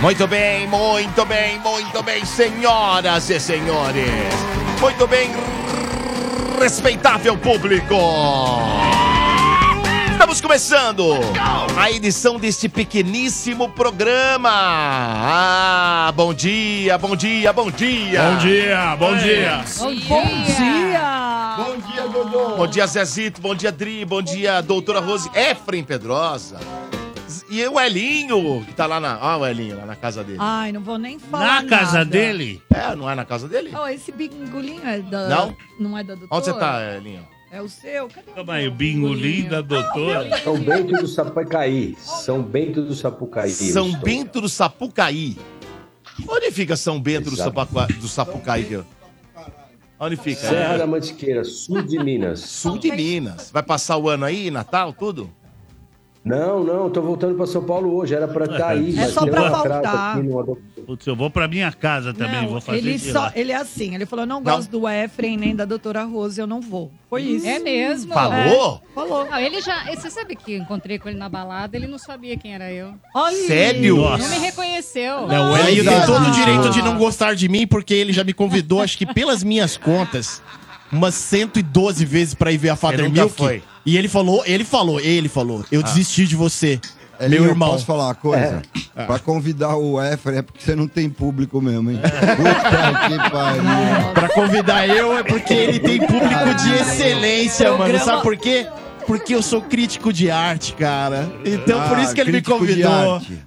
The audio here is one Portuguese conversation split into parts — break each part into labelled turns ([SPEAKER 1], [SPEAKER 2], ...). [SPEAKER 1] Muito bem, muito bem, muito bem, senhoras e senhores. Muito bem, respeitável público. Estamos começando a edição deste pequeníssimo programa. Ah, bom dia, bom dia, bom dia. É.
[SPEAKER 2] Bom dia, bom dia.
[SPEAKER 3] Bom dia!
[SPEAKER 4] Bom dia, Dodô.
[SPEAKER 1] Bom dia, Zezito, bom dia, Dri, bom dia, doutora Rose Efrem Pedrosa. E o Elinho, que tá lá na. Ó, o Elinho, lá na casa dele.
[SPEAKER 3] Ai, não vou nem falar
[SPEAKER 5] Na casa
[SPEAKER 3] nada.
[SPEAKER 5] dele?
[SPEAKER 1] É, não é na casa dele?
[SPEAKER 3] Ó, esse bingolinho é da...
[SPEAKER 1] Não?
[SPEAKER 3] Não é da doutora?
[SPEAKER 1] Onde você tá, Elinho?
[SPEAKER 3] É o seu? Cadê
[SPEAKER 5] Calma aí, o bingolim da doutora.
[SPEAKER 4] São Bento do Sapucaí. São Bento do Sapucaí.
[SPEAKER 1] São
[SPEAKER 4] Estou-
[SPEAKER 1] Bento do Sapucaí. Onde fica São Bento do,
[SPEAKER 4] Exato.
[SPEAKER 1] Sapacua- do Sapucaí? que eu- Onde fica?
[SPEAKER 4] Serra da Mantiqueira, sul de Minas.
[SPEAKER 1] Sul de Minas. Vai passar o ano aí, Natal, tudo?
[SPEAKER 4] Não, não, tô voltando para São Paulo hoje. Era para estar aí,
[SPEAKER 3] É
[SPEAKER 4] mas
[SPEAKER 3] só
[SPEAKER 4] deu
[SPEAKER 3] pra
[SPEAKER 4] um atraso
[SPEAKER 3] faltar.
[SPEAKER 4] aqui no aeroporto.
[SPEAKER 5] Putz, eu vou pra minha casa também,
[SPEAKER 3] Não,
[SPEAKER 5] vou fazer
[SPEAKER 3] ele,
[SPEAKER 5] de
[SPEAKER 3] só,
[SPEAKER 5] lá.
[SPEAKER 3] ele é assim, ele falou, não gosto do Efren nem da doutora Rose, eu não vou. Foi
[SPEAKER 5] Hum.
[SPEAKER 3] isso.
[SPEAKER 6] É mesmo? É.
[SPEAKER 1] Falou?
[SPEAKER 3] Falou.
[SPEAKER 6] Não, ele já. eh, Você sabe que eu encontrei com ele na balada, ele não sabia quem era eu.
[SPEAKER 3] Olha.
[SPEAKER 1] Sério?
[SPEAKER 6] Não
[SPEAKER 5] Nossa.
[SPEAKER 6] me reconheceu.
[SPEAKER 7] Não, o
[SPEAKER 1] Ai,
[SPEAKER 7] Elinho tem
[SPEAKER 1] cara.
[SPEAKER 7] todo o direito de não gostar de mim, porque ele já me convidou, acho que pelas minhas contas, umas 112 vezes pra ir ver a
[SPEAKER 1] Ele
[SPEAKER 7] Father
[SPEAKER 1] nunca
[SPEAKER 7] Milk.
[SPEAKER 1] foi.
[SPEAKER 7] E ele falou, ele falou, ele falou, eu desisti de você,
[SPEAKER 8] Elinho,
[SPEAKER 7] meu
[SPEAKER 8] É, eu
[SPEAKER 7] irmão. É.
[SPEAKER 8] Posso falar uma coisa? Pra convidar o Efra é porque você não tem público mesmo, hein? Puta que pariu.
[SPEAKER 7] Pra convidar eu é porque ele tem público de excelência, mano.
[SPEAKER 3] Programa-
[SPEAKER 7] Sabe por quê? Porque eu sou crítico de arte, cara. Então por
[SPEAKER 8] Ah,
[SPEAKER 7] isso que ele me
[SPEAKER 8] crítico de
[SPEAKER 7] convidou.
[SPEAKER 8] arte.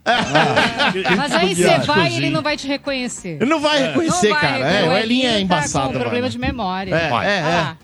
[SPEAKER 6] Mas aí
[SPEAKER 7] de
[SPEAKER 6] você
[SPEAKER 7] arte,
[SPEAKER 6] vai e ele
[SPEAKER 5] cozinha.
[SPEAKER 6] não vai te reconhecer.
[SPEAKER 7] Ele não vai reconhecer,
[SPEAKER 6] Não vai
[SPEAKER 7] cara.
[SPEAKER 6] reconhecer.
[SPEAKER 7] É, o Elinho é
[SPEAKER 6] Tá
[SPEAKER 7] embaçado,
[SPEAKER 6] com problema
[SPEAKER 7] mano.
[SPEAKER 6] de memória.
[SPEAKER 7] É,
[SPEAKER 6] Ah,
[SPEAKER 7] é,
[SPEAKER 6] lá.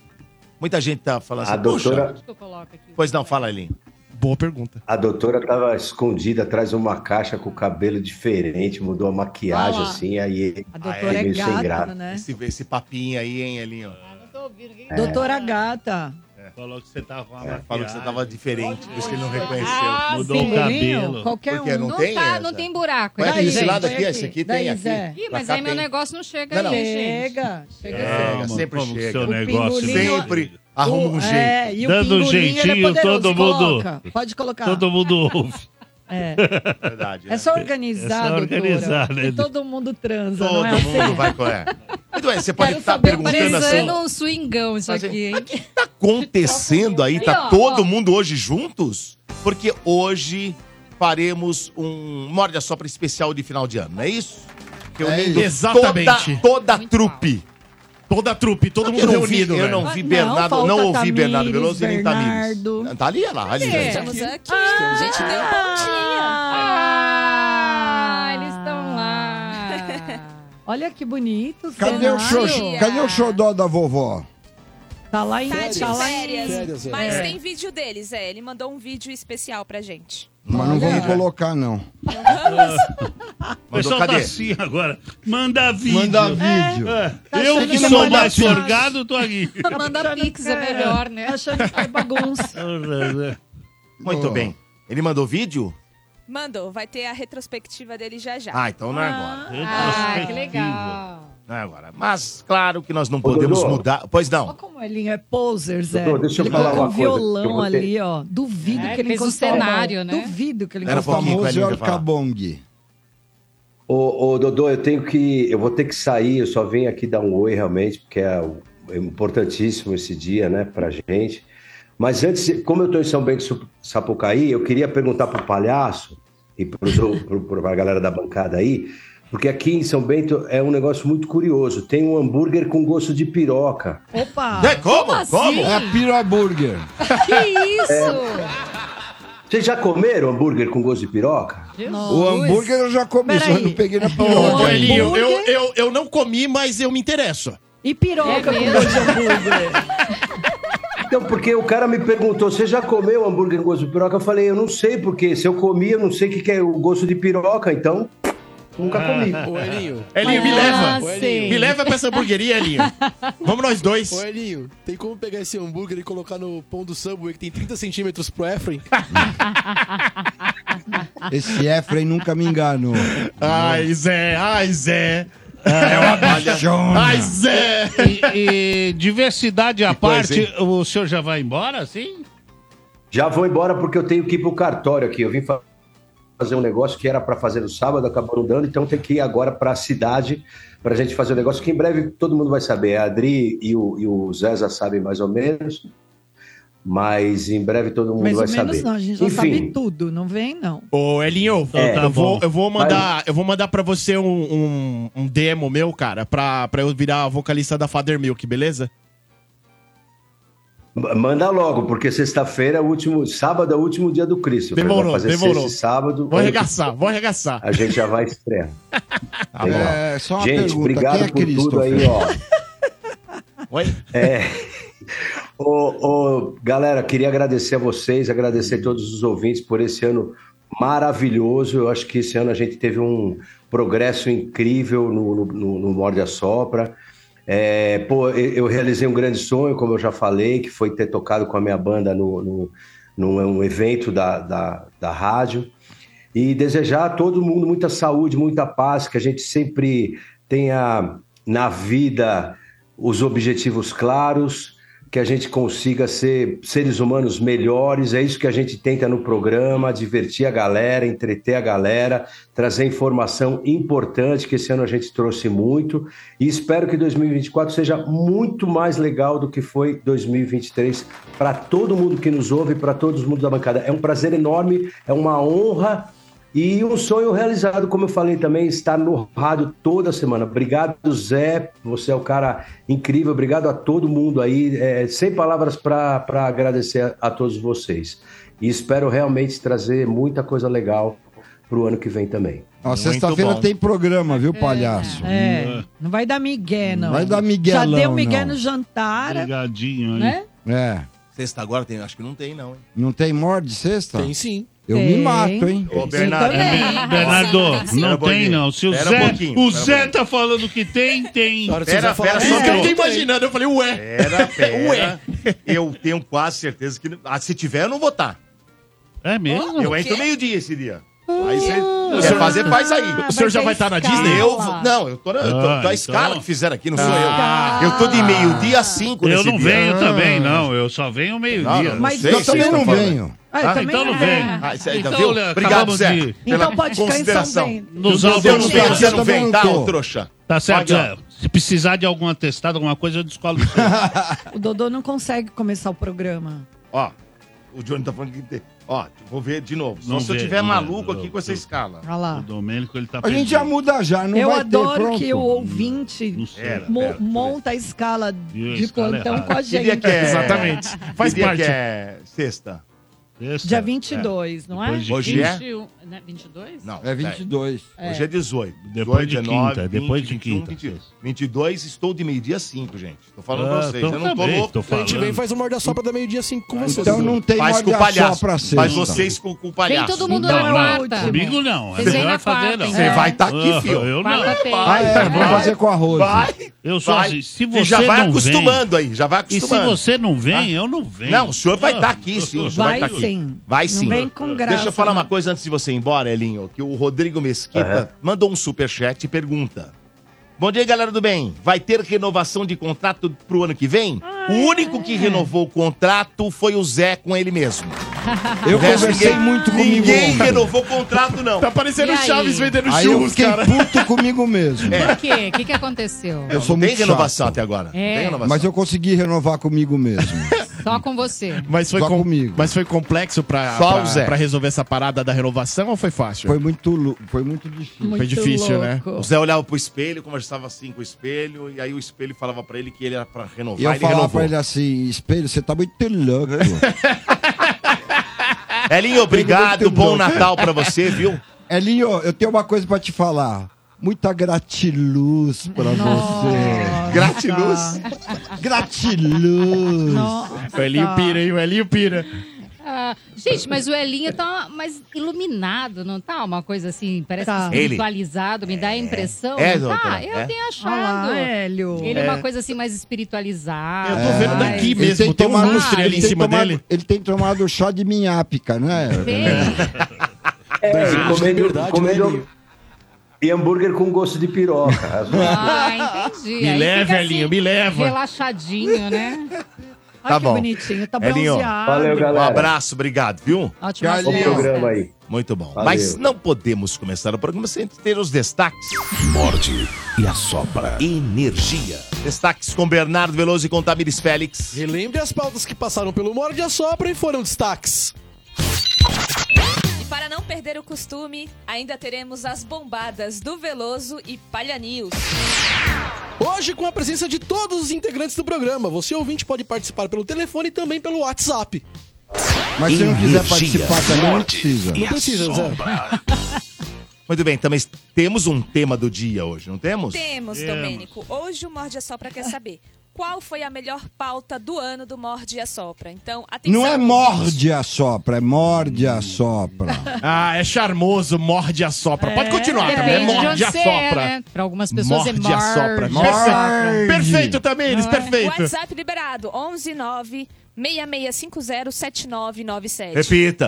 [SPEAKER 1] Muita gente tá falando
[SPEAKER 4] A
[SPEAKER 1] assim.
[SPEAKER 4] doutora,
[SPEAKER 1] Puxa.
[SPEAKER 6] Deixa eu colocar aqui.
[SPEAKER 1] Pois não, fala, Elinho.
[SPEAKER 7] Boa pergunta.
[SPEAKER 4] a doutora tava escondida atrás de uma caixa com o cabelo diferente, mudou a maquiagem
[SPEAKER 6] Ah lá.
[SPEAKER 4] assim, aí
[SPEAKER 3] A doutora
[SPEAKER 4] Ah, é,
[SPEAKER 3] é
[SPEAKER 4] meio sem
[SPEAKER 3] gata,
[SPEAKER 4] graça.
[SPEAKER 3] né?
[SPEAKER 1] Esse, esse papinho aí, hein, Elinho?
[SPEAKER 6] Ah, não tô ouvindo. Quem...
[SPEAKER 3] É. Doutora gata.
[SPEAKER 5] Falou que você tava com uma
[SPEAKER 1] É, Falou que você tava diferente, por isso que ele não
[SPEAKER 6] Ah,
[SPEAKER 1] reconheceu.
[SPEAKER 5] Mudou
[SPEAKER 6] sim.
[SPEAKER 5] o cabelo.
[SPEAKER 3] Qualquer
[SPEAKER 1] Porque
[SPEAKER 3] um.
[SPEAKER 1] não
[SPEAKER 6] Não,
[SPEAKER 1] tem
[SPEAKER 6] tá,
[SPEAKER 1] essa.
[SPEAKER 6] não tem buraco.
[SPEAKER 1] Mas
[SPEAKER 6] aqui,
[SPEAKER 3] Daí,
[SPEAKER 1] desse
[SPEAKER 6] gente.
[SPEAKER 1] lado
[SPEAKER 3] põe
[SPEAKER 1] aqui,
[SPEAKER 3] aqui.
[SPEAKER 1] esse aqui
[SPEAKER 3] Daí,
[SPEAKER 1] tem aqui.
[SPEAKER 3] Zé.
[SPEAKER 6] Ih,
[SPEAKER 1] Pra
[SPEAKER 6] mas
[SPEAKER 1] cá
[SPEAKER 6] aí meu
[SPEAKER 1] tem.
[SPEAKER 6] negócio não chega
[SPEAKER 1] Não, não.
[SPEAKER 6] aí, gente.
[SPEAKER 3] Chega. Chega.
[SPEAKER 1] Chega,
[SPEAKER 5] mano,
[SPEAKER 1] sempre
[SPEAKER 5] como que
[SPEAKER 1] chega.
[SPEAKER 5] Seu
[SPEAKER 1] O
[SPEAKER 5] negócio é
[SPEAKER 3] pingolim-
[SPEAKER 5] mesmo?
[SPEAKER 1] Sempre arruma um jeito.
[SPEAKER 3] É, e o
[SPEAKER 5] Dando um
[SPEAKER 3] pingolinho, ele é
[SPEAKER 5] jeitinho,
[SPEAKER 3] poderoso.
[SPEAKER 5] todo mundo-
[SPEAKER 3] Coloca. Pode colocar.
[SPEAKER 5] Todo mundo ouve.
[SPEAKER 3] É.
[SPEAKER 1] Verdade.
[SPEAKER 3] É só organizar,
[SPEAKER 5] É só organizar,
[SPEAKER 3] doutora.
[SPEAKER 5] né?
[SPEAKER 3] E todo mundo transa,
[SPEAKER 1] Todo
[SPEAKER 3] não é assim?
[SPEAKER 1] mundo vai com é. Muito bem, você pode
[SPEAKER 3] Quero
[SPEAKER 1] estar
[SPEAKER 3] saber o
[SPEAKER 1] perguntando assim.
[SPEAKER 6] Parecendo um swingão isso
[SPEAKER 1] Mas,
[SPEAKER 6] aqui, hein?
[SPEAKER 1] acontecendo aí?
[SPEAKER 6] Aí,
[SPEAKER 1] Tá
[SPEAKER 6] ó,
[SPEAKER 1] todo
[SPEAKER 6] ó.
[SPEAKER 1] mundo hoje juntos? Porque hoje faremos um Morde a Sopra especial de final de ano, não é isso? Reunindo
[SPEAKER 5] É
[SPEAKER 7] isso. Exatamente.
[SPEAKER 1] toda, toda a trupe.
[SPEAKER 7] Toda a trupe, todo mundo
[SPEAKER 1] eu não
[SPEAKER 7] reunido,
[SPEAKER 1] vi, eu
[SPEAKER 7] velho.
[SPEAKER 1] não vi
[SPEAKER 3] Não,
[SPEAKER 1] Bernardo, não,
[SPEAKER 3] falta
[SPEAKER 1] ouvi
[SPEAKER 3] Tamires,
[SPEAKER 1] Bernardo Veloso e nem Tamires.
[SPEAKER 3] Bernardo. é,
[SPEAKER 1] Tá ali, olha lá, ali.
[SPEAKER 6] Cadê?
[SPEAKER 1] ali.
[SPEAKER 9] Estamos aqui. gente deu um bom dia.
[SPEAKER 6] Ah, eles estão lá.
[SPEAKER 3] Olha que bonito.
[SPEAKER 8] Cadê o,
[SPEAKER 3] cenário.
[SPEAKER 8] xodó, cadê o xodó da vovó?
[SPEAKER 3] Tá lá em
[SPEAKER 9] Tá de
[SPEAKER 3] tá lá em-
[SPEAKER 9] férias.
[SPEAKER 1] é.
[SPEAKER 5] é.
[SPEAKER 9] Mas tem vídeo deles, é. Ele mandou um vídeo especial pra gente.
[SPEAKER 8] Mas não vamos colocar, não.
[SPEAKER 5] O
[SPEAKER 1] Mandou,
[SPEAKER 5] pessoal tá
[SPEAKER 1] cadê?
[SPEAKER 5] assim agora. Manda vídeo.
[SPEAKER 8] Manda vídeo.
[SPEAKER 5] É, Eu
[SPEAKER 3] Tá achando
[SPEAKER 5] que
[SPEAKER 3] que não
[SPEAKER 5] sou
[SPEAKER 3] manda
[SPEAKER 5] mais
[SPEAKER 3] vídeo. Tá
[SPEAKER 5] forgado, tô aqui.
[SPEAKER 6] Manda pix é melhor, né?
[SPEAKER 3] Achando que é bagunça.
[SPEAKER 1] Muito
[SPEAKER 8] Ó.
[SPEAKER 1] bem. Ele mandou vídeo?
[SPEAKER 9] Mandou, vai ter a retrospectiva ddele já
[SPEAKER 3] Tá.
[SPEAKER 9] já.
[SPEAKER 1] Ah, então não é agora.
[SPEAKER 6] Ah, que legal.
[SPEAKER 1] Não é agora. Mas claro que nós não podemos
[SPEAKER 4] Dodô.
[SPEAKER 1] mudar. Pois
[SPEAKER 3] Olha
[SPEAKER 1] não.
[SPEAKER 3] como ele é poser, Zé.
[SPEAKER 4] Doutor, deixa eu
[SPEAKER 3] ele
[SPEAKER 4] falar
[SPEAKER 3] colocou
[SPEAKER 4] uma
[SPEAKER 3] um
[SPEAKER 4] coisa,
[SPEAKER 3] violão
[SPEAKER 4] eu vou ter-
[SPEAKER 3] ali, ó. Duvido
[SPEAKER 6] É,
[SPEAKER 3] que ele
[SPEAKER 6] fez um
[SPEAKER 3] encostou a mão.
[SPEAKER 6] cenário, né?
[SPEAKER 3] Duvido que ele
[SPEAKER 8] O
[SPEAKER 1] Era
[SPEAKER 3] encostou a mão.
[SPEAKER 1] pouquinho que o
[SPEAKER 8] famoso
[SPEAKER 1] Elinho quer
[SPEAKER 8] El
[SPEAKER 1] falar.
[SPEAKER 8] Cabong.
[SPEAKER 4] Ô, ô, Dodô, eu tenho que. Eu vou ter que sair, eu só vim aqui dar um oi realmente, porque é o- é importantíssimo esse dia, né, pra gente. Mas antes, como eu tô em São Bento Su- Sapucaí, eu queria perguntar pro palhaço e pros, ou- pro, pro, pra galera da bancada aí, porque aqui em São Bento é um negócio muito curioso. Tem um hambúrguer com gosto de piroca.
[SPEAKER 3] Opa! assim?
[SPEAKER 1] É, como? Como?
[SPEAKER 8] É Piroburger.
[SPEAKER 6] Que isso?
[SPEAKER 4] Vocês já comeram hambúrguer com gosto de piroca?
[SPEAKER 8] É. O hambúrguer eu já comi, só
[SPEAKER 3] Peraí.
[SPEAKER 8] eu não peguei na
[SPEAKER 7] Ô,
[SPEAKER 8] piroca. ainda.
[SPEAKER 7] Elinho, eu,
[SPEAKER 3] hambúrguer?
[SPEAKER 7] eu, eu não comi, mas eu me interesso.
[SPEAKER 3] E piroca
[SPEAKER 6] É
[SPEAKER 3] com
[SPEAKER 6] mesmo?
[SPEAKER 3] dois de hambúrguer.
[SPEAKER 4] Então, porque o cara me perguntou, você já comeu hambúrguer com gosto de piroca? Eu falei, eu não sei, porque se eu comi, eu não sei o que que é o gosto de piroca, então
[SPEAKER 5] É.
[SPEAKER 4] nunca comi.
[SPEAKER 7] Ô, Elinho. Elinho, me leva.
[SPEAKER 10] Ô, Elinho.
[SPEAKER 7] Me leva pra essa hamburgueria, Elinho. Vamos nós dois.
[SPEAKER 10] Ô, Elinho, tem como pegar esse hambúrguer e colocar no pão do Subway que tem 30 centímetros pro Efraim?
[SPEAKER 8] Esse Efraim nunca me enganou.
[SPEAKER 7] Ai, Zé, ai, Zé. É uma
[SPEAKER 8] bichona.
[SPEAKER 7] Ai, Zé.
[SPEAKER 5] E, e diversidade à
[SPEAKER 4] coisa,
[SPEAKER 5] parte,
[SPEAKER 4] hein?
[SPEAKER 5] o senhor já vai embora, assim? sim?
[SPEAKER 4] Já vou embora porque eu tenho que ir pro cartório aqui. Eu vim fa- fazer um negócio que era para fazer no sábado, acabou não dando, então tem que ir agora para a cidade para a gente fazer um negócio que em breve todo mundo vai saber. A Adri e o, e o Zeza sabem mais ou menos, mas em breve todo mundo
[SPEAKER 3] Mais
[SPEAKER 4] vai
[SPEAKER 3] ou menos
[SPEAKER 4] saber.
[SPEAKER 3] não, a gente já
[SPEAKER 4] Enfim,
[SPEAKER 3] sabe tudo, não vem não.
[SPEAKER 7] Ô, Elinho,
[SPEAKER 4] É, tá
[SPEAKER 7] eu, vou,
[SPEAKER 5] bom.
[SPEAKER 7] eu vou mandar, eu vou mandar pra você um, um, um demo meu, cara, pra, pra eu virar vocalista da Father Milk, beleza?
[SPEAKER 4] ma- Manda logo, porque sexta-feira é o último, sábado é o último dia do Cristo.
[SPEAKER 7] Demorou,
[SPEAKER 4] vai fazer
[SPEAKER 7] demorou.
[SPEAKER 4] sexta e sábado.
[SPEAKER 7] Vou arregaçar, vou arregaçar. Tá
[SPEAKER 4] A gente já vai estrear. Legal.
[SPEAKER 8] É, só uma
[SPEAKER 4] gente,
[SPEAKER 8] pergunta,
[SPEAKER 4] obrigado
[SPEAKER 8] quem é
[SPEAKER 4] por tudo
[SPEAKER 8] Christopher?
[SPEAKER 4] aí, ó.
[SPEAKER 7] Oi?
[SPEAKER 4] É. Ô, ô, galera, queria agradecer a vocês, agradecer a todos os ouvintes por esse ano maravilhoso. Eu acho que esse ano a gente teve um progresso incrível no, no, no, no Morde a Sopra. É, pô, eu eu realizei um grande sonho, como eu já falei, que foi ter tocado com a minha banda no, no, num- num um evento da, da, da rádio. E desejar a todo mundo muita saúde, muita paz, que a gente sempre tenha na vida os objetivos claros, que a gente consiga ser seres humanos melhores. É isso que a gente tenta no programa: divertir a galera, entreter a galera, trazer informação importante, que esse ano a gente trouxe muito. E espero que 2024 seja muito mais legal do que foi 2023 para todo mundo que nos ouve, para todos os mundo da bancada. É um prazer enorme, é uma honra. E um sonho realizado, como eu falei também, estar no rádio toda semana. Obrigado, Zé. Você é um cara incrível. Obrigado a todo mundo aí. É, sem palavras para agradecer a, a todos vocês. E espero realmente trazer muita coisa legal para o ano que vem também.
[SPEAKER 8] Ó, sexta-feira
[SPEAKER 7] bom. Hum.
[SPEAKER 8] tem programa, viu,
[SPEAKER 4] Hum.
[SPEAKER 8] palhaço?
[SPEAKER 3] É, não vai dar migué, não.
[SPEAKER 8] Vai dar
[SPEAKER 3] Já
[SPEAKER 8] miguelão,
[SPEAKER 3] deu migué
[SPEAKER 8] não.
[SPEAKER 3] no jantar,
[SPEAKER 5] Ligadinho aí.
[SPEAKER 3] né?
[SPEAKER 8] É.
[SPEAKER 7] Sexta agora tem, acho que não tem não, hein?
[SPEAKER 8] Não tem morde sexta?
[SPEAKER 10] Tem sim.
[SPEAKER 8] Eu me
[SPEAKER 3] Tem.
[SPEAKER 8] mato, hein?
[SPEAKER 1] Ô, Bernardo.
[SPEAKER 9] também.
[SPEAKER 5] Bernardo, não
[SPEAKER 1] um
[SPEAKER 5] tem
[SPEAKER 1] pouquinho.
[SPEAKER 5] não. Se o
[SPEAKER 1] Pera um
[SPEAKER 5] Zé,
[SPEAKER 1] pouquinho,
[SPEAKER 5] o
[SPEAKER 1] pera um
[SPEAKER 5] Zé
[SPEAKER 1] pouquinho.
[SPEAKER 5] tá falando que tem, tem.
[SPEAKER 10] Agora, se
[SPEAKER 1] Pera,
[SPEAKER 10] você falar
[SPEAKER 1] pera, um
[SPEAKER 10] assim,
[SPEAKER 7] Isso que eu
[SPEAKER 10] não
[SPEAKER 7] fiquei
[SPEAKER 10] tem.
[SPEAKER 7] imaginando, eu falei, ué.
[SPEAKER 1] Pera, pera.
[SPEAKER 7] Ué.
[SPEAKER 1] Eu tenho quase certeza que. não- Ah, se tiver, eu não vou estar.
[SPEAKER 5] É mesmo?
[SPEAKER 1] Eu
[SPEAKER 9] O
[SPEAKER 1] entro
[SPEAKER 9] quê?
[SPEAKER 1] meio-dia esse dia. Aí
[SPEAKER 3] Ah,
[SPEAKER 1] você quer fazer, faz aí.
[SPEAKER 7] O senhor já vai estar na Disney?
[SPEAKER 1] Eu, vou- não, eu tô na, eu tô-
[SPEAKER 5] Ah,
[SPEAKER 1] tô a
[SPEAKER 5] então.
[SPEAKER 1] escala que fizeram aqui, não sou
[SPEAKER 3] Ah.
[SPEAKER 1] eu. Eu tô de meio-dia a cinco
[SPEAKER 5] Eu
[SPEAKER 1] nesse
[SPEAKER 5] não
[SPEAKER 1] dia.
[SPEAKER 5] venho também, não. Eu só venho meio-dia.
[SPEAKER 1] Não,
[SPEAKER 3] Mas
[SPEAKER 1] sei,
[SPEAKER 8] Eu
[SPEAKER 1] sei,
[SPEAKER 8] também não
[SPEAKER 1] tô falando.
[SPEAKER 8] venho.
[SPEAKER 3] Ah, eu
[SPEAKER 5] Ah,
[SPEAKER 3] também
[SPEAKER 5] então não vem.
[SPEAKER 1] Ah, isso aí, tá,
[SPEAKER 5] Então,
[SPEAKER 1] viu?
[SPEAKER 5] Léo,
[SPEAKER 1] Obrigado,
[SPEAKER 5] acabamos
[SPEAKER 1] Zé.
[SPEAKER 5] de-
[SPEAKER 1] pela
[SPEAKER 3] Então pode ficar em São
[SPEAKER 1] consideração.
[SPEAKER 3] Bento.
[SPEAKER 5] Nos
[SPEAKER 1] Eu não
[SPEAKER 5] alvos.
[SPEAKER 1] venho, você
[SPEAKER 8] Eu
[SPEAKER 1] não
[SPEAKER 8] também
[SPEAKER 1] vem,
[SPEAKER 8] não
[SPEAKER 1] tá,
[SPEAKER 8] tô.
[SPEAKER 1] ô trouxa?
[SPEAKER 5] Tá certo,
[SPEAKER 1] Olha,
[SPEAKER 5] Zé. Se precisar de algum atestado, alguma coisa, eu descolo. o seu.
[SPEAKER 3] O Dodô não consegue começar o programa.
[SPEAKER 1] Ó, o Johnny tá falando que tem. Ó, vou ver de novo. Só
[SPEAKER 5] Não
[SPEAKER 1] se eu
[SPEAKER 5] vê,
[SPEAKER 1] tiver
[SPEAKER 5] não vê.
[SPEAKER 1] maluco aqui
[SPEAKER 5] Eu-
[SPEAKER 1] com essa
[SPEAKER 5] eu-
[SPEAKER 1] escala.
[SPEAKER 3] Olha
[SPEAKER 5] O
[SPEAKER 3] lá.
[SPEAKER 5] Domênico, ele tá
[SPEAKER 8] A gente
[SPEAKER 5] perdido.
[SPEAKER 8] já muda já, não
[SPEAKER 3] eu
[SPEAKER 8] vai ter,
[SPEAKER 3] adoro
[SPEAKER 8] pronto.
[SPEAKER 3] que o ouvinte
[SPEAKER 5] Não sei.
[SPEAKER 1] Era.
[SPEAKER 3] mo-
[SPEAKER 1] pera, pera.
[SPEAKER 3] monta a escala
[SPEAKER 5] Viu, a
[SPEAKER 3] de
[SPEAKER 5] escala
[SPEAKER 3] plantão
[SPEAKER 5] errada.
[SPEAKER 3] com a
[SPEAKER 1] Que dia
[SPEAKER 3] gente.
[SPEAKER 1] que é?
[SPEAKER 7] Exatamente. Faz
[SPEAKER 1] que dia
[SPEAKER 7] parte.
[SPEAKER 1] que é sexta?
[SPEAKER 5] Esse,
[SPEAKER 3] Dia
[SPEAKER 5] é.
[SPEAKER 3] 22, não é?
[SPEAKER 5] Depois de
[SPEAKER 1] Hoje é?
[SPEAKER 6] 21, né, 22?
[SPEAKER 1] Não.
[SPEAKER 8] É
[SPEAKER 1] peraí.
[SPEAKER 8] 22.
[SPEAKER 3] É.
[SPEAKER 1] Hoje é 18.
[SPEAKER 5] Depois de
[SPEAKER 1] 18,
[SPEAKER 5] quinta, depois de quinta.
[SPEAKER 1] 22. 22, estou de meio-dia 5, gente. Tô falando pra
[SPEAKER 5] Ah,
[SPEAKER 1] vocês.
[SPEAKER 5] então
[SPEAKER 1] Eu não tô
[SPEAKER 5] também,
[SPEAKER 1] louco.
[SPEAKER 5] tô
[SPEAKER 10] A gente vem e
[SPEAKER 5] falando.
[SPEAKER 10] faz um uma morda sopra da meio-dia assim com você.
[SPEAKER 8] Então não tem
[SPEAKER 1] Faz
[SPEAKER 8] morde
[SPEAKER 1] com o
[SPEAKER 8] a só
[SPEAKER 1] palhaço.
[SPEAKER 8] pra então. sexta.
[SPEAKER 1] Faz vocês então. com, com o palhaço.
[SPEAKER 6] Vem todo mundo na
[SPEAKER 3] Então,
[SPEAKER 5] Não,
[SPEAKER 3] é
[SPEAKER 6] quarta.
[SPEAKER 3] o
[SPEAKER 5] comigo não. É
[SPEAKER 6] Vocês vêm
[SPEAKER 5] melhor
[SPEAKER 6] na
[SPEAKER 5] fazer,
[SPEAKER 6] quarta, então.
[SPEAKER 5] não.
[SPEAKER 6] hein?
[SPEAKER 3] então.
[SPEAKER 1] Você vai estar
[SPEAKER 5] Ah,
[SPEAKER 1] aqui, filho.
[SPEAKER 5] Eu não.
[SPEAKER 6] Quarta-feira.
[SPEAKER 8] Ah, é, vamos
[SPEAKER 1] Vai.
[SPEAKER 8] fazer com arroz.
[SPEAKER 1] Vai.
[SPEAKER 5] Eu sou
[SPEAKER 1] vai.
[SPEAKER 5] assim. Se
[SPEAKER 1] E
[SPEAKER 5] você
[SPEAKER 1] já vai
[SPEAKER 5] não
[SPEAKER 1] acostumando aí, já vai
[SPEAKER 5] vem, e se
[SPEAKER 1] acostumando. Tá?
[SPEAKER 5] você não vem, eu não venho.
[SPEAKER 1] Não, o senhor vai
[SPEAKER 5] Ah,
[SPEAKER 1] estar aqui, sim. O senhor
[SPEAKER 3] Vai
[SPEAKER 1] tá aqui.
[SPEAKER 3] sim.
[SPEAKER 1] Vai
[SPEAKER 3] Não
[SPEAKER 1] sim.
[SPEAKER 3] vem com graça.
[SPEAKER 1] Deixa eu falar uma
[SPEAKER 3] não.
[SPEAKER 1] coisa antes de você ir embora, Elinho, que o Rodrigo Mesquita mandou um superchat e pergunta. Bom dia, galera do bem. Vai ter renovação de contrato pro ano que vem? o único que renovou o contrato foi o Zé com ele mesmo.
[SPEAKER 8] Eu
[SPEAKER 1] O resto,
[SPEAKER 8] conversei
[SPEAKER 1] ninguém-
[SPEAKER 8] muito comigo.
[SPEAKER 1] Ninguém
[SPEAKER 8] ontem.
[SPEAKER 1] renovou o contrato, não.
[SPEAKER 7] Tá parecendo
[SPEAKER 6] E
[SPEAKER 7] o
[SPEAKER 6] aí?
[SPEAKER 7] Chaves vendendo
[SPEAKER 8] Aí eu
[SPEAKER 7] churros,
[SPEAKER 8] fiquei
[SPEAKER 7] cara.
[SPEAKER 8] puto comigo mesmo.
[SPEAKER 6] Por quê? O que, que aconteceu?
[SPEAKER 8] Eu sou
[SPEAKER 1] não tem
[SPEAKER 8] muito
[SPEAKER 1] renovação
[SPEAKER 8] chato.
[SPEAKER 1] até agora. Não
[SPEAKER 6] É.
[SPEAKER 1] tem renovação.
[SPEAKER 8] Mas eu consegui renovar comigo mesmo.
[SPEAKER 6] Só com você.
[SPEAKER 7] Mas foi,
[SPEAKER 8] Só
[SPEAKER 7] com-
[SPEAKER 8] comigo.
[SPEAKER 7] mas foi complexo pra,
[SPEAKER 1] Só o
[SPEAKER 7] pra,
[SPEAKER 1] Zé.
[SPEAKER 7] pra resolver essa parada da renovação ou foi fácil?
[SPEAKER 8] Foi muito, lu- foi muito difícil.
[SPEAKER 3] Muito
[SPEAKER 7] difícil, né?
[SPEAKER 3] louco.
[SPEAKER 1] O Zé olhava pro espelho, conversava assim com o espelho, e aí o espelho falava pra ele que ele era pra renovar.
[SPEAKER 8] E eu
[SPEAKER 1] ele
[SPEAKER 8] falava
[SPEAKER 1] renovou.
[SPEAKER 8] pra ele assim, espelho, você tá muito louco.
[SPEAKER 1] Elinho, obrigado,
[SPEAKER 8] Ele muito
[SPEAKER 1] bom
[SPEAKER 8] louco.
[SPEAKER 1] Natal pra você, viu?
[SPEAKER 8] Elinho, eu tenho uma coisa pra te falar. muita gratiluz pra você.
[SPEAKER 1] Gratiluz?
[SPEAKER 8] Gratiluz.
[SPEAKER 6] Nossa.
[SPEAKER 8] O
[SPEAKER 6] Elinho pira,
[SPEAKER 7] hein? O Elinho pira.
[SPEAKER 6] Ah, gente, mas o Elinho tá mais iluminado, não tá? Uma coisa assim, parece
[SPEAKER 3] Tá.
[SPEAKER 6] que espiritualizado, me dá a impressão.
[SPEAKER 3] É,
[SPEAKER 6] não tá?
[SPEAKER 3] doutora,
[SPEAKER 6] Eu
[SPEAKER 3] é.
[SPEAKER 6] tenho achado.
[SPEAKER 3] Olha lá, Hélio.
[SPEAKER 6] Ele é.
[SPEAKER 3] É.
[SPEAKER 6] uma coisa assim mais espiritualizada.
[SPEAKER 8] Eu tô vendo
[SPEAKER 6] mais-
[SPEAKER 8] daqui mesmo,
[SPEAKER 6] tem um
[SPEAKER 8] tem uma
[SPEAKER 6] tomado-
[SPEAKER 8] lustre ali em
[SPEAKER 6] tem
[SPEAKER 8] cima
[SPEAKER 6] tomado-
[SPEAKER 8] dele. Ele tem tomado chá de minhápica, né?
[SPEAKER 4] É, e
[SPEAKER 8] Ah,
[SPEAKER 4] comendo,
[SPEAKER 8] verdade,
[SPEAKER 4] comendo- um e hambúrguer com gosto de piroca.
[SPEAKER 6] Ah, entendi.
[SPEAKER 4] Me
[SPEAKER 6] Aí
[SPEAKER 4] leva,
[SPEAKER 6] fica
[SPEAKER 4] Elinho, me leva.
[SPEAKER 6] Relaxadinho, né?
[SPEAKER 1] Tá bom. Elinho, Um abraço, obrigado, viu?
[SPEAKER 6] Ótimas Valeu. festas. programa aí.
[SPEAKER 1] Muito bom.
[SPEAKER 2] Valeu.
[SPEAKER 1] Mas não podemos começar o programa sem ter os destaques.
[SPEAKER 2] Morde e assopra.
[SPEAKER 1] Energia. Destaques com Bernardo Veloso e com Tamires Félix.
[SPEAKER 10] Relembre as pautas que passaram pelo Morde e Assopra e foram destaques.
[SPEAKER 9] E para não perder o costume, ainda teremos as bombadas do Veloso e Palha News.
[SPEAKER 10] Hoje, com a presença de todos os integrantes do programa, você ouvinte pode participar pelo telefone e também pelo WhatsApp.
[SPEAKER 8] Mas se não quiser participar também, não
[SPEAKER 1] Morte
[SPEAKER 8] precisa.
[SPEAKER 1] e
[SPEAKER 10] Não precisa, Zé.
[SPEAKER 1] assombra. Muito bem, também temos um tema do dia hoje, não temos?
[SPEAKER 9] Temos, Domênico. Hoje o Morde e Assopra quer saber qual foi a melhor pauta do ano do Morde e Assopra. Então, atenção.
[SPEAKER 8] Não é morde a sopra, é morde a sopra.
[SPEAKER 7] Ah, é charmoso, morde a sopra. Pode continuar, também. É
[SPEAKER 6] depende de
[SPEAKER 7] morde
[SPEAKER 6] onde
[SPEAKER 7] a
[SPEAKER 6] você é,
[SPEAKER 7] sopra.
[SPEAKER 6] né? Pra algumas pessoas é
[SPEAKER 7] morde a sopra.
[SPEAKER 6] morde
[SPEAKER 7] Morde. Perfeito, Tamires,
[SPEAKER 9] Não é?
[SPEAKER 7] perfeito.
[SPEAKER 9] WhatsApp liberado, 119... 66507997.
[SPEAKER 1] Repita.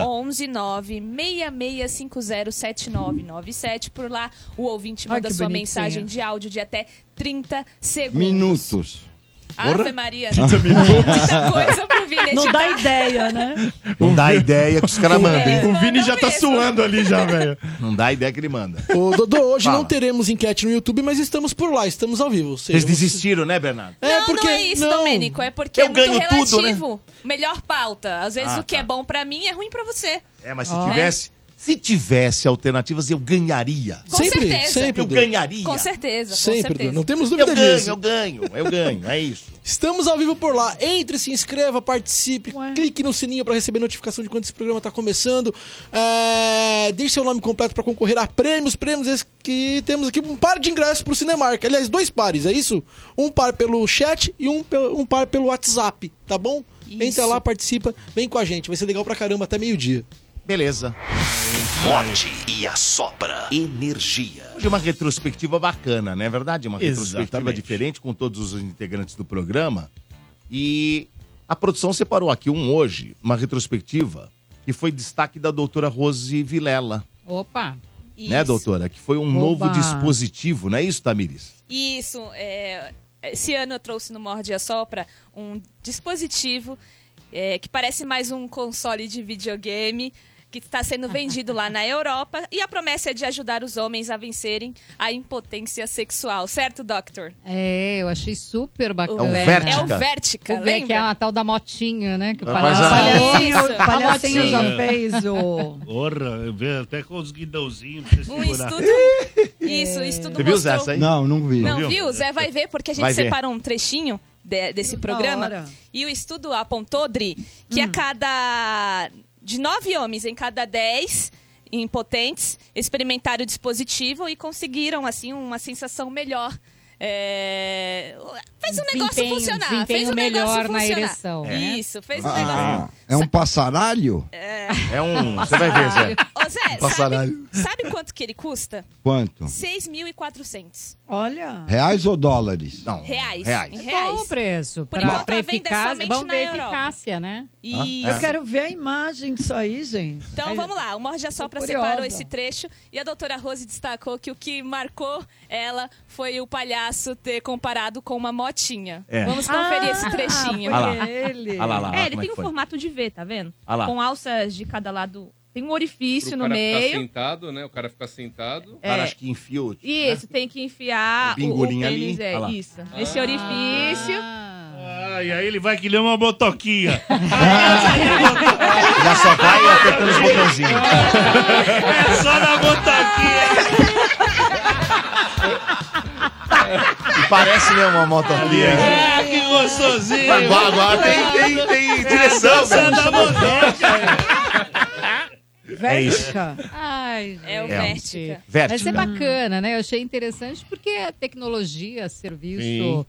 [SPEAKER 9] 119-66507997. Por lá, o ouvinte
[SPEAKER 8] Ai,
[SPEAKER 9] manda
[SPEAKER 8] que
[SPEAKER 9] sua
[SPEAKER 8] bonitinho.
[SPEAKER 9] mensagem de áudio de até 30 segundos.
[SPEAKER 8] Minutos.
[SPEAKER 9] Ave Maria.
[SPEAKER 8] Trinta
[SPEAKER 9] Muita coisa pro Vini
[SPEAKER 3] Não dá
[SPEAKER 9] editar.
[SPEAKER 3] ideia, né?
[SPEAKER 1] Não dá ideia que os caras mandam, hein?
[SPEAKER 7] O Vini já tá suando ali já, velho.
[SPEAKER 1] Não dá ideia que ele manda.
[SPEAKER 10] Ô, Dodô, hoje
[SPEAKER 1] Fala.
[SPEAKER 10] não teremos enquete no YouTube, mas estamos por lá, estamos ao vivo. ou seja,
[SPEAKER 1] Vocês desistiram, né, Bernardo?
[SPEAKER 10] É,
[SPEAKER 9] não,
[SPEAKER 10] porque-
[SPEAKER 9] não é isso,
[SPEAKER 10] não.
[SPEAKER 9] Domênico. É porque
[SPEAKER 10] Eu
[SPEAKER 9] é muito
[SPEAKER 10] ganho
[SPEAKER 9] relativo.
[SPEAKER 10] tudo, né? tá.
[SPEAKER 9] Melhor pauta. Às vezes
[SPEAKER 1] Ah,
[SPEAKER 9] o que é bom pra mim é ruim pra você. Né?
[SPEAKER 1] É, mas se
[SPEAKER 9] Ó.
[SPEAKER 1] tivesse. Se tivesse alternativas, eu ganharia.
[SPEAKER 9] Com Sempre, certeza. sempre,
[SPEAKER 1] Eu
[SPEAKER 9] Dudu.
[SPEAKER 1] ganharia.
[SPEAKER 9] Com certeza, com
[SPEAKER 10] Sempre, certeza. Dudu. Não temos dúvida
[SPEAKER 1] eu ganho,
[SPEAKER 10] disso.
[SPEAKER 1] Eu ganho, eu ganho, é isso.
[SPEAKER 10] Estamos ao vivo por lá. Entre, se inscreva, participe, clique no sininho para receber notificação de quando esse programa tá começando. É, deixe seu nome completo para concorrer a prêmios, prêmios esses que temos aqui um par de ingressos pro Cinemark. Aliás, dois pares, é isso? Um par pelo chat e um, pe- um par pelo WhatsApp, tá bom? Entra lá, participa, vem com a gente. Vai ser legal pra caramba até meio-dia.
[SPEAKER 1] Beleza.
[SPEAKER 2] Morde e assopra. Energia.
[SPEAKER 1] Hoje é uma retrospectiva bacana, não é verdade? Uma retrospectiva
[SPEAKER 2] Exatamente.
[SPEAKER 1] diferente com todos os integrantes do programa. E a produção separou aqui um hoje, uma retrospectiva, que foi destaque da doutora Rose Vilela,
[SPEAKER 6] Opa.
[SPEAKER 1] né, doutora? Que foi um novo
[SPEAKER 6] Oba.
[SPEAKER 1] dispositivo, não é isso, Tamires?
[SPEAKER 9] Isso, é, esse ano eu trouxe no Morde e Sopra um dispositivo é, que parece mais um console de videogame que está sendo vendido lá na Europa e a promessa é de ajudar os homens a vencerem a impotência sexual, certo, Doctor?
[SPEAKER 6] É, eu achei super bacana.
[SPEAKER 9] É o Vertica. É o Vertica,
[SPEAKER 6] O Ver- que é
[SPEAKER 9] lembra?
[SPEAKER 6] a tal da motinha, né? Que o
[SPEAKER 5] Ah,
[SPEAKER 6] palhaço,
[SPEAKER 5] mas a-
[SPEAKER 6] palhacinho-
[SPEAKER 5] Isso.
[SPEAKER 6] a
[SPEAKER 5] Palhacinho
[SPEAKER 6] motinha É.
[SPEAKER 5] já
[SPEAKER 9] um
[SPEAKER 6] já
[SPEAKER 5] fez
[SPEAKER 6] fez o...
[SPEAKER 5] Porra, eu vejo até com os guindãozinhos pra você
[SPEAKER 9] Um
[SPEAKER 5] segurar.
[SPEAKER 9] estudo. Isso, estudo
[SPEAKER 5] Você viu, Zé,
[SPEAKER 9] mostrou.
[SPEAKER 5] essa aí?
[SPEAKER 8] Não, não vi.
[SPEAKER 9] Não viu? O Zé vai ver, porque a gente
[SPEAKER 8] Vai ver.
[SPEAKER 9] separou um trechinho de- desse programa.
[SPEAKER 3] hora.
[SPEAKER 9] E o estudo apontou, Dri, que a
[SPEAKER 6] Hum.
[SPEAKER 9] cada. de nove homens em cada dez impotentes experimentaram o dispositivo e conseguiram, assim, uma sensação melhor. É, Fez o negócio
[SPEAKER 6] Desempenho,
[SPEAKER 9] funcionar. Fez
[SPEAKER 6] desempenho
[SPEAKER 9] o negócio
[SPEAKER 6] melhor na
[SPEAKER 9] funcionar.
[SPEAKER 6] ereção, né?
[SPEAKER 9] Isso, fez o negócio.
[SPEAKER 8] Ah, é um passaralho?
[SPEAKER 1] É um. Você vai ver, Zé.
[SPEAKER 9] Ô, Zé,
[SPEAKER 8] Passaralho.
[SPEAKER 9] sabe, sabe quanto que ele custa?
[SPEAKER 8] Quanto?
[SPEAKER 9] 6.400
[SPEAKER 3] Olha.
[SPEAKER 8] Reais ou dólares?
[SPEAKER 1] Não.
[SPEAKER 9] reais.
[SPEAKER 8] Reais.
[SPEAKER 9] Em
[SPEAKER 6] Qual o É preço?
[SPEAKER 9] Por
[SPEAKER 6] Pra,
[SPEAKER 9] enquanto,
[SPEAKER 6] pra
[SPEAKER 9] a venda é
[SPEAKER 6] eficácia.
[SPEAKER 9] somente
[SPEAKER 6] Vamos
[SPEAKER 9] na
[SPEAKER 6] ver a
[SPEAKER 9] Europa.
[SPEAKER 6] eficácia, né?
[SPEAKER 9] E
[SPEAKER 1] Ah, é.
[SPEAKER 3] Eu quero ver a imagem disso aí, gente.
[SPEAKER 9] Então vamos lá, o Morde só para
[SPEAKER 3] Tô curiosa.
[SPEAKER 9] separou esse trecho e a doutora Rose destacou que o que marcou ela foi o palhaço ter comparado com uma motinha.
[SPEAKER 1] É.
[SPEAKER 9] Vamos conferir
[SPEAKER 11] Ah,
[SPEAKER 9] esse trechinho.
[SPEAKER 1] foi Ah lá. ele. Ah lá, lá, lá,
[SPEAKER 11] é, ele
[SPEAKER 1] como é
[SPEAKER 11] tem
[SPEAKER 1] que
[SPEAKER 11] um
[SPEAKER 1] foi?
[SPEAKER 11] formato de V, tá vendo?
[SPEAKER 1] Ah lá.
[SPEAKER 11] Com alças de cada lado. Tem um orifício
[SPEAKER 12] Pro
[SPEAKER 11] no
[SPEAKER 12] cara
[SPEAKER 11] meio.
[SPEAKER 12] Ficar sentado, né? O cara ficar sentado.
[SPEAKER 11] É. Cara, acho
[SPEAKER 1] que enfiou.
[SPEAKER 12] né?
[SPEAKER 11] Isso, tem que enfiar
[SPEAKER 12] O
[SPEAKER 11] o, o
[SPEAKER 12] pingolinho ali.
[SPEAKER 11] pênis, é,
[SPEAKER 12] Ah lá.
[SPEAKER 11] isso. Nesse orifício.
[SPEAKER 5] Ah, e aí ele vai que lê uma botoquinha.
[SPEAKER 1] Já só vai apertando os botãozinhos.
[SPEAKER 5] É só na botoquinha.
[SPEAKER 1] E parece mesmo uma moto ali.
[SPEAKER 5] É, que gostosinho.
[SPEAKER 1] Agora,
[SPEAKER 13] É,
[SPEAKER 1] agora tem, tem, tem direção,
[SPEAKER 5] É, dançando
[SPEAKER 1] velho.
[SPEAKER 5] a botoca.
[SPEAKER 1] É isso.
[SPEAKER 6] Ai, gente.
[SPEAKER 1] É o Vertica.
[SPEAKER 6] Vai
[SPEAKER 1] Vertica.
[SPEAKER 6] ser bacana, né? Eu achei interessante porque é tecnologia, serviço
[SPEAKER 1] Sim.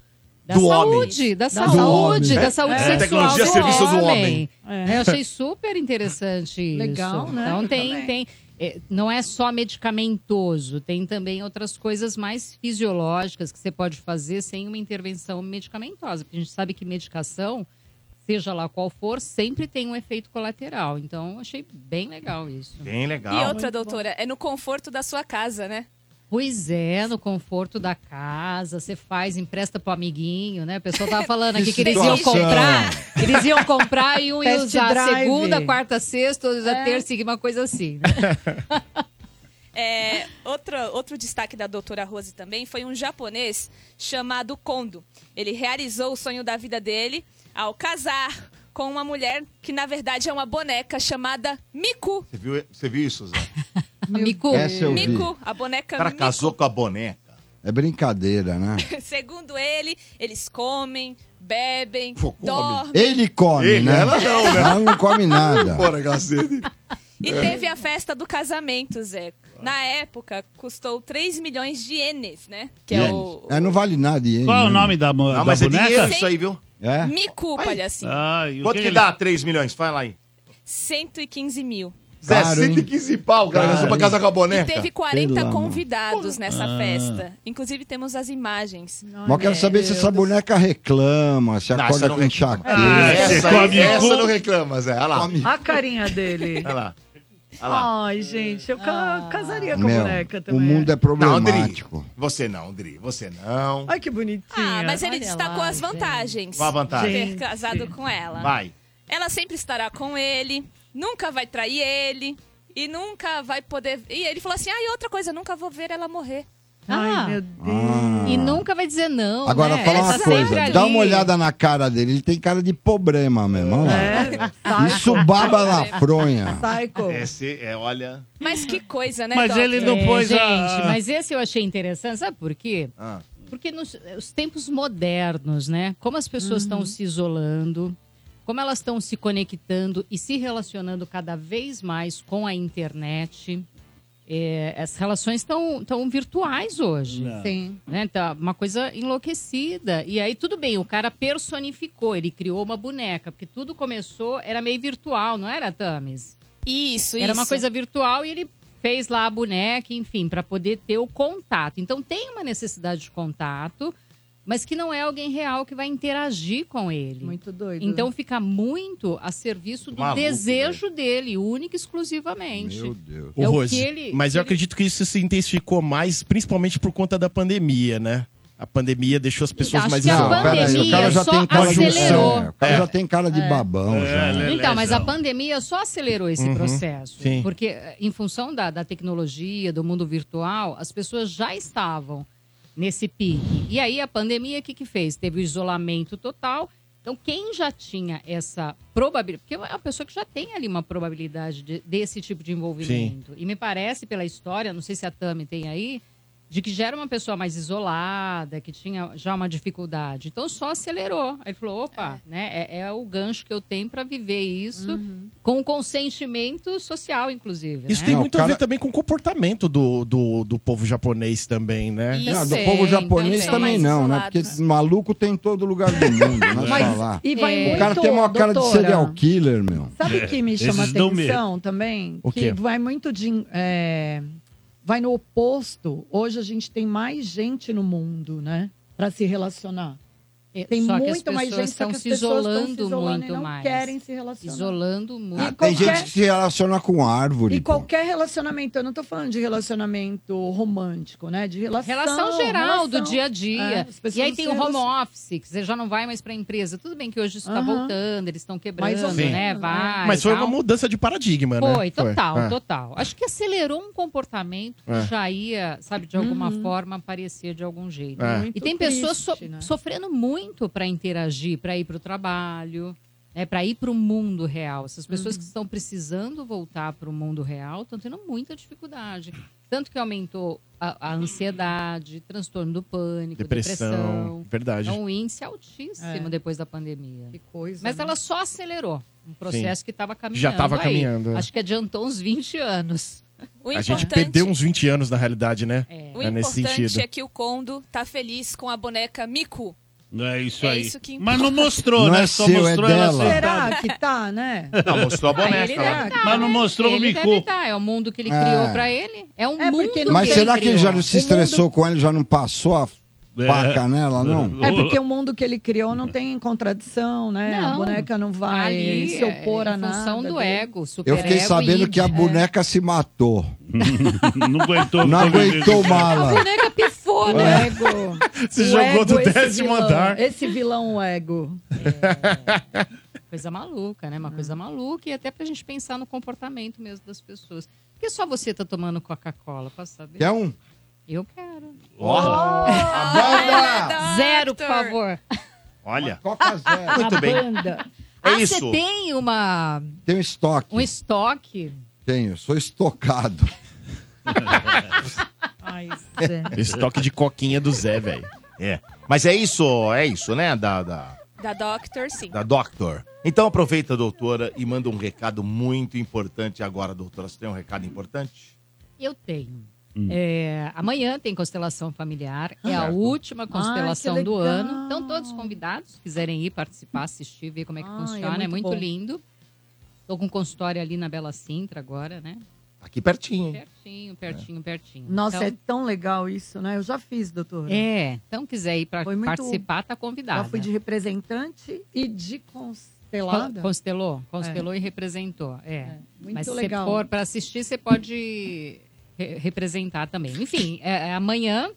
[SPEAKER 6] da
[SPEAKER 1] Do homem.
[SPEAKER 6] saúde, da,
[SPEAKER 1] Da
[SPEAKER 6] saúde,
[SPEAKER 1] homem.
[SPEAKER 6] da saúde
[SPEAKER 1] É.
[SPEAKER 6] sexual
[SPEAKER 1] Tecnologia,
[SPEAKER 6] do
[SPEAKER 1] serviço do homem.
[SPEAKER 6] É, Eu achei super interessante isso.
[SPEAKER 3] Legal, né?
[SPEAKER 6] Então
[SPEAKER 3] Eu
[SPEAKER 6] tem,
[SPEAKER 3] também.
[SPEAKER 6] tem é, não é só medicamentoso, tem também outras coisas mais fisiológicas que você pode fazer sem uma intervenção medicamentosa. Porque a gente sabe que medicação, seja lá qual for, sempre tem um efeito colateral. Então, achei bem legal isso.
[SPEAKER 1] Bem legal.
[SPEAKER 9] E outra, doutora, é no conforto da sua casa, né?
[SPEAKER 6] Pois é, no conforto da casa, você faz, empresta pro amiguinho, né? O pessoal tava falando aqui que eles iam
[SPEAKER 3] Situação.
[SPEAKER 6] comprar, eles iam comprar e um ia
[SPEAKER 3] Test
[SPEAKER 6] usar
[SPEAKER 3] drive.
[SPEAKER 6] segunda, quarta, sexta, ou usar
[SPEAKER 9] É.
[SPEAKER 6] terça, uma coisa assim, né?
[SPEAKER 9] É, outro, outro destaque da doutora Rose também foi um japonês chamado Kondo. Ele realizou o sonho da vida dele ao casar com uma mulher que, na verdade, é uma boneca chamada Miku.
[SPEAKER 1] Você viu, você viu isso, Zé?
[SPEAKER 6] Miku.
[SPEAKER 8] Essa eu vi.
[SPEAKER 9] Miku, a boneca
[SPEAKER 1] O cara
[SPEAKER 9] Miku.
[SPEAKER 1] casou com a boneca.
[SPEAKER 8] É brincadeira, né?
[SPEAKER 9] Segundo ele, eles comem, bebem, dormem.
[SPEAKER 8] Ele come,
[SPEAKER 1] Ele,
[SPEAKER 8] né?
[SPEAKER 1] ela não, né?
[SPEAKER 8] Ela não come nada.
[SPEAKER 1] Bora, É. cacete.
[SPEAKER 8] É.
[SPEAKER 9] E teve a festa do casamento, Zé. Na época, custou 3 milhões de ienes, né? Que é o
[SPEAKER 8] É, não vale nada. Iene,
[SPEAKER 5] Qual é o
[SPEAKER 8] né?
[SPEAKER 5] nome da, mo-
[SPEAKER 1] Não,
[SPEAKER 5] da
[SPEAKER 1] mas é
[SPEAKER 5] boneca?
[SPEAKER 1] dinheiro isso aí, viu?
[SPEAKER 8] É?
[SPEAKER 9] Miku, palhacinho.
[SPEAKER 1] Quanto que, dá 3 milhões? Fala aí.
[SPEAKER 9] 115 mil.
[SPEAKER 1] Zé, 115 pau, cara,
[SPEAKER 8] Caro,
[SPEAKER 1] só pra
[SPEAKER 8] hein?
[SPEAKER 1] casar com a boneca.
[SPEAKER 9] E teve
[SPEAKER 8] Pelo
[SPEAKER 9] 40
[SPEAKER 8] amor.
[SPEAKER 9] convidados nessa
[SPEAKER 8] Ah.
[SPEAKER 9] festa. Inclusive, temos as imagens.
[SPEAKER 8] Mas eu quero saber se essa boneca reclama, se
[SPEAKER 1] Não,
[SPEAKER 8] acorda
[SPEAKER 1] essa não
[SPEAKER 8] com enxaqueca.
[SPEAKER 1] Ah, essa,
[SPEAKER 5] Você come
[SPEAKER 1] essa
[SPEAKER 5] cu?
[SPEAKER 1] não reclama, Zé. Olha lá.
[SPEAKER 8] Come.
[SPEAKER 1] Olha
[SPEAKER 3] A carinha dele.
[SPEAKER 1] lá. Olha lá.
[SPEAKER 3] Ai, gente, eu ca- casaria com a
[SPEAKER 8] Meu,
[SPEAKER 3] boneca
[SPEAKER 8] o
[SPEAKER 3] também.
[SPEAKER 8] mundo é problemático.
[SPEAKER 1] Você não, Dri. Você não.
[SPEAKER 3] Ai, que bonitinha.
[SPEAKER 9] Ah, mas ele
[SPEAKER 3] Olha
[SPEAKER 9] destacou
[SPEAKER 3] lá,
[SPEAKER 9] as
[SPEAKER 3] gente.
[SPEAKER 9] vantagens.
[SPEAKER 1] Qual a vantagem?
[SPEAKER 9] De ter
[SPEAKER 1] Gente.
[SPEAKER 9] casado com ela.
[SPEAKER 1] Vai.
[SPEAKER 9] Ela sempre estará com ele, nunca vai trair ele e nunca vai poder. E ele falou assim: ah, e outra coisa, nunca vou ver ela morrer.
[SPEAKER 6] Ah, E nunca vai dizer não.
[SPEAKER 8] Agora,
[SPEAKER 3] É,
[SPEAKER 6] né?
[SPEAKER 8] fala uma
[SPEAKER 6] Tá sempre
[SPEAKER 8] coisa.
[SPEAKER 6] ali.
[SPEAKER 8] Dá uma olhada na cara dele. Ele tem cara de problema mesmo. Olha lá.
[SPEAKER 3] É,
[SPEAKER 9] saco.
[SPEAKER 8] Isso baba na fronha.
[SPEAKER 1] Esse é, olha.
[SPEAKER 9] Mas que coisa, né?
[SPEAKER 5] Mas
[SPEAKER 9] Doc?
[SPEAKER 5] ele não
[SPEAKER 6] É,
[SPEAKER 5] pôs
[SPEAKER 6] gente,
[SPEAKER 9] ah,
[SPEAKER 5] a.
[SPEAKER 6] mas esse eu achei interessante. Sabe por quê?
[SPEAKER 1] Ah.
[SPEAKER 6] Porque nos os tempos modernos, né? Como as pessoas
[SPEAKER 9] Uhum.
[SPEAKER 6] estão se isolando, como elas estão se conectando e se relacionando cada vez mais com a internet. é, as relações estão tão virtuais hoje.
[SPEAKER 11] Não.
[SPEAKER 6] Sim. Né? Tá uma coisa enlouquecida. E aí, tudo bem, o cara personificou, ele criou uma boneca, porque tudo começou, era meio virtual, não era, Tamis?
[SPEAKER 9] Isso,
[SPEAKER 6] Era uma
[SPEAKER 9] isso.
[SPEAKER 6] coisa virtual e ele fez lá a boneca, enfim, para poder ter o contato. Então tem uma necessidade de contato, mas que não é alguém real que vai interagir com ele.
[SPEAKER 3] Muito doido. né?
[SPEAKER 6] Então fica muito a serviço do
[SPEAKER 7] Maluco,
[SPEAKER 6] desejo dele, único e exclusivamente.
[SPEAKER 7] Meu
[SPEAKER 8] Deus.
[SPEAKER 7] Ô,
[SPEAKER 6] É o
[SPEAKER 7] Rose,
[SPEAKER 6] que ele.
[SPEAKER 7] mas eu acredito que isso se intensificou mais, principalmente por conta da pandemia, né? A pandemia deixou as pessoas
[SPEAKER 6] Acho
[SPEAKER 7] mais
[SPEAKER 6] que a
[SPEAKER 7] isoladas.
[SPEAKER 6] pandemia
[SPEAKER 8] Peraí, o cara já
[SPEAKER 6] só
[SPEAKER 8] tem cara de né?
[SPEAKER 6] acelerou.
[SPEAKER 8] O cara
[SPEAKER 7] É.
[SPEAKER 8] já tem cara de babão. já.
[SPEAKER 6] Então, mas a pandemia só acelerou esse
[SPEAKER 8] Uhum,
[SPEAKER 6] processo.
[SPEAKER 8] sim.
[SPEAKER 6] Porque eh, em função da, da tecnologia, do mundo virtual, as pessoas já estavam nesse pique. E aí a pandemia, o que, que fez? Teve o isolamento total. Então, quem já tinha essa probabilidade... Porque é uma pessoa que já tem ali uma probabilidade de- desse tipo de envolvimento. E me parece, pela história, não sei se a Tami tem aí, de que já era uma pessoa mais isolada, que tinha já uma dificuldade. Então só acelerou. Aí falou, opa, né? É, é o gancho que eu tenho para viver isso
[SPEAKER 3] Uhum.
[SPEAKER 6] com o consentimento social, inclusive.
[SPEAKER 7] Isso
[SPEAKER 6] né?
[SPEAKER 8] É.
[SPEAKER 7] tem muito a ver também com o comportamento do, do, do povo japonês também, né?
[SPEAKER 6] Isso
[SPEAKER 8] Não, Ah, do povo japonês
[SPEAKER 6] então,
[SPEAKER 8] também
[SPEAKER 6] são mais
[SPEAKER 8] não, né? Porque
[SPEAKER 6] isolados.
[SPEAKER 8] maluco tem em todo lugar do mundo, nós
[SPEAKER 3] Mas-
[SPEAKER 8] falar.
[SPEAKER 3] e vai
[SPEAKER 8] o cara
[SPEAKER 3] muito,
[SPEAKER 8] tem uma cara de
[SPEAKER 3] doutora.
[SPEAKER 8] serial killer, meu.
[SPEAKER 3] Sabe o que me chama
[SPEAKER 8] É, Esses dão
[SPEAKER 3] atenção também?
[SPEAKER 8] O
[SPEAKER 3] que
[SPEAKER 8] quê?
[SPEAKER 3] vai muito de. é, vai no oposto. Hoje a gente tem mais gente no mundo, né? Pra se relacionar.
[SPEAKER 6] É,
[SPEAKER 3] Tem
[SPEAKER 6] só que as
[SPEAKER 3] muito mais
[SPEAKER 6] pessoas
[SPEAKER 3] gente só
[SPEAKER 6] estão
[SPEAKER 3] que as
[SPEAKER 6] se
[SPEAKER 3] pessoas estão
[SPEAKER 6] isolando
[SPEAKER 3] e
[SPEAKER 6] muito
[SPEAKER 3] não
[SPEAKER 6] mais.
[SPEAKER 3] querem se relacionar.
[SPEAKER 6] Isolando muito.
[SPEAKER 3] E
[SPEAKER 8] Ah, Tem
[SPEAKER 3] qualquer-
[SPEAKER 8] gente que se relaciona com árvore.
[SPEAKER 3] E qualquer relacionamento, eu não tô falando de relacionamento romântico, né? De relação.
[SPEAKER 6] Relação geral do
[SPEAKER 3] relação.
[SPEAKER 6] dia a
[SPEAKER 3] É,
[SPEAKER 6] dia.
[SPEAKER 3] as pessoas
[SPEAKER 6] e aí
[SPEAKER 3] não
[SPEAKER 6] tem
[SPEAKER 3] se
[SPEAKER 6] o home
[SPEAKER 3] relacionam.
[SPEAKER 6] office, que você já não vai mais para a empresa. Tudo bem que hoje isso está
[SPEAKER 3] Aham.
[SPEAKER 6] voltando, eles estão
[SPEAKER 7] Mais ou
[SPEAKER 6] quebrando,
[SPEAKER 7] menos,
[SPEAKER 3] é.
[SPEAKER 6] né?
[SPEAKER 7] né?
[SPEAKER 6] Vai.
[SPEAKER 7] Mas foi
[SPEAKER 6] tal.
[SPEAKER 7] uma mudança de paradigma, né?
[SPEAKER 6] Foi, total,
[SPEAKER 7] É.
[SPEAKER 6] total. Acho que acelerou um comportamento que
[SPEAKER 7] É.
[SPEAKER 6] já ia, sabe, de alguma forma aparecer de algum jeito.
[SPEAKER 7] É.
[SPEAKER 6] E
[SPEAKER 7] Muito
[SPEAKER 6] tem pessoas so-
[SPEAKER 3] triste, né?
[SPEAKER 6] sofrendo muito para interagir, para ir para o trabalho, né, para ir para o mundo real. Essas pessoas que estão precisando voltar para o mundo real estão tendo muita dificuldade. Tanto que aumentou a, a ansiedade, transtorno do pânico,
[SPEAKER 7] Depressão,
[SPEAKER 6] depressão.
[SPEAKER 7] verdade.
[SPEAKER 6] É um índice altíssimo depois da pandemia.
[SPEAKER 3] Que coisa.
[SPEAKER 6] Mas
[SPEAKER 3] né?
[SPEAKER 6] ela só acelerou. Um processo
[SPEAKER 7] Sim.
[SPEAKER 6] que estava caminhando.
[SPEAKER 7] Já tava
[SPEAKER 6] aí.
[SPEAKER 7] caminhando, é.
[SPEAKER 6] Acho que adiantou uns 20 anos.
[SPEAKER 7] A gente perdeu uns 20 anos, na realidade, né?
[SPEAKER 9] O importante é que o Kondo tá feliz com a boneca Miku.
[SPEAKER 13] Não é isso
[SPEAKER 9] É
[SPEAKER 13] aí.
[SPEAKER 9] isso que
[SPEAKER 13] Mas não
[SPEAKER 9] importa.
[SPEAKER 13] mostrou,
[SPEAKER 8] Não
[SPEAKER 13] né?
[SPEAKER 8] é
[SPEAKER 13] Só
[SPEAKER 8] seu, é
[SPEAKER 13] mostrou ela
[SPEAKER 8] dela.
[SPEAKER 13] sentada.
[SPEAKER 3] Será que tá, né?
[SPEAKER 1] Não, mostrou a
[SPEAKER 6] Ah,
[SPEAKER 1] boneca.
[SPEAKER 6] ele
[SPEAKER 1] lá.
[SPEAKER 6] deve tá,
[SPEAKER 13] Mas não
[SPEAKER 6] né?
[SPEAKER 13] mostrou o
[SPEAKER 6] ele
[SPEAKER 13] Miku.
[SPEAKER 6] deve tá, é o mundo que ele
[SPEAKER 8] É.
[SPEAKER 6] criou pra ele. É um mundo que
[SPEAKER 8] Mas será que ele já não se
[SPEAKER 6] criou.
[SPEAKER 8] estressou com ele, já não passou a faca nela, não?
[SPEAKER 3] É porque o mundo que ele criou não tem contradição, né? a
[SPEAKER 6] Não.
[SPEAKER 3] boneca não vai
[SPEAKER 6] Ali,
[SPEAKER 3] se opor
[SPEAKER 6] é,
[SPEAKER 3] a
[SPEAKER 6] em
[SPEAKER 3] nada.
[SPEAKER 6] função do
[SPEAKER 3] dele.
[SPEAKER 6] ego, super
[SPEAKER 8] Eu fiquei
[SPEAKER 6] ego
[SPEAKER 8] sabendo
[SPEAKER 6] e-
[SPEAKER 3] é.
[SPEAKER 8] que a boneca se matou.
[SPEAKER 13] não aguentou.
[SPEAKER 8] Não
[SPEAKER 13] conviver
[SPEAKER 8] aguentou
[SPEAKER 13] com-
[SPEAKER 8] mala.
[SPEAKER 6] boneca pifou,
[SPEAKER 3] O
[SPEAKER 8] É.
[SPEAKER 3] ego.
[SPEAKER 7] Se
[SPEAKER 3] O
[SPEAKER 7] jogou do
[SPEAKER 3] esse
[SPEAKER 7] décimo
[SPEAKER 3] vilão.
[SPEAKER 7] andar.
[SPEAKER 3] Esse vilão, o ego.
[SPEAKER 6] Coisa maluca, né? Uma coisa maluca e até pra gente pensar no comportamento mesmo das pessoas. Por que só você tá tomando Coca-Cola? Posso saber?
[SPEAKER 8] Quer um?
[SPEAKER 6] Eu quero.
[SPEAKER 1] Ó.
[SPEAKER 3] Oh.
[SPEAKER 8] Amanda!
[SPEAKER 6] Zero, por favor.
[SPEAKER 1] Olha.
[SPEAKER 8] Coca zero.
[SPEAKER 1] Muito bem.
[SPEAKER 8] É
[SPEAKER 6] ah,
[SPEAKER 8] isso.
[SPEAKER 6] você tem uma,
[SPEAKER 8] Tem um estoque.
[SPEAKER 6] um estoque?
[SPEAKER 8] Tenho, sou estocado.
[SPEAKER 6] Ai,
[SPEAKER 1] Estoque de coquinha do Zé, velho. É. Mas é isso, é isso, né? Da, da,
[SPEAKER 9] Da Doctor, sim.
[SPEAKER 1] da Doctor. Então aproveita, doutora, e manda um recado muito importante agora, doutora. Você tem um recado importante?
[SPEAKER 6] Eu tenho.
[SPEAKER 1] Hum.
[SPEAKER 6] É, amanhã tem constelação familiar, é a
[SPEAKER 1] Certo.
[SPEAKER 6] última constelação
[SPEAKER 3] Ai, que
[SPEAKER 6] do
[SPEAKER 3] legal.
[SPEAKER 6] ano. Então, todos convidados, se quiserem ir participar, assistir, ver como é que
[SPEAKER 3] Ai,
[SPEAKER 6] funciona,
[SPEAKER 3] é
[SPEAKER 6] é muito,
[SPEAKER 3] muito bom.
[SPEAKER 6] lindo. Tô com um consultório ali na Bela Sintra agora, né?
[SPEAKER 1] Aqui pertinho, hein?
[SPEAKER 6] Pertinho, pertinho, pertinho.
[SPEAKER 3] Nossa, é
[SPEAKER 6] então,
[SPEAKER 3] tão legal isso, né? Eu já fiz, doutora.
[SPEAKER 6] é... então quiser ir para
[SPEAKER 3] Foi muito-
[SPEAKER 6] participar, tá convidado.
[SPEAKER 3] Já fui de representante e de constelada.
[SPEAKER 6] Constelou, constelou e representou. É.
[SPEAKER 3] É. muito
[SPEAKER 6] Mas
[SPEAKER 3] legal.
[SPEAKER 6] se for para assistir, você pode re- representar também. Enfim, é, é amanhã,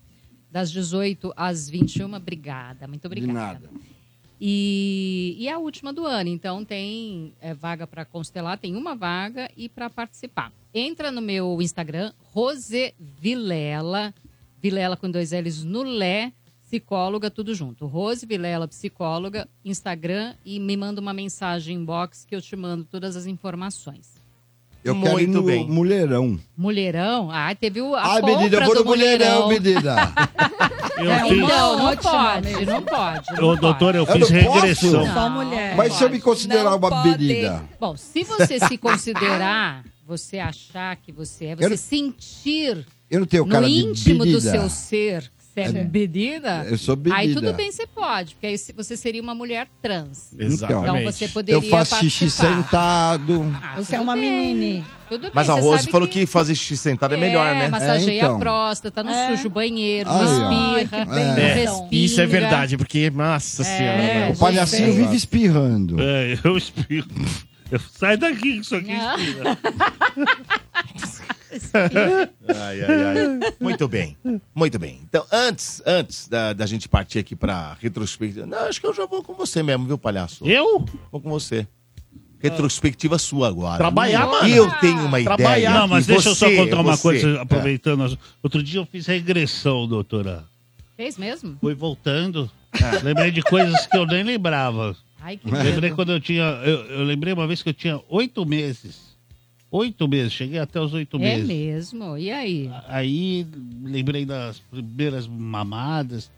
[SPEAKER 6] das 18 às 21. Obrigada, muito obrigada.
[SPEAKER 8] De nada.
[SPEAKER 6] E, e é a última do ano, então tem é, vaga para constelar, tem uma vaga e para participar. Entra no meu Instagram, Rose Vilela, Vilela com dois L's no Lé, psicóloga, tudo junto. Rose Vilela, psicóloga, Instagram e me manda uma mensagem inbox que eu te mando todas as informações.
[SPEAKER 8] Eu quero ir
[SPEAKER 1] Muito
[SPEAKER 8] no
[SPEAKER 1] bem.
[SPEAKER 8] mulherão.
[SPEAKER 6] Mulherão? Ah, teve o, a
[SPEAKER 8] Ai, menina, eu
[SPEAKER 6] compra
[SPEAKER 8] vou no
[SPEAKER 6] do mulherão.
[SPEAKER 8] mulherão, menina.
[SPEAKER 13] Eu
[SPEAKER 6] É,
[SPEAKER 13] fiz-
[SPEAKER 6] então, não
[SPEAKER 3] Ótima
[SPEAKER 6] pode,
[SPEAKER 3] mesmo.
[SPEAKER 6] não pode. não
[SPEAKER 13] Ô, doutor, eu
[SPEAKER 8] Eu
[SPEAKER 13] fiz
[SPEAKER 8] não posso?
[SPEAKER 13] regressão.
[SPEAKER 3] Só mulher.
[SPEAKER 8] Mas se eu me considerar
[SPEAKER 9] Não
[SPEAKER 8] uma
[SPEAKER 9] pode.
[SPEAKER 8] menina.
[SPEAKER 6] Bom, se você se considerar, você achar que você é, você
[SPEAKER 8] Eu não-
[SPEAKER 6] sentir
[SPEAKER 8] Eu não tenho
[SPEAKER 6] no
[SPEAKER 8] cara de
[SPEAKER 6] íntimo
[SPEAKER 8] menina.
[SPEAKER 6] do seu ser que você é,
[SPEAKER 8] É.
[SPEAKER 6] bebida,
[SPEAKER 8] Eu sou bebida.
[SPEAKER 6] aí tudo bem você pode, porque aí se- você seria uma mulher trans.
[SPEAKER 7] Exatamente.
[SPEAKER 6] Então você poderia
[SPEAKER 8] Eu faço xixi tá-
[SPEAKER 6] participar.
[SPEAKER 8] sentado.
[SPEAKER 6] Ah,
[SPEAKER 3] Você é
[SPEAKER 6] tudo
[SPEAKER 3] uma
[SPEAKER 6] bem,
[SPEAKER 3] menine.
[SPEAKER 6] Tudo
[SPEAKER 1] Mas a
[SPEAKER 6] bem, você
[SPEAKER 1] Rose
[SPEAKER 6] sabe
[SPEAKER 1] falou que... fazer xixi sentado é melhor, né?
[SPEAKER 6] Massageia
[SPEAKER 8] É, então.
[SPEAKER 6] a próstata, não
[SPEAKER 3] É.
[SPEAKER 6] suja o banheiro,
[SPEAKER 8] Aí, ó.
[SPEAKER 6] não
[SPEAKER 3] Ai,
[SPEAKER 6] espirra,
[SPEAKER 3] que
[SPEAKER 6] não
[SPEAKER 3] bem,
[SPEAKER 7] É,
[SPEAKER 6] respira.
[SPEAKER 7] Isso é verdade, porque, nossa senhora. velho.
[SPEAKER 8] O palhacinho
[SPEAKER 7] gente.
[SPEAKER 8] vive espirrando.
[SPEAKER 13] É, eu espirro. Eu- Sai daqui, que isso aqui
[SPEAKER 6] Não.
[SPEAKER 13] espirra.
[SPEAKER 1] Ai, ai, ai. Muito bem, muito bem. Então, antes, antes da, da gente partir aqui pra retrospectiva. Não, acho que eu já vou com você mesmo, viu, palhaço?
[SPEAKER 13] Eu?
[SPEAKER 1] Vou com você. Retrospectiva sua agora.
[SPEAKER 7] Trabalhar,
[SPEAKER 1] E
[SPEAKER 7] mano.
[SPEAKER 1] Eu tenho uma ideia.
[SPEAKER 7] Trabalhar.
[SPEAKER 13] Não, mas
[SPEAKER 1] que
[SPEAKER 13] deixa eu só
[SPEAKER 1] você-
[SPEAKER 13] contar uma
[SPEAKER 1] você-
[SPEAKER 13] coisa, aproveitando. as- Outro dia eu fiz regressão, doutora.
[SPEAKER 6] Fez mesmo?
[SPEAKER 13] Fui voltando.
[SPEAKER 1] É.
[SPEAKER 13] Lembrei de coisas que eu nem lembrava.
[SPEAKER 6] Ai,
[SPEAKER 8] É.
[SPEAKER 6] que
[SPEAKER 13] Lembrei
[SPEAKER 6] medo.
[SPEAKER 13] quando eu tinha. Eu, eu lembrei uma vez que eu tinha oito meses. Oito meses, cheguei até os oito
[SPEAKER 6] É
[SPEAKER 13] meses.
[SPEAKER 6] mesmo, e aí?
[SPEAKER 13] Aí lembrei das primeiras mamadas.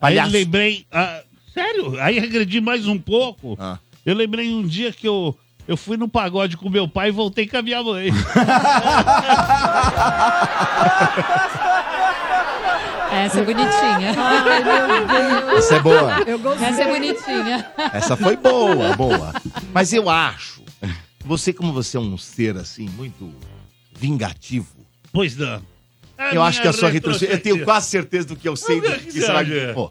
[SPEAKER 13] Aí
[SPEAKER 1] Palhaço.
[SPEAKER 13] lembrei. ah, sério, aí regredi mais um pouco.
[SPEAKER 1] Ah.
[SPEAKER 13] Eu lembrei um dia que eu, eu fui no pagode com meu pai e voltei com a minha mãe.
[SPEAKER 6] Essa é bonitinha.
[SPEAKER 3] Ai, meu Deus.
[SPEAKER 1] Essa é boa.
[SPEAKER 3] Eu gostei.
[SPEAKER 6] Essa é bonitinha.
[SPEAKER 1] Essa foi boa, boa. Mas eu acho, você, como você é um ser assim, muito vingativo,
[SPEAKER 13] pois não. É
[SPEAKER 1] eu acho que a sua retrospectiva. Eu tenho quase certeza do que eu sei do que será que. Pô,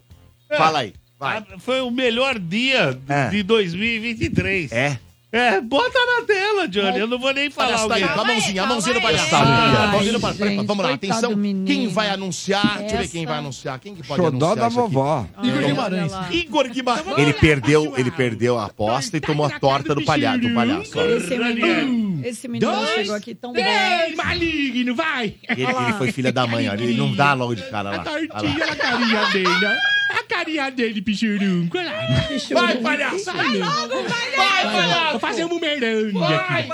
[SPEAKER 1] fala aí, vai.
[SPEAKER 13] É. Ah, Foi o melhor dia
[SPEAKER 1] É.
[SPEAKER 13] de 2023. É.
[SPEAKER 1] É?
[SPEAKER 13] bota na tela, Johnny. Eu não vou nem falar
[SPEAKER 1] Palhaço
[SPEAKER 13] o
[SPEAKER 1] tá aí,
[SPEAKER 13] quê.
[SPEAKER 1] a mãozinha, a mãozinha do palhaço.
[SPEAKER 3] Ai,
[SPEAKER 1] A mãozinha do palhaço.
[SPEAKER 3] gente,
[SPEAKER 1] Vamos lá,
[SPEAKER 3] coitado
[SPEAKER 1] atenção.
[SPEAKER 3] do menino.
[SPEAKER 1] Quem vai anunciar? Deixa eu ver
[SPEAKER 6] Essa-
[SPEAKER 1] quem vai anunciar. Quem que pode
[SPEAKER 8] Xodó
[SPEAKER 1] anunciar
[SPEAKER 8] da
[SPEAKER 1] isso aqui?
[SPEAKER 8] vovó.
[SPEAKER 13] Ah, Igor
[SPEAKER 1] Olha
[SPEAKER 13] Guimarães.
[SPEAKER 1] Igor Guimarães. Ele perdeu, ele perdeu a aposta e
[SPEAKER 13] Tá
[SPEAKER 1] tomou a torta do palhaço. Do palhaço. olha.
[SPEAKER 3] Esse menino, esse menino
[SPEAKER 13] dois,
[SPEAKER 3] chegou aqui tão bem.
[SPEAKER 13] Ei, maligno, vai!
[SPEAKER 1] Ele, ele foi filha da mãe, olha. Ele não dá logo de cara
[SPEAKER 13] A
[SPEAKER 1] lá. Olha lá.
[SPEAKER 13] tortinha na carinha dele, ó. A carinha dele, pichurunco. olha lá. Vai, palhaço! Vai logo, palhaço! Vai, palhaço! Vou fazer um bumerangue aqui.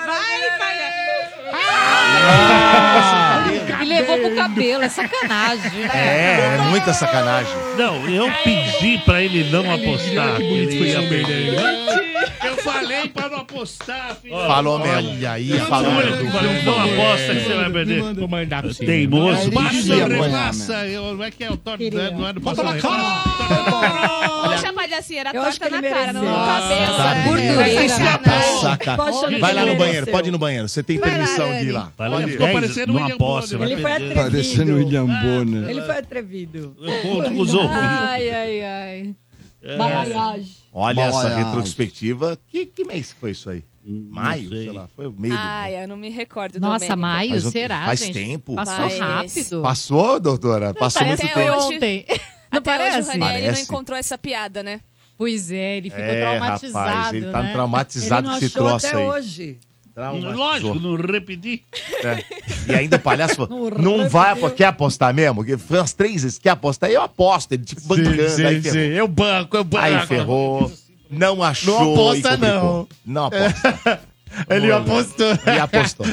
[SPEAKER 6] E levou pro cabelo, é sacanagem. né?
[SPEAKER 1] É, é muita sacanagem.
[SPEAKER 13] Não, eu
[SPEAKER 3] É.
[SPEAKER 13] pedi pra ele não apostar. que ele ia perder. Eu falei pra não apostar.
[SPEAKER 1] apostar, filho.
[SPEAKER 7] Falou mesmo.
[SPEAKER 1] Olha aí,
[SPEAKER 7] Eu
[SPEAKER 1] falou
[SPEAKER 7] juro
[SPEAKER 1] tudo.
[SPEAKER 7] que falei,
[SPEAKER 1] É.
[SPEAKER 7] "Vou aposta que você vai perder."
[SPEAKER 1] Manda.
[SPEAKER 7] Vou mandar pra você.
[SPEAKER 1] Teimoso.
[SPEAKER 7] Ele
[SPEAKER 1] Passa,
[SPEAKER 7] ia apanhar,
[SPEAKER 1] repassa. Eu- Como é que é o Tony? Não é não é do
[SPEAKER 7] Bota
[SPEAKER 1] Bolsonaro.
[SPEAKER 7] na
[SPEAKER 9] Hoje a palhaceira
[SPEAKER 11] Eu acho
[SPEAKER 9] torta
[SPEAKER 11] que
[SPEAKER 9] na
[SPEAKER 11] ele
[SPEAKER 9] cara, não no
[SPEAKER 11] mereceu.
[SPEAKER 9] cabelo.
[SPEAKER 1] Tá
[SPEAKER 9] né?
[SPEAKER 1] bem.
[SPEAKER 9] Vai
[SPEAKER 1] Vai
[SPEAKER 9] ensinar
[SPEAKER 1] lá,
[SPEAKER 9] pra
[SPEAKER 1] saca.
[SPEAKER 9] ele. Pode
[SPEAKER 1] Vai lá no
[SPEAKER 9] chamar
[SPEAKER 1] banheiro,
[SPEAKER 9] ele.
[SPEAKER 1] pode ir no banheiro. Você tem
[SPEAKER 9] Vai lá,
[SPEAKER 1] permissão de ir
[SPEAKER 9] Dani.
[SPEAKER 1] lá.
[SPEAKER 13] Vai lá,
[SPEAKER 1] Olha,
[SPEAKER 13] ficou parecendo
[SPEAKER 1] numa
[SPEAKER 13] William
[SPEAKER 1] aposta,
[SPEAKER 13] Bonner.
[SPEAKER 1] vai
[SPEAKER 13] Ele foi
[SPEAKER 1] perder.
[SPEAKER 8] Parecendo o William Bonner.
[SPEAKER 3] Ele foi atrevido.
[SPEAKER 6] É
[SPEAKER 13] Eu conto com os ouvidos.
[SPEAKER 6] Ai, ai, ai.
[SPEAKER 14] É.
[SPEAKER 6] Balaiagem.
[SPEAKER 1] É. Olha essa
[SPEAKER 13] Balaiagem.
[SPEAKER 1] retrospectiva. Que, que mês que foi isso aí? Maio, sei. lá. Foi o meio do
[SPEAKER 9] Ai, eu não me recordo
[SPEAKER 6] Nossa,
[SPEAKER 9] Domênico.
[SPEAKER 6] maio,
[SPEAKER 1] né? Faz um-
[SPEAKER 6] será,
[SPEAKER 1] faz
[SPEAKER 6] gente?
[SPEAKER 1] tempo.
[SPEAKER 6] Passou
[SPEAKER 1] Mas-
[SPEAKER 6] rápido.
[SPEAKER 1] Passou, doutora? Passou
[SPEAKER 6] Parece
[SPEAKER 1] muito
[SPEAKER 6] que
[SPEAKER 1] tempo.
[SPEAKER 6] foi ontem.
[SPEAKER 9] Até
[SPEAKER 6] parece?
[SPEAKER 9] hoje o Ranieri
[SPEAKER 1] Parece.
[SPEAKER 9] não encontrou essa piada, né?
[SPEAKER 6] Pois é, ele
[SPEAKER 1] ficou É, rapaz, traumatizado, ele tá né? traumatizado com esse troço aí.
[SPEAKER 3] hoje.
[SPEAKER 1] Traumatizou.
[SPEAKER 13] Lógico, não repeti.
[SPEAKER 1] É. E ainda o palhaço falou,
[SPEAKER 13] Não
[SPEAKER 1] não vai apostar. Quer apostar mesmo? Porque Foi umas três vezes. Quer apostar? Eu aposto. Ele tipo bancando.
[SPEAKER 7] sim,
[SPEAKER 1] aí
[SPEAKER 7] sim.
[SPEAKER 1] ferrou.
[SPEAKER 7] Eu banco, eu banco.
[SPEAKER 1] Aí ferrou. Não achou.
[SPEAKER 7] Não aposta,
[SPEAKER 1] e complicou.
[SPEAKER 7] não.
[SPEAKER 1] Não aposta.
[SPEAKER 7] Ele apostou.
[SPEAKER 1] Ele apostou.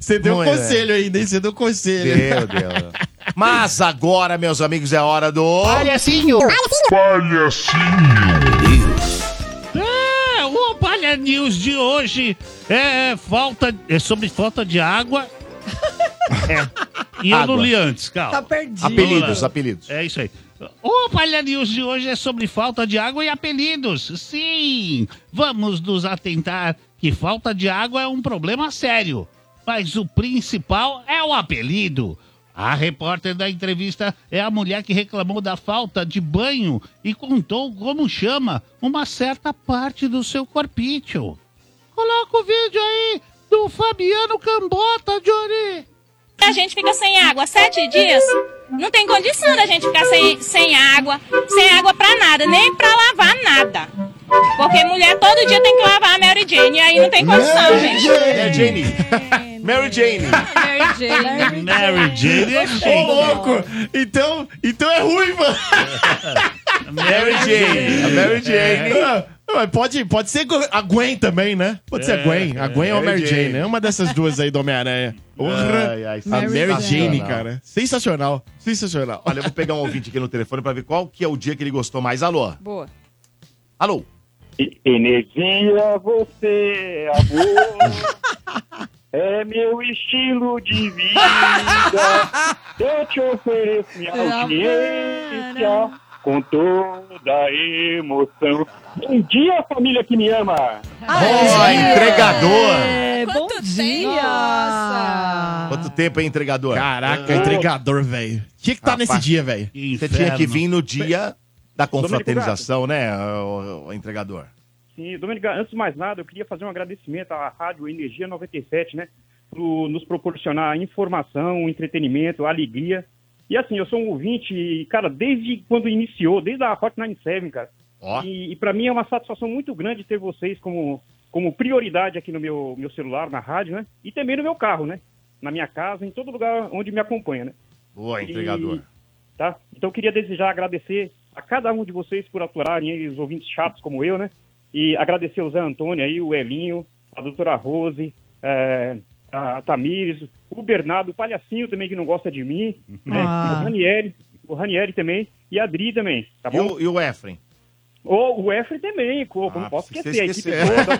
[SPEAKER 7] Você deu
[SPEAKER 1] Muito,
[SPEAKER 7] conselho ainda, hein? Você deu conselho.
[SPEAKER 1] é, né? Meu Deus. Mas agora, meus amigos, é hora do.
[SPEAKER 7] Palhacinho.
[SPEAKER 13] É, o Palha News de hoje é falta é sobre falta de água. É. E eu
[SPEAKER 1] Água.
[SPEAKER 13] não li antes, calma.
[SPEAKER 1] Tá perdido. Apelidos, apelidos.
[SPEAKER 13] É isso aí. O Palha News de hoje é sobre falta de água e apelidos. Sim, vamos nos atentar que falta de água é um problema sério. Mas o principal é o apelido. A repórter da entrevista é a mulher que reclamou da falta de banho e contou como chama uma certa parte do seu corpício. Coloca o vídeo aí do Fabiano Cambota, Johnny.
[SPEAKER 11] A gente fica sem água sete dias. Não tem condição da gente ficar sem, sem água, sem água pra nada, nem pra lavar nada. Porque mulher todo dia tem que lavar a Mary Jane, e aí não tem condição, gente.
[SPEAKER 1] É Jane. Mary Jane.
[SPEAKER 11] Mary Jane.
[SPEAKER 13] Mary Jane é
[SPEAKER 7] Ô, louco. Então, então é ruim, mano. É
[SPEAKER 1] Mary Jane. A Mary Jane.
[SPEAKER 7] Ah, mas Pode, pode ser a Gwen também, né? Pode
[SPEAKER 1] É,
[SPEAKER 7] ser a Gwen. A Gwen ou a Mary Jane. É uma dessas duas aí do Homem-Aranha. Porra.
[SPEAKER 1] Ai, ai,
[SPEAKER 7] a Mary Jane,
[SPEAKER 1] sensacional.
[SPEAKER 7] cara. Sensacional. Sensacional.
[SPEAKER 1] Olha, eu vou pegar um ouvinte aqui no telefone pra ver qual que é o dia que ele gostou mais. Alô?
[SPEAKER 9] Boa.
[SPEAKER 1] Alô?
[SPEAKER 15] Energia, você, amor, é meu estilo de vida. Eu te ofereço minha audiência Então, com toda a emoção. Bom Um dia, família que me ama.
[SPEAKER 13] Ah, é.
[SPEAKER 1] Ó, entregador.
[SPEAKER 3] É, bom dia.
[SPEAKER 1] Quanto tempo, hein, entregador?
[SPEAKER 7] Caraca, entregador, velho. Tinha que estar nesse dia, velho.
[SPEAKER 1] Você tinha que vir no dia da
[SPEAKER 15] Domênico
[SPEAKER 1] confraternização, né, o, o entregador?
[SPEAKER 15] Sim, Domênica, antes de mais nada, eu queria fazer um agradecimento à Rádio Energia 97, né? Por nos proporcionar informação, entretenimento, alegria. E assim, eu sou um ouvinte, e, cara, desde quando iniciou, desde a Hot 97, cara. E, e para mim é uma satisfação muito grande ter vocês como, como prioridade aqui no meu, meu celular, na rádio, né? E também no meu carro, né? Na minha casa, em todo lugar onde me acompanha, né?
[SPEAKER 1] Boa,
[SPEAKER 15] entregador. tá? Então eu queria desejar agradecer a cada um de vocês por atuarem aí, os ouvintes chatos como eu, né? E agradecer o Zé Antônio aí, o Elinho, a doutora Rose, eh, a Tamires, o Bernardo, o Palhacinho também que não gosta de mim, né?
[SPEAKER 1] Ah.
[SPEAKER 15] o Ranieri, o Ranieri também e a Adri também, tá
[SPEAKER 1] E
[SPEAKER 15] bom?
[SPEAKER 1] o, e o Efren? Ah,
[SPEAKER 15] Ô, o Efraim também, pô, não posso
[SPEAKER 1] você
[SPEAKER 15] esquecer, a equipe
[SPEAKER 1] esqueceu.
[SPEAKER 15] toda.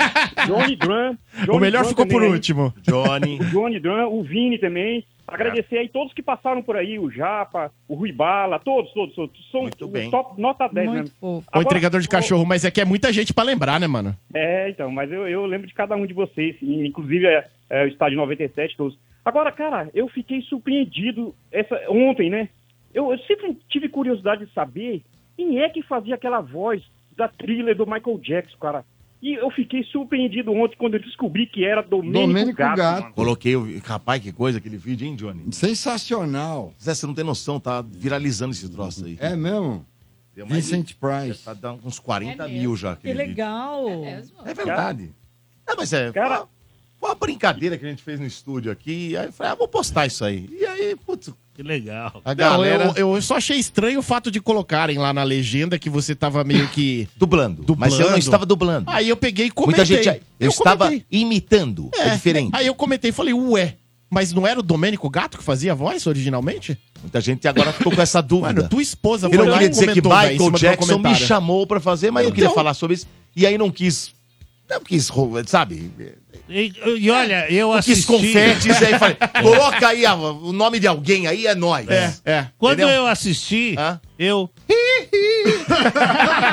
[SPEAKER 15] Johnny Drum. Johnny
[SPEAKER 7] melhor
[SPEAKER 15] Drum
[SPEAKER 7] ficou por
[SPEAKER 15] também.
[SPEAKER 7] último.
[SPEAKER 1] Johnny.
[SPEAKER 15] O Johnny Drum, o Vini também. Agradecer
[SPEAKER 7] É.
[SPEAKER 15] aí todos que passaram por aí, o Japa, o Rui Bala, todos, todos, todos. São o
[SPEAKER 7] bem.
[SPEAKER 15] top, nota 10
[SPEAKER 7] Muito
[SPEAKER 15] mesmo.
[SPEAKER 7] Ô,
[SPEAKER 15] Agora-
[SPEAKER 7] entregador de cachorro, mas é que é muita gente pra lembrar, né, mano?
[SPEAKER 15] É, então, mas eu, eu lembro de cada um de vocês, e inclusive é, é, o estádio 97, todos. Agora, cara, eu fiquei surpreendido essa, ontem, né? Eu, eu sempre tive curiosidade de saber quem é que fazia aquela voz da thriller do Michael Jackson, cara. E eu fiquei surpreendido ontem quando eu descobri que era Domênico, Gato. mano.
[SPEAKER 1] Coloquei o. vi- Rapaz, que coisa aquele vídeo, hein, Johnny?
[SPEAKER 8] Sensacional.
[SPEAKER 1] Zé, você não tem noção, tá viralizando esse troço aí.
[SPEAKER 8] É mesmo?
[SPEAKER 1] Deu mais
[SPEAKER 8] Vincent Price.
[SPEAKER 1] Tá dando uns 40 mil já.
[SPEAKER 3] É Que
[SPEAKER 1] aquele vídeo.
[SPEAKER 3] legal.
[SPEAKER 1] É verdade. Não, mas é. Foi, foi uma brincadeira que a gente fez no estúdio aqui. Aí eu falei, ah, vou postar isso aí. E aí, putz.
[SPEAKER 13] Que legal.
[SPEAKER 1] A
[SPEAKER 7] Não,
[SPEAKER 1] galera.
[SPEAKER 7] eu, eu só achei estranho o fato de colocarem lá na legenda que você tava meio que.
[SPEAKER 1] dublando. Mas eu não estava dublando.
[SPEAKER 7] Aí eu peguei e comentei.
[SPEAKER 1] Muita gente. Eu, estava imitando.
[SPEAKER 7] É,
[SPEAKER 1] É, diferente.
[SPEAKER 7] Aí eu comentei e falei, ué. Mas não era o Domênico Gato que fazia a voz originalmente?
[SPEAKER 1] Muita gente agora ficou com essa dúvida.
[SPEAKER 7] Mano, tua esposa
[SPEAKER 1] Eu não
[SPEAKER 7] lá
[SPEAKER 1] queria
[SPEAKER 7] e
[SPEAKER 1] dizer que
[SPEAKER 7] comentou, velho, um em cima do
[SPEAKER 1] Michael
[SPEAKER 7] meu
[SPEAKER 1] Jackson me
[SPEAKER 7] comentário.
[SPEAKER 1] chamou pra fazer, mas eu queria
[SPEAKER 7] Então-
[SPEAKER 1] falar sobre isso. E aí não quis Não quis, roubar, sabe?
[SPEAKER 13] E, e olha, eu
[SPEAKER 1] Eu quis
[SPEAKER 13] assisti...
[SPEAKER 1] confetes aí falei, coloca aí a- o nome de alguém aí, é nós.
[SPEAKER 13] É, é. Quando eu assisti, eu...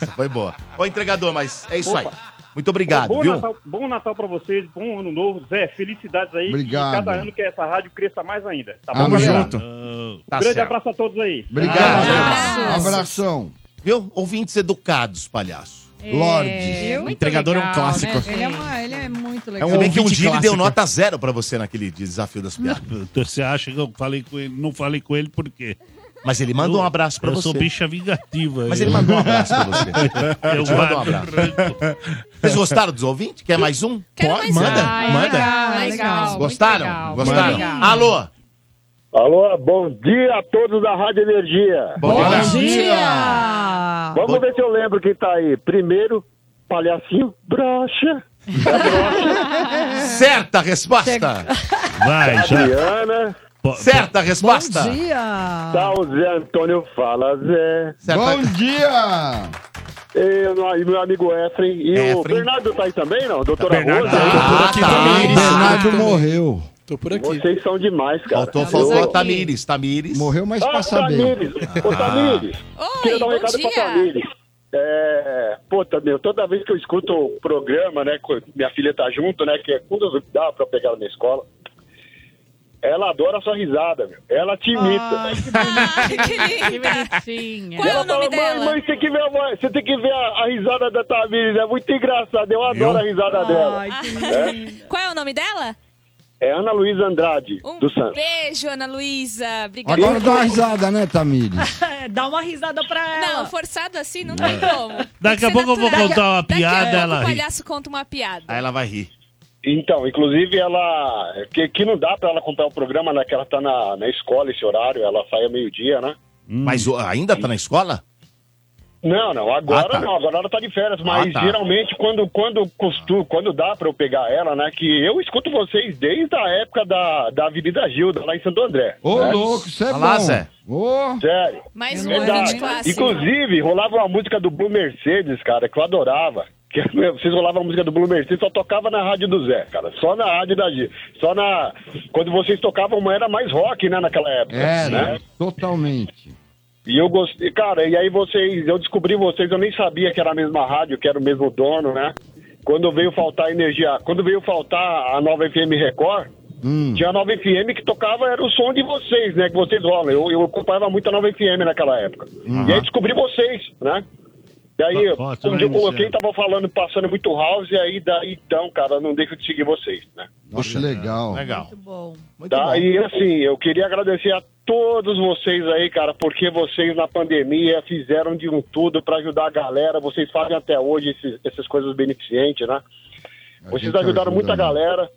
[SPEAKER 1] Essa foi boa. Ô, entregador, mas é isso
[SPEAKER 15] Opa.
[SPEAKER 1] aí. Muito obrigado,
[SPEAKER 15] bom,
[SPEAKER 1] viu?
[SPEAKER 15] Natal, bom Natal pra vocês, bom ano novo. Zé, felicidades aí.
[SPEAKER 1] Obrigado.
[SPEAKER 15] Que cada ano que essa rádio cresça mais ainda. Tá bom,
[SPEAKER 1] Tamo
[SPEAKER 15] galera?
[SPEAKER 1] junto.
[SPEAKER 15] Um
[SPEAKER 1] Tá
[SPEAKER 15] grande
[SPEAKER 1] certo.
[SPEAKER 15] abraço a todos aí.
[SPEAKER 1] Obrigado.
[SPEAKER 15] Abraço.
[SPEAKER 1] Abração. Viu? Ouvintes educados, palhaço.
[SPEAKER 3] É,
[SPEAKER 1] Lorde.
[SPEAKER 3] muito
[SPEAKER 1] entregador é um
[SPEAKER 3] legal,
[SPEAKER 1] clássico.
[SPEAKER 3] né? Ele, é uma- ele é muito
[SPEAKER 1] É
[SPEAKER 3] legal.
[SPEAKER 1] um homem que um dia ele deu
[SPEAKER 13] clássico.
[SPEAKER 1] nota zero pra você naquele desafio das piadas.
[SPEAKER 13] Você acha que eu falei com ele? Não falei com ele por quê?
[SPEAKER 1] Mas ele mandou um abraço pra
[SPEAKER 13] eu
[SPEAKER 1] você.
[SPEAKER 13] Eu sou bicha vingativa.
[SPEAKER 1] Mas ele mandou um abraço pra você.
[SPEAKER 13] Eu
[SPEAKER 1] Ele te mandou um
[SPEAKER 13] guardo
[SPEAKER 1] abraço. Vocês gostaram dos ouvintes? Quer mais um? Pode, manda,
[SPEAKER 14] Ah, é
[SPEAKER 1] manda.
[SPEAKER 14] legal, é legal, muito
[SPEAKER 1] Gostaram?
[SPEAKER 14] legal,
[SPEAKER 1] Gostaram?
[SPEAKER 14] muito legal.
[SPEAKER 1] Alô?
[SPEAKER 14] Alô, bom dia a todos da Rádio Energia.
[SPEAKER 1] Bom Bom
[SPEAKER 3] dia.
[SPEAKER 14] dia. Vamos ver se eu lembro quem tá aí. Primeiro, palhacinho, brocha.
[SPEAKER 1] Certa resposta.
[SPEAKER 13] Vai,
[SPEAKER 1] já.
[SPEAKER 14] Adriana.
[SPEAKER 1] Certa resposta.
[SPEAKER 14] Bom dia. Tá o Zé Antônio Fala, Zé.
[SPEAKER 1] Bom
[SPEAKER 14] dia. E, o- e meu amigo Efren. E o
[SPEAKER 8] Efren.
[SPEAKER 14] Bernardo tá aí também, não? Ah, Doutora Rosa?
[SPEAKER 1] tá
[SPEAKER 8] Bernardo morreu.
[SPEAKER 10] Tô por aqui.
[SPEAKER 14] tá. Vocês são demais, cara.
[SPEAKER 1] Faltou,
[SPEAKER 14] Eu-
[SPEAKER 1] faltou a Tamires, Tamires.
[SPEAKER 8] Morreu, mas passa bem.
[SPEAKER 14] Tamires, ô Tamires, queria dar um
[SPEAKER 8] bom
[SPEAKER 14] recado
[SPEAKER 8] dia.
[SPEAKER 14] pra Tamires. É, puta, meu, toda vez que eu escuto o programa, né, com- minha filha tá junto, né, que é quando eu dá pra pegar ela na escola, ela adora a sua risada, meu. Ela te imita.
[SPEAKER 6] Que bonitinha.
[SPEAKER 14] Ela fala, Mãe, mãe, você, tem que ver, a voz- você tem que ver a, a risada da Tamires, é muito engraçada, eu adoro a risada dela. É,
[SPEAKER 9] Qual é o nome dela?
[SPEAKER 14] é Ana Luísa Andrade, do Santos.
[SPEAKER 9] Beijo, Ana Luísa. Obrigada.
[SPEAKER 8] Agora dá uma risada, né, Tamires?
[SPEAKER 3] É,
[SPEAKER 9] Dá uma risada pra ela. Não, forçado assim não tem
[SPEAKER 8] É.
[SPEAKER 9] como. Tem
[SPEAKER 13] Daqui
[SPEAKER 9] que
[SPEAKER 13] a
[SPEAKER 9] ser
[SPEAKER 13] pouco eu vou
[SPEAKER 9] natural.
[SPEAKER 13] contar uma
[SPEAKER 9] Daqui a
[SPEAKER 13] piada,
[SPEAKER 9] pouco
[SPEAKER 13] ela
[SPEAKER 9] O
[SPEAKER 13] ri.
[SPEAKER 9] palhaço conta uma piada.
[SPEAKER 1] Aí ela vai rir.
[SPEAKER 14] Então, inclusive ela. Que, que não dá pra ela acompanhar o programa, né? Que ela tá na, na escola esse horário, ela sai a meio-dia, né?
[SPEAKER 1] Mas o- ainda tá na escola?
[SPEAKER 14] Não, não, agora
[SPEAKER 1] Ah, tá.
[SPEAKER 14] não, agora ela tá de férias, mas
[SPEAKER 1] Ah, tá.
[SPEAKER 14] geralmente quando, quando, costu, quando dá pra eu pegar ela, né? Que eu escuto vocês desde a época da, da Avenida Gilda, lá em Santo André.
[SPEAKER 8] Ô,
[SPEAKER 14] né?
[SPEAKER 8] louco, isso é
[SPEAKER 14] Olha lá,
[SPEAKER 8] bom.
[SPEAKER 14] Zé. Sério.
[SPEAKER 9] Mais um ano
[SPEAKER 14] É Verdade.
[SPEAKER 9] de clássico.
[SPEAKER 14] Inclusive, rolava uma música do Blue Mercedes, cara, que eu adorava. Que vocês rolavam a música do Blue Mercedes, só tocava na rádio do Zé, cara. Só na rádio da G. Só na. Quando vocês tocavam, era mais rock, né, naquela época.
[SPEAKER 8] É,
[SPEAKER 14] né?
[SPEAKER 8] totalmente.
[SPEAKER 14] E eu gostei, cara, e aí vocês, eu descobri vocês, eu nem sabia que era a mesma rádio, que era o mesmo dono, né? Quando veio faltar energia, quando veio faltar a nova FM Record, tinha a nova FM que tocava, era o som de vocês, né? Que vocês rolam. Eu, eu acompanhava muito a nova FM naquela época. E aí descobri vocês, né? E aí,
[SPEAKER 13] Ó,
[SPEAKER 14] um dia eu
[SPEAKER 13] também,
[SPEAKER 14] coloquei, tava falando, passando muito house, e aí, daí, então, cara, não deixo de seguir vocês, né?
[SPEAKER 8] Nossa, legal.
[SPEAKER 1] Legal.
[SPEAKER 14] Tá,
[SPEAKER 1] bom.
[SPEAKER 14] e assim, eu queria agradecer a todos vocês aí, cara, porque vocês na pandemia fizeram de um tudo pra ajudar a galera. Vocês fazem até hoje esses- essas coisas beneficentes, né? Vocês
[SPEAKER 15] gente ajuda,
[SPEAKER 14] ajudaram muita
[SPEAKER 15] né?
[SPEAKER 14] galera,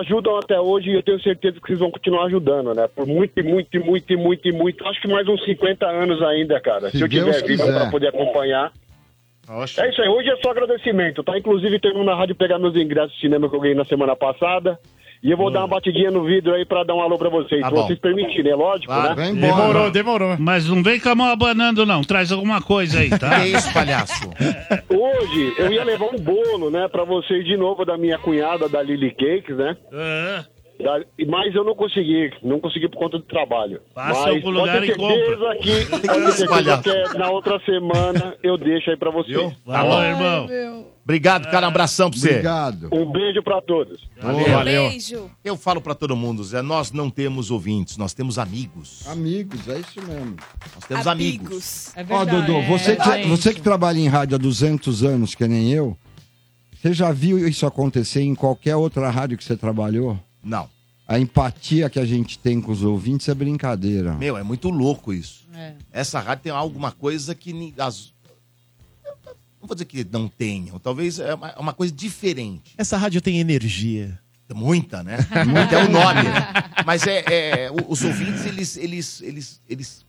[SPEAKER 14] ajudam até hoje e eu tenho certeza que vocês vão continuar ajudando, né? Por muito, e muito, e muito, e muito, e muito. Acho que mais uns 50 anos ainda, cara.
[SPEAKER 15] Se
[SPEAKER 14] Se, eu
[SPEAKER 15] Deus
[SPEAKER 14] tiver vivo
[SPEAKER 15] quiser.
[SPEAKER 14] pra poder acompanhar. É isso aí, hoje é só agradecimento, tá? Inclusive, tô indo na rádio pegar meus ingressos de cinema que eu ganhei na semana passada. E eu vou dar uma batidinha no vidro aí pra dar um alô pra vocês, se
[SPEAKER 13] Hum. Tá bom.
[SPEAKER 14] vocês permitirem, é lógico,
[SPEAKER 1] Tá
[SPEAKER 14] né?
[SPEAKER 13] Demorou, demorou. Mas não vem com a mão abanando, não. Traz alguma coisa aí, tá?
[SPEAKER 14] Que isso,
[SPEAKER 1] palhaço?
[SPEAKER 14] Hoje eu ia levar um bolo, né, pra vocês de novo da minha cunhada, da Lily Cakes, né?
[SPEAKER 13] É.
[SPEAKER 14] Da- mas eu não consegui, não consegui por conta do trabalho.
[SPEAKER 13] Passa
[SPEAKER 14] mas
[SPEAKER 13] em algum lugar e compra.
[SPEAKER 14] Pode ter certeza que, pode ter certeza que é- na outra semana eu deixo aí pra vocês.
[SPEAKER 1] Tá bom, irmão. Obrigado, cara. Um abração pra você.
[SPEAKER 8] Obrigado.
[SPEAKER 14] Um beijo pra todos.
[SPEAKER 1] Valeu.
[SPEAKER 9] Beijo.
[SPEAKER 1] Eu falo pra todo mundo, Zé, nós não temos ouvintes, nós temos amigos.
[SPEAKER 8] Amigos, é isso mesmo.
[SPEAKER 1] Nós temos amigos.
[SPEAKER 3] É
[SPEAKER 8] Ó,
[SPEAKER 3] verdade.
[SPEAKER 6] Ah,
[SPEAKER 8] Dodô, você, que,
[SPEAKER 3] exatamente.
[SPEAKER 8] você que trabalha em rádio há 200 anos, que nem eu, você já viu isso acontecer em qualquer outra rádio que você trabalhou?
[SPEAKER 1] Não.
[SPEAKER 8] A empatia que a gente tem com os ouvintes é brincadeira.
[SPEAKER 1] Meu, é muito louco isso.
[SPEAKER 3] É.
[SPEAKER 1] Essa rádio tem alguma coisa que. ni- As... Não vou dizer que não tenham, talvez é uma, é uma coisa diferente.
[SPEAKER 7] Essa rádio tem energia.
[SPEAKER 1] Muita, né? Muita é o nome. Mas é, é, o- os ouvintes, eles, eles, eles, eles,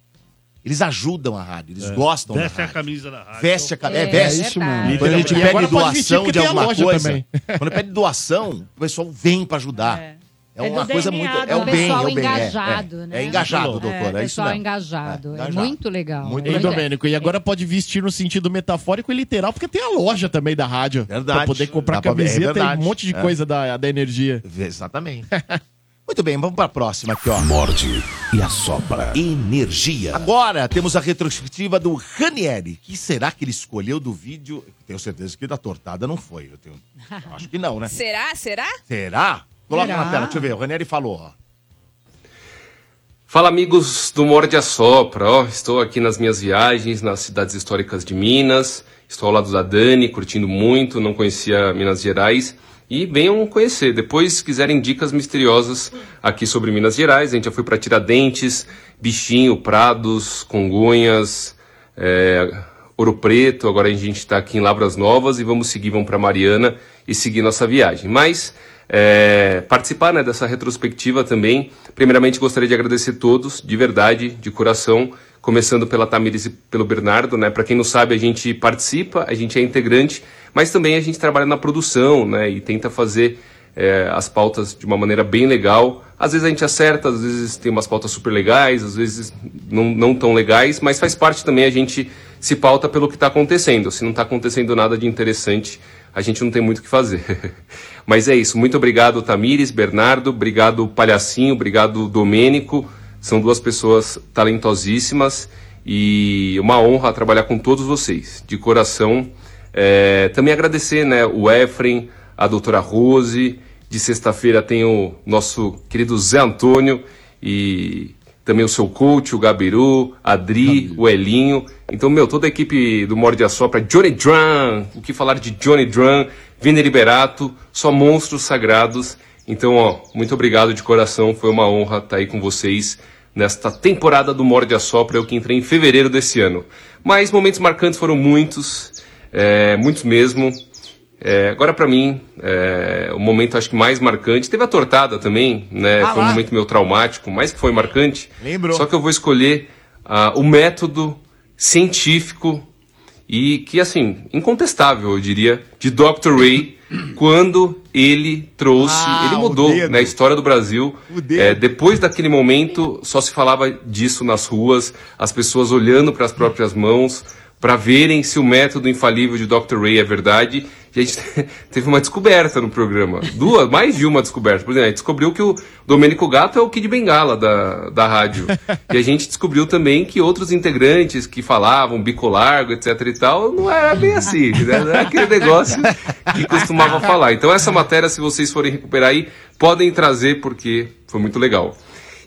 [SPEAKER 1] eles ajudam a rádio, eles gostam
[SPEAKER 13] É.
[SPEAKER 1] da
[SPEAKER 13] Veste a
[SPEAKER 1] rádio.
[SPEAKER 13] camisa da rádio.
[SPEAKER 1] Veste a camisa. É,
[SPEAKER 13] É,
[SPEAKER 1] veste.
[SPEAKER 13] é isso mesmo.
[SPEAKER 1] Quando a gente
[SPEAKER 13] E
[SPEAKER 1] pede
[SPEAKER 13] agora pode vestir,
[SPEAKER 1] doação
[SPEAKER 13] porque
[SPEAKER 1] de
[SPEAKER 13] tem a
[SPEAKER 1] alguma
[SPEAKER 13] loja
[SPEAKER 1] coisa.
[SPEAKER 13] também.
[SPEAKER 1] Quando pede doação, o pessoal vem pra ajudar. É. É uma coisa muito. É o bem, é o bem. é,
[SPEAKER 6] engajado,
[SPEAKER 1] é,
[SPEAKER 6] né?
[SPEAKER 1] É engajado, doutora. É, isso
[SPEAKER 6] pessoal
[SPEAKER 1] mesmo.
[SPEAKER 6] engajado. É,
[SPEAKER 1] engajado.
[SPEAKER 6] muito legal.
[SPEAKER 1] Muito
[SPEAKER 7] Ei,
[SPEAKER 1] legal.
[SPEAKER 7] Domênico, e agora pode vestir no sentido metafórico e literal, porque tem a loja também da rádio. Verdade. Pra poder comprar
[SPEAKER 1] Dá pra ver, é
[SPEAKER 7] camiseta e um
[SPEAKER 1] verdade.
[SPEAKER 7] monte de
[SPEAKER 1] É.
[SPEAKER 7] coisa da, da energia.
[SPEAKER 1] Exatamente. Muito bem, vamos para a próxima aqui, ó.
[SPEAKER 2] Morde
[SPEAKER 1] e assopra. Energia. Agora temos a retrospectiva do Ranieri. que será que ele escolheu do vídeo? Tenho certeza que da tortada não foi. Eu tenho... eu acho que não, né?
[SPEAKER 9] Será? Será?
[SPEAKER 1] Será? Coloca
[SPEAKER 9] Será?
[SPEAKER 1] na tela, deixa eu ver. O Ranieri falou, ó.
[SPEAKER 12] Fala amigos do Morde a Sopra, ó, estou aqui nas minhas viagens nas cidades históricas de Minas, estou ao lado da Dani, curtindo muito, não conhecia Minas Gerais e venham conhecer. Depois, se quiserem dicas misteriosas aqui sobre Minas Gerais, a gente já foi para Tiradentes, Bichinho, Prados, Congonhas, é, Ouro Preto, agora a gente está aqui em Labras Novas e vamos seguir, vamos para Mariana e seguir nossa viagem. Mas é, participar né, dessa retrospectiva também, primeiramente gostaria de agradecer todos, de verdade, de coração, começando pela Tamires e pelo Bernardo. Né? Para quem não sabe, a gente participa, a gente é integrante, mas também a gente trabalha na produção né, e tenta fazer é, as pautas de uma maneira bem legal. Às vezes a gente acerta, às vezes tem umas pautas super legais, às vezes não, não tão legais, mas faz parte também a gente se pauta pelo que está acontecendo. Se não está acontecendo nada de interessante, a gente não tem muito o que fazer. mas é isso. Muito obrigado, Tamires, Bernardo, obrigado, Palhacinho, obrigado, Domênico. São duas pessoas talentosíssimas e uma honra trabalhar com todos vocês, de coração. É, também agradecer né, o Efrem, a doutora Rose. De sexta-feira tem o nosso querido Zé Antônio e também o seu coach, o Gabiru, a Adri, o Elinho. Então, meu, toda a equipe do Morde a Sopra, Johnny Drum, o que falar de Johnny Drum, Vini Liberato, só monstros sagrados. Então, ó, muito obrigado de coração, foi uma honra estar aí com vocês nesta temporada do Morde a Sopra, eu que entrei em fevereiro desse ano. Mas momentos marcantes foram muitos, é, muitos mesmo. É, agora pra mim, é, o momento acho que mais marcante, teve a tortada também, né?
[SPEAKER 1] Ah
[SPEAKER 12] foi um
[SPEAKER 1] lá.
[SPEAKER 12] momento meio traumático, mas que foi marcante.
[SPEAKER 1] Lembrou.
[SPEAKER 12] Só que eu vou escolher ah, o método científico e que, assim, incontestável, eu diria, de Dr. Ray, quando ele trouxe, ele mudou né, a história do Brasil. É, depois daquele momento, só se falava disso nas ruas, as pessoas olhando para as próprias mãos, para verem se o método infalível de Dr. Ray é verdade. E a gente teve uma descoberta no programa. Duas, mais de uma descoberta. Por exemplo, a gente descobriu que o Domênico Gato é o Kid Bengala da, da rádio. E a gente descobriu também que outros integrantes que falavam bico largo, etc e tal, não era bem assim. Né? Não era aquele negócio que costumava falar. Então essa matéria, se vocês forem recuperar aí, podem trazer porque foi muito legal.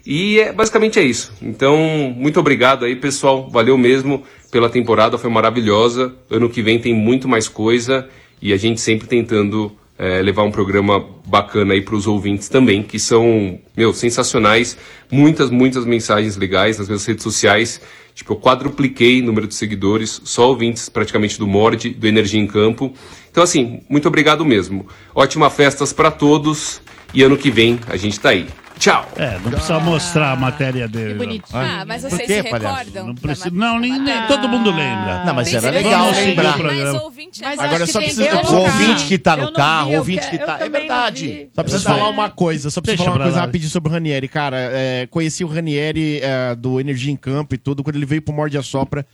[SPEAKER 12] E é, basicamente é isso. Então, muito obrigado aí, pessoal. Valeu mesmo pela temporada, foi maravilhosa. Ano que vem tem muito mais coisa e a gente sempre tentando é, levar um programa bacana aí para os ouvintes também, que são, meu, sensacionais. Muitas, muitas mensagens legais nas minhas redes sociais. Tipo, eu quadrupliquei o número de seguidores, só ouvintes praticamente do Mord, do Energia em Campo. Então, assim, muito obrigado mesmo. Ótima festas para todos e ano que vem a gente tá aí. Tchau!
[SPEAKER 13] É, não
[SPEAKER 1] Ah.
[SPEAKER 13] precisa mostrar a matéria dele. Que
[SPEAKER 9] bonitinho. Ah, mas vocês se recordam
[SPEAKER 13] Não, precisa, não nem, nem- todo mundo lembra.
[SPEAKER 1] Não, mas era legal lembrar.
[SPEAKER 13] Mas
[SPEAKER 1] Agora
[SPEAKER 13] acho
[SPEAKER 1] só
[SPEAKER 13] que tem
[SPEAKER 1] precisa
[SPEAKER 13] que
[SPEAKER 1] o
[SPEAKER 13] colocar.
[SPEAKER 1] ouvinte que tá
[SPEAKER 13] Eu
[SPEAKER 1] no
[SPEAKER 13] não
[SPEAKER 1] carro,
[SPEAKER 13] vi,
[SPEAKER 1] o
[SPEAKER 13] eu
[SPEAKER 1] ouvinte que
[SPEAKER 13] quero-
[SPEAKER 1] tá. É verdade.
[SPEAKER 7] Só preciso falar uma coisa, só preciso
[SPEAKER 1] É. Deixa
[SPEAKER 7] falar uma
[SPEAKER 1] pra
[SPEAKER 7] coisa
[SPEAKER 1] lá.
[SPEAKER 7] rapidinho sobre o Ranieri. Cara, é, conheci o Ranieri é, do Energia em Campo e tudo, quando ele veio pro Morde a Sopra,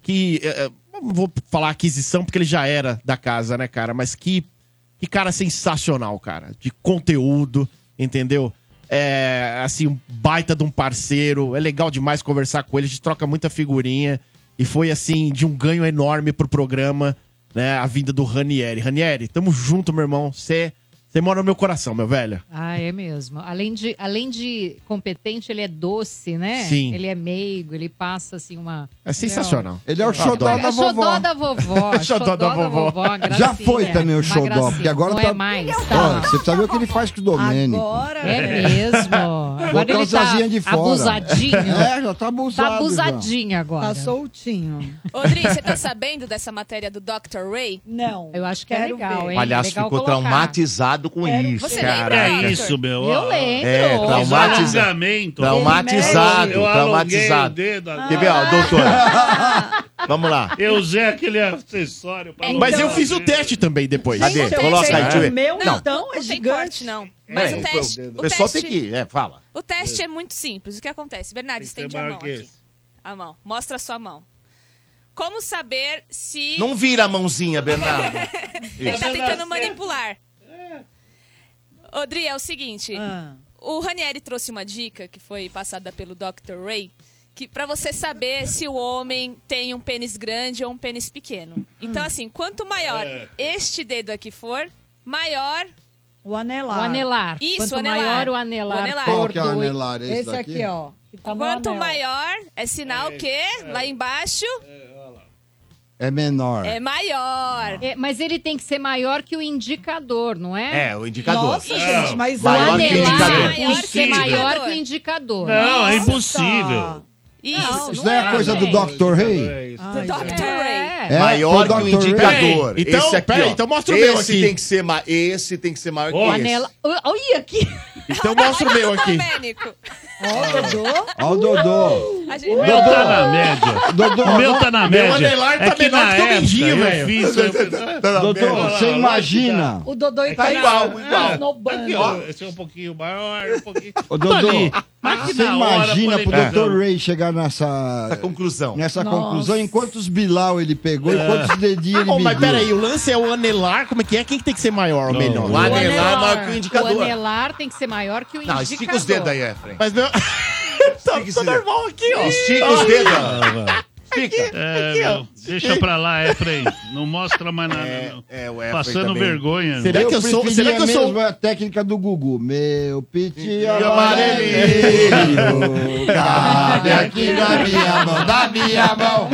[SPEAKER 7] que, é, é, não vou falar aquisição, porque ele já era da casa, né, cara? Mas que, que cara sensacional, cara, de conteúdo, entendeu? É, assim, um baita de um parceiro, é legal demais conversar com ele, a gente troca muita figurinha, e foi, assim, de um ganho enorme pro programa, né, a vinda do Ranieri. Ranieri, tamo junto, meu irmão, você... Você mora no meu coração, meu velho.
[SPEAKER 6] Ah, é mesmo. Além de, além de competente, ele é doce, né?
[SPEAKER 7] Sim.
[SPEAKER 6] Ele é meigo, ele passa assim uma.
[SPEAKER 7] É sensacional.
[SPEAKER 8] Ele é o xodó
[SPEAKER 6] Olha,
[SPEAKER 8] da vovó.
[SPEAKER 6] Xodó da vovó.
[SPEAKER 8] Xodó da vovó.
[SPEAKER 6] gracinha.
[SPEAKER 8] Já foi também o
[SPEAKER 6] Uma
[SPEAKER 8] xodó,
[SPEAKER 6] gracinha.
[SPEAKER 8] porque agora
[SPEAKER 6] não
[SPEAKER 8] tá.
[SPEAKER 6] é mais.
[SPEAKER 8] Olha,
[SPEAKER 6] Tá?
[SPEAKER 8] você sabe o que ele faz com o Domênico.
[SPEAKER 6] Agora é mesmo. Agora
[SPEAKER 8] Botou
[SPEAKER 6] ele
[SPEAKER 8] as asinhas
[SPEAKER 6] tá
[SPEAKER 8] de fora.
[SPEAKER 6] abusadinho.
[SPEAKER 8] É, já tá abusado.
[SPEAKER 6] Tá abusadinho agora.
[SPEAKER 3] Tá soltinho.
[SPEAKER 9] Odri, você tá sabendo dessa matéria do Dr. Ray?
[SPEAKER 3] Não.
[SPEAKER 6] Eu acho que é
[SPEAKER 3] Quero
[SPEAKER 6] legal,
[SPEAKER 1] O
[SPEAKER 6] hein?
[SPEAKER 1] palhaço
[SPEAKER 6] Legal
[SPEAKER 1] ficou
[SPEAKER 6] colocar.
[SPEAKER 1] traumatizado com
[SPEAKER 6] Quero-
[SPEAKER 1] isso,
[SPEAKER 6] Você
[SPEAKER 1] cara.
[SPEAKER 6] lembra, Arthur?
[SPEAKER 13] É isso, meu. um
[SPEAKER 6] Eu lembro.
[SPEAKER 1] É, traumatiza...
[SPEAKER 13] Alongamento.
[SPEAKER 1] traumatizado,
[SPEAKER 13] Eu alonguei o
[SPEAKER 1] traumatizado.
[SPEAKER 13] dedo agora.
[SPEAKER 1] Quer ver, ó, doutora? Vamos lá.
[SPEAKER 13] Eu usei aquele acessório pra
[SPEAKER 7] Mas eu fiz o teste também depois.
[SPEAKER 9] um
[SPEAKER 1] Cadê? Gente, Coloca
[SPEAKER 9] é
[SPEAKER 1] aí, deixa eu ver.
[SPEAKER 3] meu,
[SPEAKER 1] Não.
[SPEAKER 3] então, é gigante.
[SPEAKER 9] não. Mas o teste.
[SPEAKER 1] O pessoal
[SPEAKER 9] teste,
[SPEAKER 1] tem que ir. É, fala.
[SPEAKER 9] O teste é muito simples. O que acontece? Bernardo, estende a mão aqui. A mão. Mostra a sua mão. Como saber se.
[SPEAKER 1] Não vira a mãozinha, Bernardo.
[SPEAKER 9] Ele
[SPEAKER 1] Isso.
[SPEAKER 9] tá tentando manipular. Odri, é o seguinte.
[SPEAKER 3] Ah.
[SPEAKER 9] O Ranieri trouxe uma dica que foi passada pelo Dr. Ray, que para você saber se o homem tem um pênis grande ou um pênis pequeno.
[SPEAKER 3] Hum.
[SPEAKER 9] Então assim, quanto maior
[SPEAKER 6] É.
[SPEAKER 9] este dedo aqui for, maior
[SPEAKER 3] o anelar.
[SPEAKER 6] O anelar.
[SPEAKER 9] Isso,
[SPEAKER 6] Quanto
[SPEAKER 9] o anelar.
[SPEAKER 6] maior o anelar.
[SPEAKER 9] O anelar.
[SPEAKER 8] Qual que é o anelar? Esse Esse daqui? aqui, ó,
[SPEAKER 9] Quanto
[SPEAKER 6] anel.
[SPEAKER 9] maior é sinal
[SPEAKER 6] É,
[SPEAKER 9] que lá embaixo
[SPEAKER 8] É menor.
[SPEAKER 9] é maior.
[SPEAKER 6] É, mas ele tem que ser maior que o indicador, não é?
[SPEAKER 1] É, o indicador.
[SPEAKER 6] Nossa,
[SPEAKER 1] Não.
[SPEAKER 6] gente, mas
[SPEAKER 1] Maior
[SPEAKER 6] o
[SPEAKER 1] que o
[SPEAKER 6] anelar
[SPEAKER 9] é
[SPEAKER 1] indicador.
[SPEAKER 6] tem que ser
[SPEAKER 1] Impossível.
[SPEAKER 6] maior que o indicador.
[SPEAKER 13] Não, é
[SPEAKER 6] Nossa.
[SPEAKER 13] impossível.
[SPEAKER 9] Isso.
[SPEAKER 8] Isso não é coisa do Dr. Ray?
[SPEAKER 9] Dr. Ray.
[SPEAKER 8] É, foi
[SPEAKER 1] maior
[SPEAKER 8] o
[SPEAKER 1] que
[SPEAKER 8] Dr.
[SPEAKER 1] o
[SPEAKER 8] Ray.
[SPEAKER 1] indicador.
[SPEAKER 8] Peraí, então,
[SPEAKER 1] esse aqui,
[SPEAKER 8] peraí,
[SPEAKER 1] ó.
[SPEAKER 8] então mostra o
[SPEAKER 1] esse
[SPEAKER 8] meu aqui.
[SPEAKER 1] Tem que ser ma... Esse tem que ser maior
[SPEAKER 6] O
[SPEAKER 1] que
[SPEAKER 6] anelar. Olha aqui.
[SPEAKER 1] esse. Então mostra o meu aqui.
[SPEAKER 8] Olha o Dodô.
[SPEAKER 9] A
[SPEAKER 13] O meu tá na média. o meu tá na média. É que na época eu fiz-
[SPEAKER 8] Dodô, você imagina.
[SPEAKER 3] O Dodô e
[SPEAKER 13] tá
[SPEAKER 3] Caio
[SPEAKER 13] igual,
[SPEAKER 3] estão
[SPEAKER 13] igual.
[SPEAKER 3] esnobando.
[SPEAKER 13] Aqui, ó, esse é um pouquinho maior, um pouquinho...
[SPEAKER 8] Ô, Dodô,
[SPEAKER 13] Ali, mas que
[SPEAKER 8] você
[SPEAKER 13] na hora,
[SPEAKER 8] imagina
[SPEAKER 13] por
[SPEAKER 8] pro
[SPEAKER 13] exemplo.
[SPEAKER 8] Dr. Ray chegar nessa...
[SPEAKER 1] conclusão.
[SPEAKER 8] Nessa
[SPEAKER 7] Nossa.
[SPEAKER 8] conclusão, em quantos bilau ele pegou,
[SPEAKER 7] É.
[SPEAKER 8] e quantos dedinhos ele
[SPEAKER 7] Ô, mas
[SPEAKER 8] mediu.
[SPEAKER 7] peraí, o lance é o anelar, como é que é? Quem que tem que ser maior ou menor?
[SPEAKER 1] O anelar é maior que o indicador.
[SPEAKER 6] O anelar tem que ser maior que o indicador.
[SPEAKER 1] Não, estica os
[SPEAKER 6] É.
[SPEAKER 1] dedos aí, Efraim.
[SPEAKER 7] Mas não...
[SPEAKER 1] tá
[SPEAKER 7] normal aqui, ó.
[SPEAKER 1] Estica os dedos.
[SPEAKER 13] Fica. É,
[SPEAKER 1] Aqui, ó.
[SPEAKER 13] não, deixa pra lá, Efraim. Não mostra mais nada, não. Tá Passando vergonha.
[SPEAKER 8] Será que eu sou? Será que eu
[SPEAKER 13] sou-
[SPEAKER 8] sou? um- A técnica do Gugu. Meu piti
[SPEAKER 7] amarelinho,
[SPEAKER 8] amarelinho.
[SPEAKER 13] É.
[SPEAKER 8] Cabe aqui na minha mão, na minha mão.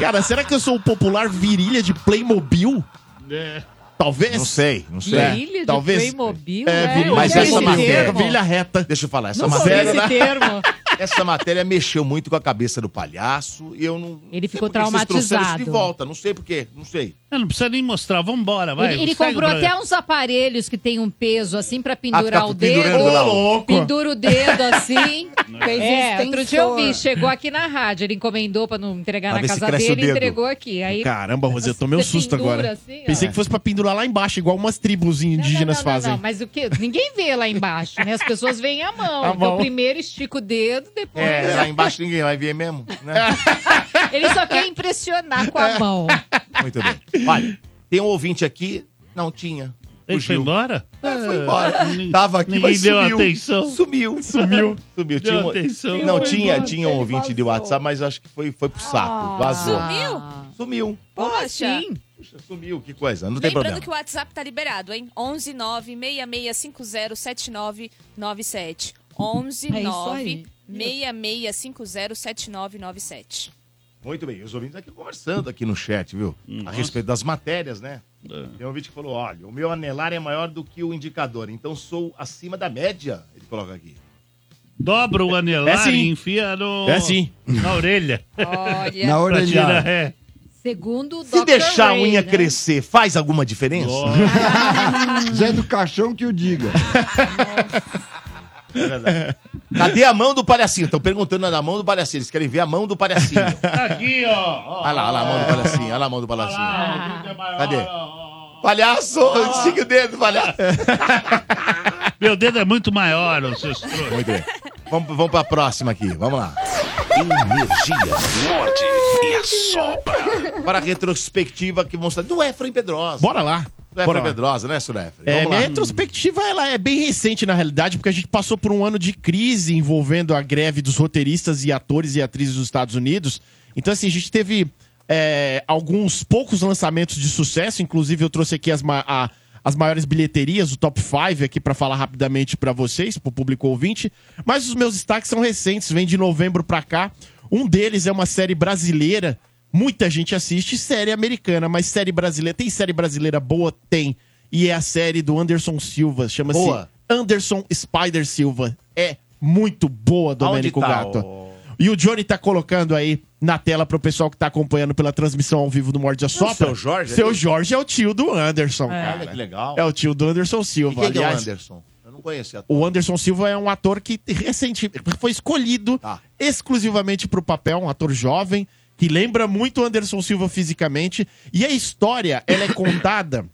[SPEAKER 7] Cara, será que eu sou o popular virilha de Playmobil?
[SPEAKER 13] É.
[SPEAKER 7] Talvez.
[SPEAKER 1] Não sei, não sei.
[SPEAKER 7] É.
[SPEAKER 6] Virilha de Playmobil,
[SPEAKER 1] É,
[SPEAKER 6] é,
[SPEAKER 1] virilha, mas
[SPEAKER 7] mas
[SPEAKER 1] essa
[SPEAKER 7] né? esse
[SPEAKER 1] matéria.
[SPEAKER 7] termo. Virilha reta.
[SPEAKER 1] Deixa eu falar, essa
[SPEAKER 7] Não sabia
[SPEAKER 1] matéria.
[SPEAKER 7] esse termo.
[SPEAKER 1] Essa matéria mexeu muito com a cabeça do palhaço e eu não.
[SPEAKER 6] Ele ficou
[SPEAKER 1] não sei por que vocês trouxeram isso
[SPEAKER 6] traumatizado.
[SPEAKER 1] de volta, não sei por quê, não sei.
[SPEAKER 13] Eu não precisa nem mostrar, vambora, vai.
[SPEAKER 6] ele
[SPEAKER 13] segue
[SPEAKER 6] ele
[SPEAKER 13] o
[SPEAKER 6] comprou
[SPEAKER 13] programa.
[SPEAKER 6] até uns aparelhos que tem um peso assim pra
[SPEAKER 13] Ah,
[SPEAKER 6] pendurar
[SPEAKER 13] fica
[SPEAKER 6] o dedo.
[SPEAKER 13] pendurando lá, ó. Ô, louco.
[SPEAKER 6] Pendura o dedo assim.
[SPEAKER 3] Fez
[SPEAKER 6] é,
[SPEAKER 3] extensor.
[SPEAKER 6] outro dia eu vi, chegou aqui na rádio, ele encomendou pra não entregar
[SPEAKER 7] Pra ver
[SPEAKER 6] na
[SPEAKER 7] se
[SPEAKER 6] casa
[SPEAKER 7] cresce o
[SPEAKER 6] dele e
[SPEAKER 7] dedo.
[SPEAKER 6] entregou aqui. Aí
[SPEAKER 7] Caramba, Rosé, eu tomei um
[SPEAKER 6] Você
[SPEAKER 7] susto
[SPEAKER 6] pendura
[SPEAKER 7] agora.
[SPEAKER 6] assim, ó.
[SPEAKER 7] Pensei que fosse pra pendurar lá embaixo, igual umas tribos indígenas
[SPEAKER 6] Não,
[SPEAKER 7] fazem.
[SPEAKER 6] não, mas o que? Ninguém vê lá embaixo, né? As pessoas veem a mão.
[SPEAKER 7] A
[SPEAKER 6] então,
[SPEAKER 7] mão.
[SPEAKER 6] primeiro estica o dedo, depois.
[SPEAKER 1] É, lá embaixo ninguém vai ver mesmo, né?
[SPEAKER 6] Ele só quer impressionar com a mão.
[SPEAKER 1] Muito bem. Olha, tem um ouvinte aqui, não tinha.
[SPEAKER 13] Ele foi embora?
[SPEAKER 1] É, foi embora. Tava aqui,
[SPEAKER 13] Ninguém
[SPEAKER 1] mas
[SPEAKER 13] deu
[SPEAKER 1] sumiu.
[SPEAKER 13] atenção.
[SPEAKER 1] Sumiu.
[SPEAKER 13] Sumiu. Deu
[SPEAKER 1] Sumiu. Tinha um-
[SPEAKER 13] atenção.
[SPEAKER 1] Não,
[SPEAKER 13] Foi
[SPEAKER 1] tinha,
[SPEAKER 13] embora.
[SPEAKER 1] tinha um ouvinte de WhatsApp, mas acho que foi, foi pro saco. Vazou.
[SPEAKER 9] Ah.
[SPEAKER 3] Ah.
[SPEAKER 9] Sumiu?
[SPEAKER 1] Sumiu.
[SPEAKER 9] Poxa.
[SPEAKER 6] assim?
[SPEAKER 13] assim?
[SPEAKER 1] Puxa, Sumiu, que coisa. Não tem
[SPEAKER 9] Lembrando
[SPEAKER 1] problema.
[SPEAKER 9] que o WhatsApp tá liberado, hein? 11 9 6650 7997. 11
[SPEAKER 1] É isso
[SPEAKER 9] 9
[SPEAKER 1] aí.
[SPEAKER 9] 6650 7997.
[SPEAKER 1] Muito bem, os ouvintes aqui conversando aqui no chat, viu? A respeito das matérias, né?
[SPEAKER 7] É.
[SPEAKER 1] Tem um ouvinte que falou, olha, o meu anelar é maior do que o indicador, então sou acima da média, ele coloca aqui.
[SPEAKER 13] Dobra o anelar
[SPEAKER 1] É sim.
[SPEAKER 13] e enfia no...
[SPEAKER 1] É sim.
[SPEAKER 13] na orelha.
[SPEAKER 6] Olha.
[SPEAKER 1] Na orelha.
[SPEAKER 13] Pra tirar, é.
[SPEAKER 6] Segundo o
[SPEAKER 1] Se
[SPEAKER 6] Dr.
[SPEAKER 1] deixar um
[SPEAKER 6] Ray,
[SPEAKER 1] a unha
[SPEAKER 6] né?
[SPEAKER 1] crescer, faz alguma diferença?
[SPEAKER 8] Zé do caixão que o diga.
[SPEAKER 1] É verdade. Cadê a mão do palhacinho? Estão perguntando na mão do palhacinho, eles querem ver a mão do palhacinho.
[SPEAKER 13] Aqui, ó. é
[SPEAKER 1] Olha lá, olha lá a mão do palhacinho, olha lá a mão do palhacinho.
[SPEAKER 6] Ah.
[SPEAKER 1] Cadê? Palhaço, siga o dedo, palhaço.
[SPEAKER 13] Meu dedo é muito maior, os seus trouxas.
[SPEAKER 1] Muito bem. Vamos, vamos pra próxima aqui, vamos lá.
[SPEAKER 2] Energia. Morde e assopra.
[SPEAKER 1] Para a retrospectiva que mostra do Efraim Pedrosa.
[SPEAKER 7] Bora lá.
[SPEAKER 1] Do Efraim
[SPEAKER 7] Bora lá.
[SPEAKER 1] Pedrosa, né, Surefraim?
[SPEAKER 7] É, minha retrospectiva ela é bem recente, na realidade, porque a gente passou por um ano de crise envolvendo a greve dos roteiristas e atores e atrizes dos Estados Unidos. Então, assim, a gente teve é, alguns poucos lançamentos de sucesso, inclusive eu trouxe aqui as, ma- a- as maiores bilheterias, o top 5 aqui pra falar rapidamente pra vocês, pro público ouvinte. Mas os meus destaques são recentes, vem de novembro pra cá. Um deles é uma série brasileira. Muita gente assiste série americana, mas série brasileira. Tem série brasileira boa? Tem. E é a série do Anderson Silva. Chama-se
[SPEAKER 1] Boa.
[SPEAKER 7] Anderson Spider Silva. É muito boa, Domênico
[SPEAKER 1] tá
[SPEAKER 7] Gato. E o Johnny tá colocando aí na tela pro pessoal que tá acompanhando pela transmissão ao vivo do Morde a Sopra.
[SPEAKER 1] seu Jorge
[SPEAKER 7] Seu
[SPEAKER 1] aí?
[SPEAKER 7] Jorge é o tio do Anderson,
[SPEAKER 1] Olha
[SPEAKER 7] cara.
[SPEAKER 1] que legal.
[SPEAKER 7] É o tio do Anderson
[SPEAKER 1] E
[SPEAKER 7] Silva.
[SPEAKER 1] quem que é o
[SPEAKER 7] aliás.
[SPEAKER 1] Anderson? Eu não conheço. a-
[SPEAKER 7] O Anderson Silva é um
[SPEAKER 1] Tá.
[SPEAKER 7] ator que recente foi escolhido exclusivamente para o papel, um ator jovem que lembra muito o Anderson Silva fisicamente. E a história, ela é contada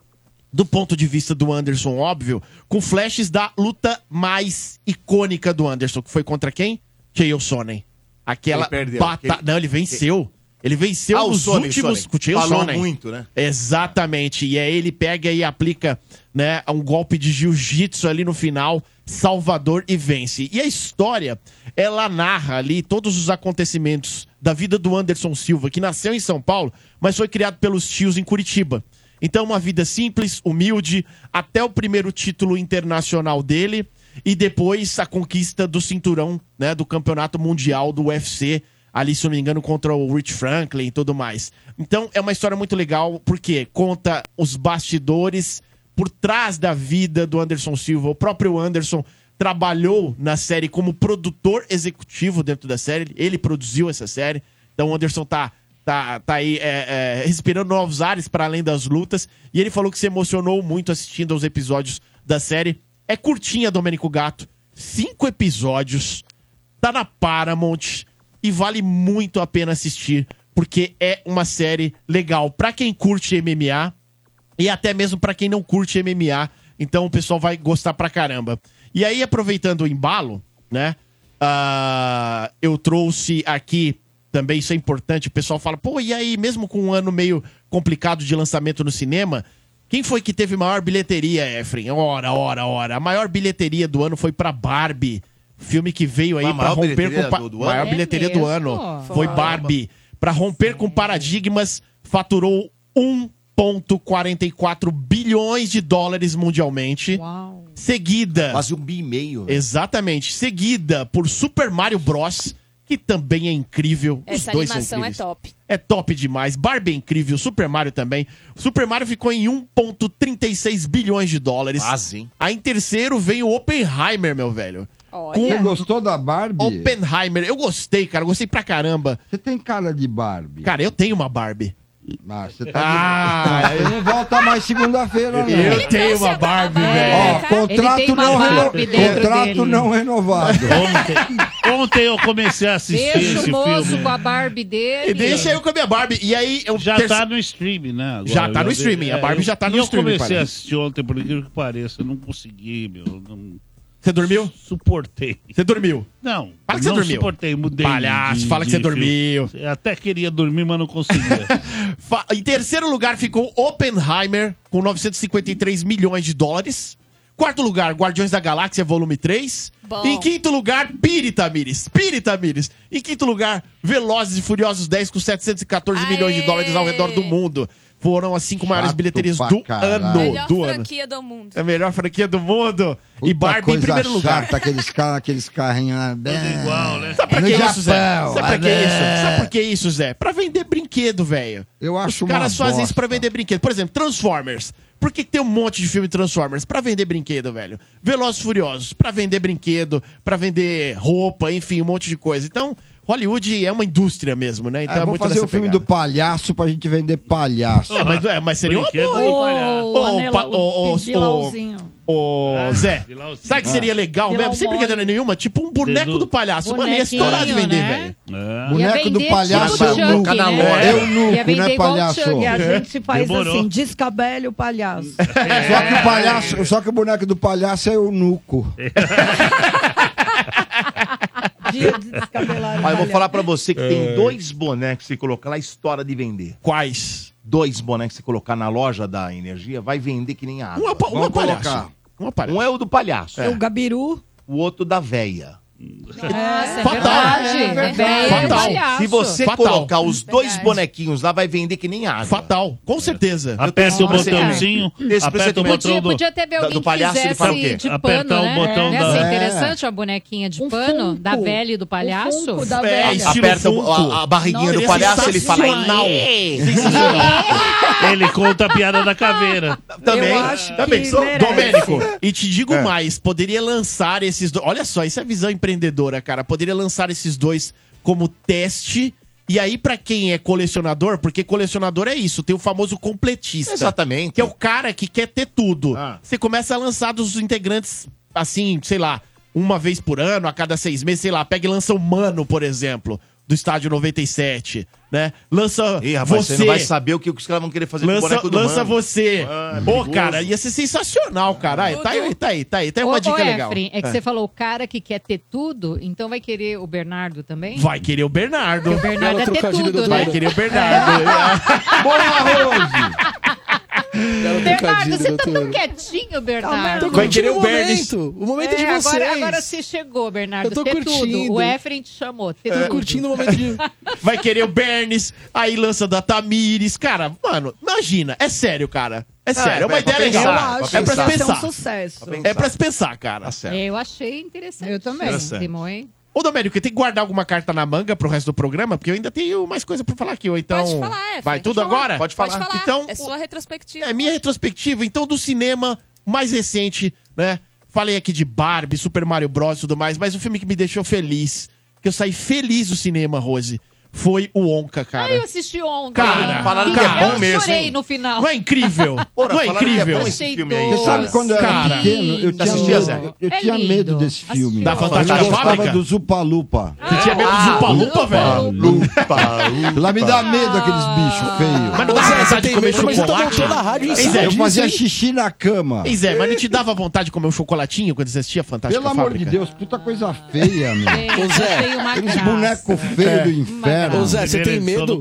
[SPEAKER 7] do ponto de vista do Anderson, óbvio, com flashes da luta mais icônica do Anderson, que foi contra quem? Chael Sonnen. Aquela
[SPEAKER 1] Ele perdeu,
[SPEAKER 7] bata...
[SPEAKER 1] aquele-
[SPEAKER 7] Não, ele venceu. Ele venceu
[SPEAKER 1] Ah, o
[SPEAKER 7] os
[SPEAKER 1] Sonnen,
[SPEAKER 7] últimos...
[SPEAKER 1] Sonnen.
[SPEAKER 7] Chael
[SPEAKER 1] Falou
[SPEAKER 7] Sonnen.
[SPEAKER 1] muito, né?
[SPEAKER 7] Exatamente. E aí ele pega e aplica né, um golpe de jiu-jitsu ali no final, Salvador e vence. E a história, ela narra ali todos os acontecimentos da vida do Anderson Silva, que nasceu em São Paulo, mas foi criado pelos tios em Curitiba. Então, uma vida simples, humilde, até o primeiro título internacional dele e depois a conquista do cinturão né, do campeonato mundial do UFC ali, se eu não me engano, contra o Rich Franklin e tudo mais. Então, é uma história muito legal, porque conta os bastidores por trás da vida do Anderson Silva. O próprio Anderson trabalhou na série como produtor executivo dentro da série, ele produziu essa série. Então, o Anderson tá, tá, tá aí é, é, respirando novos ares para além das lutas. E ele falou que se emocionou muito assistindo aos episódios da série. É curtinha, Domênico Gato. Cinco episódios tá na Paramount e vale muito a pena assistir, porque é uma série legal pra quem curte MMA e até mesmo pra quem não curte MMA. Então o pessoal vai gostar pra caramba. E aí, aproveitando o embalo, né? ah, eu trouxe aqui também, isso é importante. O pessoal fala, pô, e aí, mesmo com um ano meio complicado de lançamento no cinema, quem foi que teve maior bilheteria, Efren? Ora, ora, ora. A maior bilheteria do ano foi pra Barbie. Filme que veio aí
[SPEAKER 1] A
[SPEAKER 7] pra
[SPEAKER 1] maior
[SPEAKER 7] romper
[SPEAKER 1] bilheteria
[SPEAKER 7] com. pa-
[SPEAKER 1] do- do ano?
[SPEAKER 7] maior
[SPEAKER 1] É
[SPEAKER 7] bilheteria do
[SPEAKER 1] mesmo?
[SPEAKER 7] ano.
[SPEAKER 1] Foi.
[SPEAKER 7] Foi Barbie. Pra romper com paradigmas, faturou 1,44 bilhões de dólares mundialmente. Seguida.
[SPEAKER 1] Quase um bi e meio. né?
[SPEAKER 7] Exatamente. Seguida por Super Mario Bros., que também é incrível.
[SPEAKER 9] Essa
[SPEAKER 7] Os dois
[SPEAKER 9] animação
[SPEAKER 7] são
[SPEAKER 9] é
[SPEAKER 7] incríveis.
[SPEAKER 9] top.
[SPEAKER 7] É top demais. Barbie é incrível, Super Mario também. Super Mario ficou em 1,36 bilhões de dólares.
[SPEAKER 1] Quase, hein?
[SPEAKER 7] Aí em terceiro vem o Oppenheimer, meu velho.
[SPEAKER 8] Você gostou da Barbie?
[SPEAKER 7] Oppenheimer. Eu gostei, cara. Eu Gostei pra caramba.
[SPEAKER 8] Você tem cara de Barbie.
[SPEAKER 7] Cara, eu tenho uma Barbie.
[SPEAKER 8] Ah, você
[SPEAKER 7] tá
[SPEAKER 8] de... Você não volta mais segunda-feira, não.
[SPEAKER 7] Eu tenho uma Barbie, velho.
[SPEAKER 8] Ó, contrato não, reno... contrato não é renovado.
[SPEAKER 13] Ontem, ontem eu comecei a assistir
[SPEAKER 6] Deixa
[SPEAKER 13] esse
[SPEAKER 6] o moço
[SPEAKER 13] filme.
[SPEAKER 6] com a Barbie dele.
[SPEAKER 13] E deixa eu
[SPEAKER 7] com a minha Barbie. E aí eu
[SPEAKER 13] Já
[SPEAKER 7] terce-
[SPEAKER 13] tá no streaming, né? agora?
[SPEAKER 7] Já tá no
[SPEAKER 13] Eu-
[SPEAKER 7] streaming, a
[SPEAKER 13] é,
[SPEAKER 7] Barbie
[SPEAKER 13] eu-
[SPEAKER 7] já tá no
[SPEAKER 13] e
[SPEAKER 7] streaming,
[SPEAKER 13] Eu comecei
[SPEAKER 7] parece.
[SPEAKER 13] a assistir ontem, por incrível que pareça. Eu não consegui, meu. eu Não...
[SPEAKER 7] Você dormiu?
[SPEAKER 13] Suportei.
[SPEAKER 7] Você dormiu?
[SPEAKER 13] Não.
[SPEAKER 7] Fala que você
[SPEAKER 13] não
[SPEAKER 7] dormiu.
[SPEAKER 13] suportei, mudei.
[SPEAKER 7] Palhaço, fala que você dormiu. É,
[SPEAKER 13] Eu Até queria dormir, mas não conseguia.
[SPEAKER 7] Fa- Em terceiro lugar ficou Oppenheimer, com 953 milhões de dólares. Quarto lugar, Guardiões da Galáxia, volume 3.
[SPEAKER 2] Bom.
[SPEAKER 7] Em quinto lugar, Piritamiris. Piritamiris. Em quinto lugar, Velozes e Furiosos 10, com 714 milhões de dólares ao redor do mundo. Foram as cinco maiores
[SPEAKER 8] Chato
[SPEAKER 7] bilheterias
[SPEAKER 8] pra
[SPEAKER 7] do
[SPEAKER 8] caralho.
[SPEAKER 7] ano.
[SPEAKER 9] Melhor
[SPEAKER 7] do ano.
[SPEAKER 9] franquia do mundo.
[SPEAKER 7] É a melhor franquia do mundo. e Barbie em
[SPEAKER 8] Coisa
[SPEAKER 7] primeiro lugar.
[SPEAKER 8] chata, aqueles, ca- aqueles carrinhos lá. Tudo
[SPEAKER 13] igual, né?
[SPEAKER 7] Sabe pra
[SPEAKER 8] Ah. no
[SPEAKER 7] que
[SPEAKER 8] Japão,
[SPEAKER 7] isso, Zé? Sabe pra que
[SPEAKER 8] né?
[SPEAKER 7] isso? Sabe por que isso, Zé? Pra vender brinquedo, velho.
[SPEAKER 8] Eu acho
[SPEAKER 7] Os caras
[SPEAKER 8] uma
[SPEAKER 7] fazem isso
[SPEAKER 8] bosta.
[SPEAKER 7] pra vender brinquedo. Por exemplo, Transformers. Por que que tem um monte de filme Transformers? Pra vender brinquedo, velho. Velozes e Furiosos. Pra vender brinquedo, pra vender roupa, enfim, um monte de coisa. Então, Hollywood é uma indústria mesmo, né? Então
[SPEAKER 8] É,
[SPEAKER 7] é,
[SPEAKER 8] vou
[SPEAKER 7] muito
[SPEAKER 8] fazer
[SPEAKER 7] nessa
[SPEAKER 8] o filme
[SPEAKER 7] pegada.
[SPEAKER 8] do palhaço pra gente vender palhaço.
[SPEAKER 7] É, mas, é, mas seria uma
[SPEAKER 8] Brinquedo
[SPEAKER 7] boa,
[SPEAKER 8] de
[SPEAKER 7] hein?
[SPEAKER 8] palhaço.
[SPEAKER 7] Ô,
[SPEAKER 3] anel-
[SPEAKER 7] pa- ô, ô,
[SPEAKER 3] o
[SPEAKER 7] ô,
[SPEAKER 3] vilãozinho.
[SPEAKER 7] ô, Zé,
[SPEAKER 13] Ah, vilãozinho. Ah.
[SPEAKER 7] sabe que seria legal né?
[SPEAKER 3] Vilão
[SPEAKER 7] mesmo? Sem
[SPEAKER 3] mole.
[SPEAKER 7] brincadeira nenhuma, tipo um boneco
[SPEAKER 13] Desu-
[SPEAKER 7] do palhaço. Mano, ia
[SPEAKER 3] Bonequinho,
[SPEAKER 7] estourar de vender,
[SPEAKER 3] né?
[SPEAKER 7] velho.
[SPEAKER 13] Ah.
[SPEAKER 7] É.
[SPEAKER 8] Boneco do palhaço
[SPEAKER 3] tipo
[SPEAKER 8] eu nuco,
[SPEAKER 3] Chucky, né?
[SPEAKER 8] né? Eu nuco, né, palhaço?
[SPEAKER 3] E a gente se faz assim, descabele o palhaço.
[SPEAKER 7] é,
[SPEAKER 8] Só que o palhaço, só que o boneco do palhaço é o nuco.
[SPEAKER 3] Descabelar
[SPEAKER 1] Mas eu
[SPEAKER 3] o
[SPEAKER 1] vou
[SPEAKER 3] palhaço.
[SPEAKER 1] falar pra você que
[SPEAKER 8] É.
[SPEAKER 1] tem dois bonecos que você colocar lá, história de vender.
[SPEAKER 7] Quais?
[SPEAKER 1] Dois bonecos que você colocar na loja da energia, vai vender que nem água.
[SPEAKER 3] Um é o pa- um
[SPEAKER 1] Vamos
[SPEAKER 3] é o palhaço.
[SPEAKER 1] colocar.
[SPEAKER 7] Um é,
[SPEAKER 1] o do palhaço.
[SPEAKER 3] É o Gabiru.
[SPEAKER 1] O outro da véia.
[SPEAKER 3] Nossa,
[SPEAKER 2] é
[SPEAKER 1] Fatal.
[SPEAKER 2] verdade. É verdade.
[SPEAKER 1] Fatal.
[SPEAKER 2] É um É
[SPEAKER 1] Se você
[SPEAKER 7] palhaço.
[SPEAKER 1] colocar os dois bonequinhos lá, vai vender que nem água.
[SPEAKER 7] Fatal, com certeza.
[SPEAKER 13] Aperta o botãozinho,
[SPEAKER 1] é
[SPEAKER 13] aperta o botão
[SPEAKER 6] Podia,
[SPEAKER 13] do...
[SPEAKER 6] podia ter alguém
[SPEAKER 1] do palhaço,
[SPEAKER 6] que
[SPEAKER 1] ele fala o
[SPEAKER 6] fizesse
[SPEAKER 1] quê?
[SPEAKER 6] de
[SPEAKER 13] Apertar
[SPEAKER 6] pano,
[SPEAKER 13] o
[SPEAKER 6] né?
[SPEAKER 13] É, botão
[SPEAKER 6] Nessa
[SPEAKER 13] da-
[SPEAKER 6] interessante a bonequinha de pano da velha e do palhaço.
[SPEAKER 1] Um funko da É, velha. estilo Aperta o- funko. a- a barriguinha do
[SPEAKER 6] seria
[SPEAKER 1] palhaço, ele fala,
[SPEAKER 6] sensacional.
[SPEAKER 1] "Ei".
[SPEAKER 13] é Ele conta a piada da caveira.
[SPEAKER 7] Também, também.
[SPEAKER 13] que
[SPEAKER 7] Sou-
[SPEAKER 13] merece.
[SPEAKER 7] Domênico, e te digo
[SPEAKER 13] É.
[SPEAKER 7] mais, poderia lançar esses dois... Olha só, isso é visão empreendedora, cara. Poderia lançar esses dois como teste... E aí, pra quem é colecionador, porque colecionador é isso, tem o famoso completista.
[SPEAKER 1] Exatamente. Ah.
[SPEAKER 7] Que é o cara que quer ter tudo. Você começa a lançar dos integrantes, assim, sei lá, uma vez por ano, a cada seis meses, sei lá, pega e lança o Mano, por exemplo. do estádio 97, né? Lança
[SPEAKER 1] Ih, rapaz,
[SPEAKER 7] você.
[SPEAKER 1] você não vai saber o que os caras vão querer fazer com o
[SPEAKER 7] Lança,
[SPEAKER 1] boneco do
[SPEAKER 7] lança
[SPEAKER 1] Mano.
[SPEAKER 7] você.
[SPEAKER 1] Ah,
[SPEAKER 7] Pô,
[SPEAKER 1] perigoso.
[SPEAKER 7] cara, ia ser sensacional, caralho. Tá aí, tá aí, tá aí. Tem uma
[SPEAKER 6] Ô,
[SPEAKER 7] dica
[SPEAKER 6] ô,
[SPEAKER 7] legal.
[SPEAKER 6] Efraim, é que
[SPEAKER 7] Ah.
[SPEAKER 6] você falou, o cara que quer ter tudo, então vai querer o Bernardo também?
[SPEAKER 7] Vai querer o Bernardo.
[SPEAKER 6] Porque o Bernardo Belo é ter trocadilho tudo, do né? Tá
[SPEAKER 7] Vai querer o Bernardo.
[SPEAKER 6] Bernardo,
[SPEAKER 7] trocadilho,
[SPEAKER 6] você tá tão
[SPEAKER 7] doutora.
[SPEAKER 6] quietinho, Bernardo.
[SPEAKER 7] tô É. Vai querer curtindo o o Bernes. momento.
[SPEAKER 10] O momento é de
[SPEAKER 6] agora-
[SPEAKER 10] vocês.
[SPEAKER 6] Agora você chegou, Bernardo.
[SPEAKER 10] Eu tô
[SPEAKER 6] ter tudo.
[SPEAKER 10] curtindo.
[SPEAKER 6] O Efraim te chamou. Ter
[SPEAKER 7] É.
[SPEAKER 6] tudo.
[SPEAKER 10] o momento de...
[SPEAKER 7] Vai querer o Bernes, aí lança da Tamires. Cara, mano, imagina. É sério, cara. É
[SPEAKER 6] Ah,
[SPEAKER 7] sério. É,
[SPEAKER 1] é
[SPEAKER 7] uma
[SPEAKER 1] pra
[SPEAKER 7] ideia
[SPEAKER 1] pensar,
[SPEAKER 7] legal.
[SPEAKER 1] pra Tá
[SPEAKER 7] é pra
[SPEAKER 1] pensar.
[SPEAKER 7] pensar.
[SPEAKER 1] Isso é um
[SPEAKER 3] sucesso.
[SPEAKER 1] Pra pensar.
[SPEAKER 7] É pra se pensar, cara.
[SPEAKER 6] É, Eu achei interessante. Eu
[SPEAKER 7] também. Interessante.
[SPEAKER 6] Simone.
[SPEAKER 7] Ô, Domérico, tem que guardar alguma carta na manga pro resto do programa, porque eu ainda tenho mais coisa pra falar aqui. Ou então.
[SPEAKER 9] Pode falar, é, Efraim.
[SPEAKER 7] Vai tudo
[SPEAKER 9] Pode falar.
[SPEAKER 7] agora?
[SPEAKER 9] Pode falar.
[SPEAKER 7] Então,
[SPEAKER 9] é sua retrospectiva.
[SPEAKER 7] É minha retrospectiva, então, do cinema mais recente, né? Falei aqui de Barbie, Super Mario Bros e tudo mais, mas o filme que me deixou feliz, que eu saí feliz do cinema, Rose, foi o Onca, cara.
[SPEAKER 6] Ah, eu assisti ontem.
[SPEAKER 7] Cara,
[SPEAKER 6] falaram
[SPEAKER 7] que é bom
[SPEAKER 6] eu
[SPEAKER 7] mesmo,
[SPEAKER 6] chorei
[SPEAKER 7] hein?
[SPEAKER 6] no final.
[SPEAKER 7] Não é incrível?
[SPEAKER 6] Porra,
[SPEAKER 7] não é
[SPEAKER 6] falaram que é
[SPEAKER 7] incrível?
[SPEAKER 6] bom esse Achei filme aí. doce.
[SPEAKER 8] Você sabe quando eu era
[SPEAKER 7] Cara,
[SPEAKER 8] pequeno, eu tinha,
[SPEAKER 7] assistia, Zé?
[SPEAKER 8] medo, eu
[SPEAKER 7] É
[SPEAKER 8] tinha
[SPEAKER 7] lindo.
[SPEAKER 8] medo desse filme.
[SPEAKER 7] Da Fantástica
[SPEAKER 8] eu gostava
[SPEAKER 7] Fábrica?
[SPEAKER 8] do Zupalupa.
[SPEAKER 7] Você tinha medo do Zupa-Lupa, velho?
[SPEAKER 8] Lupa. Lá me dá medo aqueles bichos feios.
[SPEAKER 7] Mas não dá vontade de comer chocolate? Hein, Zé?
[SPEAKER 8] é, Eu fazia xixi na cama.
[SPEAKER 7] Ei, Zé, mas não te dava vontade de comer um chocolatinho quando você assistia Fantástica
[SPEAKER 8] Pelo amor
[SPEAKER 7] Fábrica?
[SPEAKER 8] de Deus, puta coisa feia, meu.
[SPEAKER 10] Ô, Zé,
[SPEAKER 8] Aqueles bonecos feios do inferno.
[SPEAKER 10] É. Ô, Zé, você tem medo?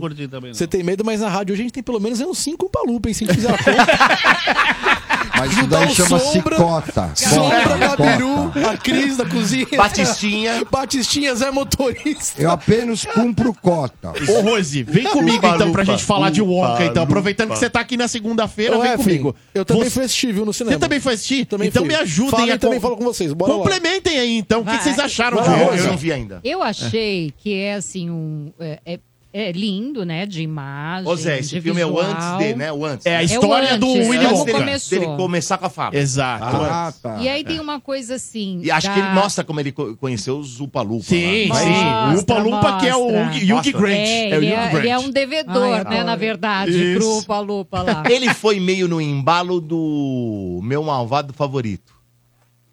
[SPEAKER 10] Você tem medo, mas na rádio hoje a gente tem pelo menos é uns 5 palupa, hein? Se a gente fizer a conta.
[SPEAKER 8] Mas isso daí chama-se cota.
[SPEAKER 10] Sombra,
[SPEAKER 8] Cota,
[SPEAKER 10] Gabiru,
[SPEAKER 8] cota.
[SPEAKER 10] a Cris da cozinha.
[SPEAKER 8] Batistinha.
[SPEAKER 10] Batistinha, Zé Motorista.
[SPEAKER 8] Eu apenas cumpro cota.
[SPEAKER 7] Ô, Rose, vem comigo então pra gente falar de Wonka, então. Aproveitando que você tá aqui na segunda-feira,
[SPEAKER 10] Ô,
[SPEAKER 7] vem
[SPEAKER 10] Efraim,
[SPEAKER 7] comigo.
[SPEAKER 10] eu também
[SPEAKER 7] Você-
[SPEAKER 10] fui assistir, viu, no cinema.
[SPEAKER 7] Você também foi assistir?
[SPEAKER 10] Também
[SPEAKER 7] então
[SPEAKER 10] fui.
[SPEAKER 7] me ajudem
[SPEAKER 10] Falem
[SPEAKER 7] a...
[SPEAKER 10] também falo com vocês, bora lá.
[SPEAKER 7] Complementem aí, então. O que,
[SPEAKER 6] Vai.
[SPEAKER 7] que vocês acharam
[SPEAKER 10] Vai
[SPEAKER 7] de
[SPEAKER 10] lá,
[SPEAKER 7] Wonka?
[SPEAKER 10] Rose.
[SPEAKER 1] Eu não vi ainda.
[SPEAKER 6] Eu achei que é assim um. É, é- é lindo, né? De imagem.
[SPEAKER 1] Ô Zé, esse
[SPEAKER 6] de
[SPEAKER 1] filme
[SPEAKER 6] visual.
[SPEAKER 1] é o antes de, né? O antes.
[SPEAKER 7] É a história do
[SPEAKER 6] antes, é
[SPEAKER 7] Willy
[SPEAKER 6] como
[SPEAKER 7] Wonka.
[SPEAKER 6] começou.
[SPEAKER 1] Dele começar com a fábrica.
[SPEAKER 7] Exato.
[SPEAKER 1] Ah, tá.
[SPEAKER 6] E aí tem uma coisa assim.
[SPEAKER 1] E acho que ele
[SPEAKER 6] da-
[SPEAKER 1] mostra como ele co- conheceu o Zupalupa.
[SPEAKER 7] Sim, sim. O Upa Lupa, que é o Yugi- Yugi Grant.
[SPEAKER 6] É,
[SPEAKER 7] o
[SPEAKER 6] ele,
[SPEAKER 7] Yugi
[SPEAKER 6] é,
[SPEAKER 7] Grant.
[SPEAKER 6] ele é um devedor,
[SPEAKER 1] Ai,
[SPEAKER 6] né?
[SPEAKER 1] adoro.
[SPEAKER 6] Na verdade,
[SPEAKER 1] Isso.
[SPEAKER 6] pro Palupa lá.
[SPEAKER 1] Ele foi meio no embalo do meu malvado favorito.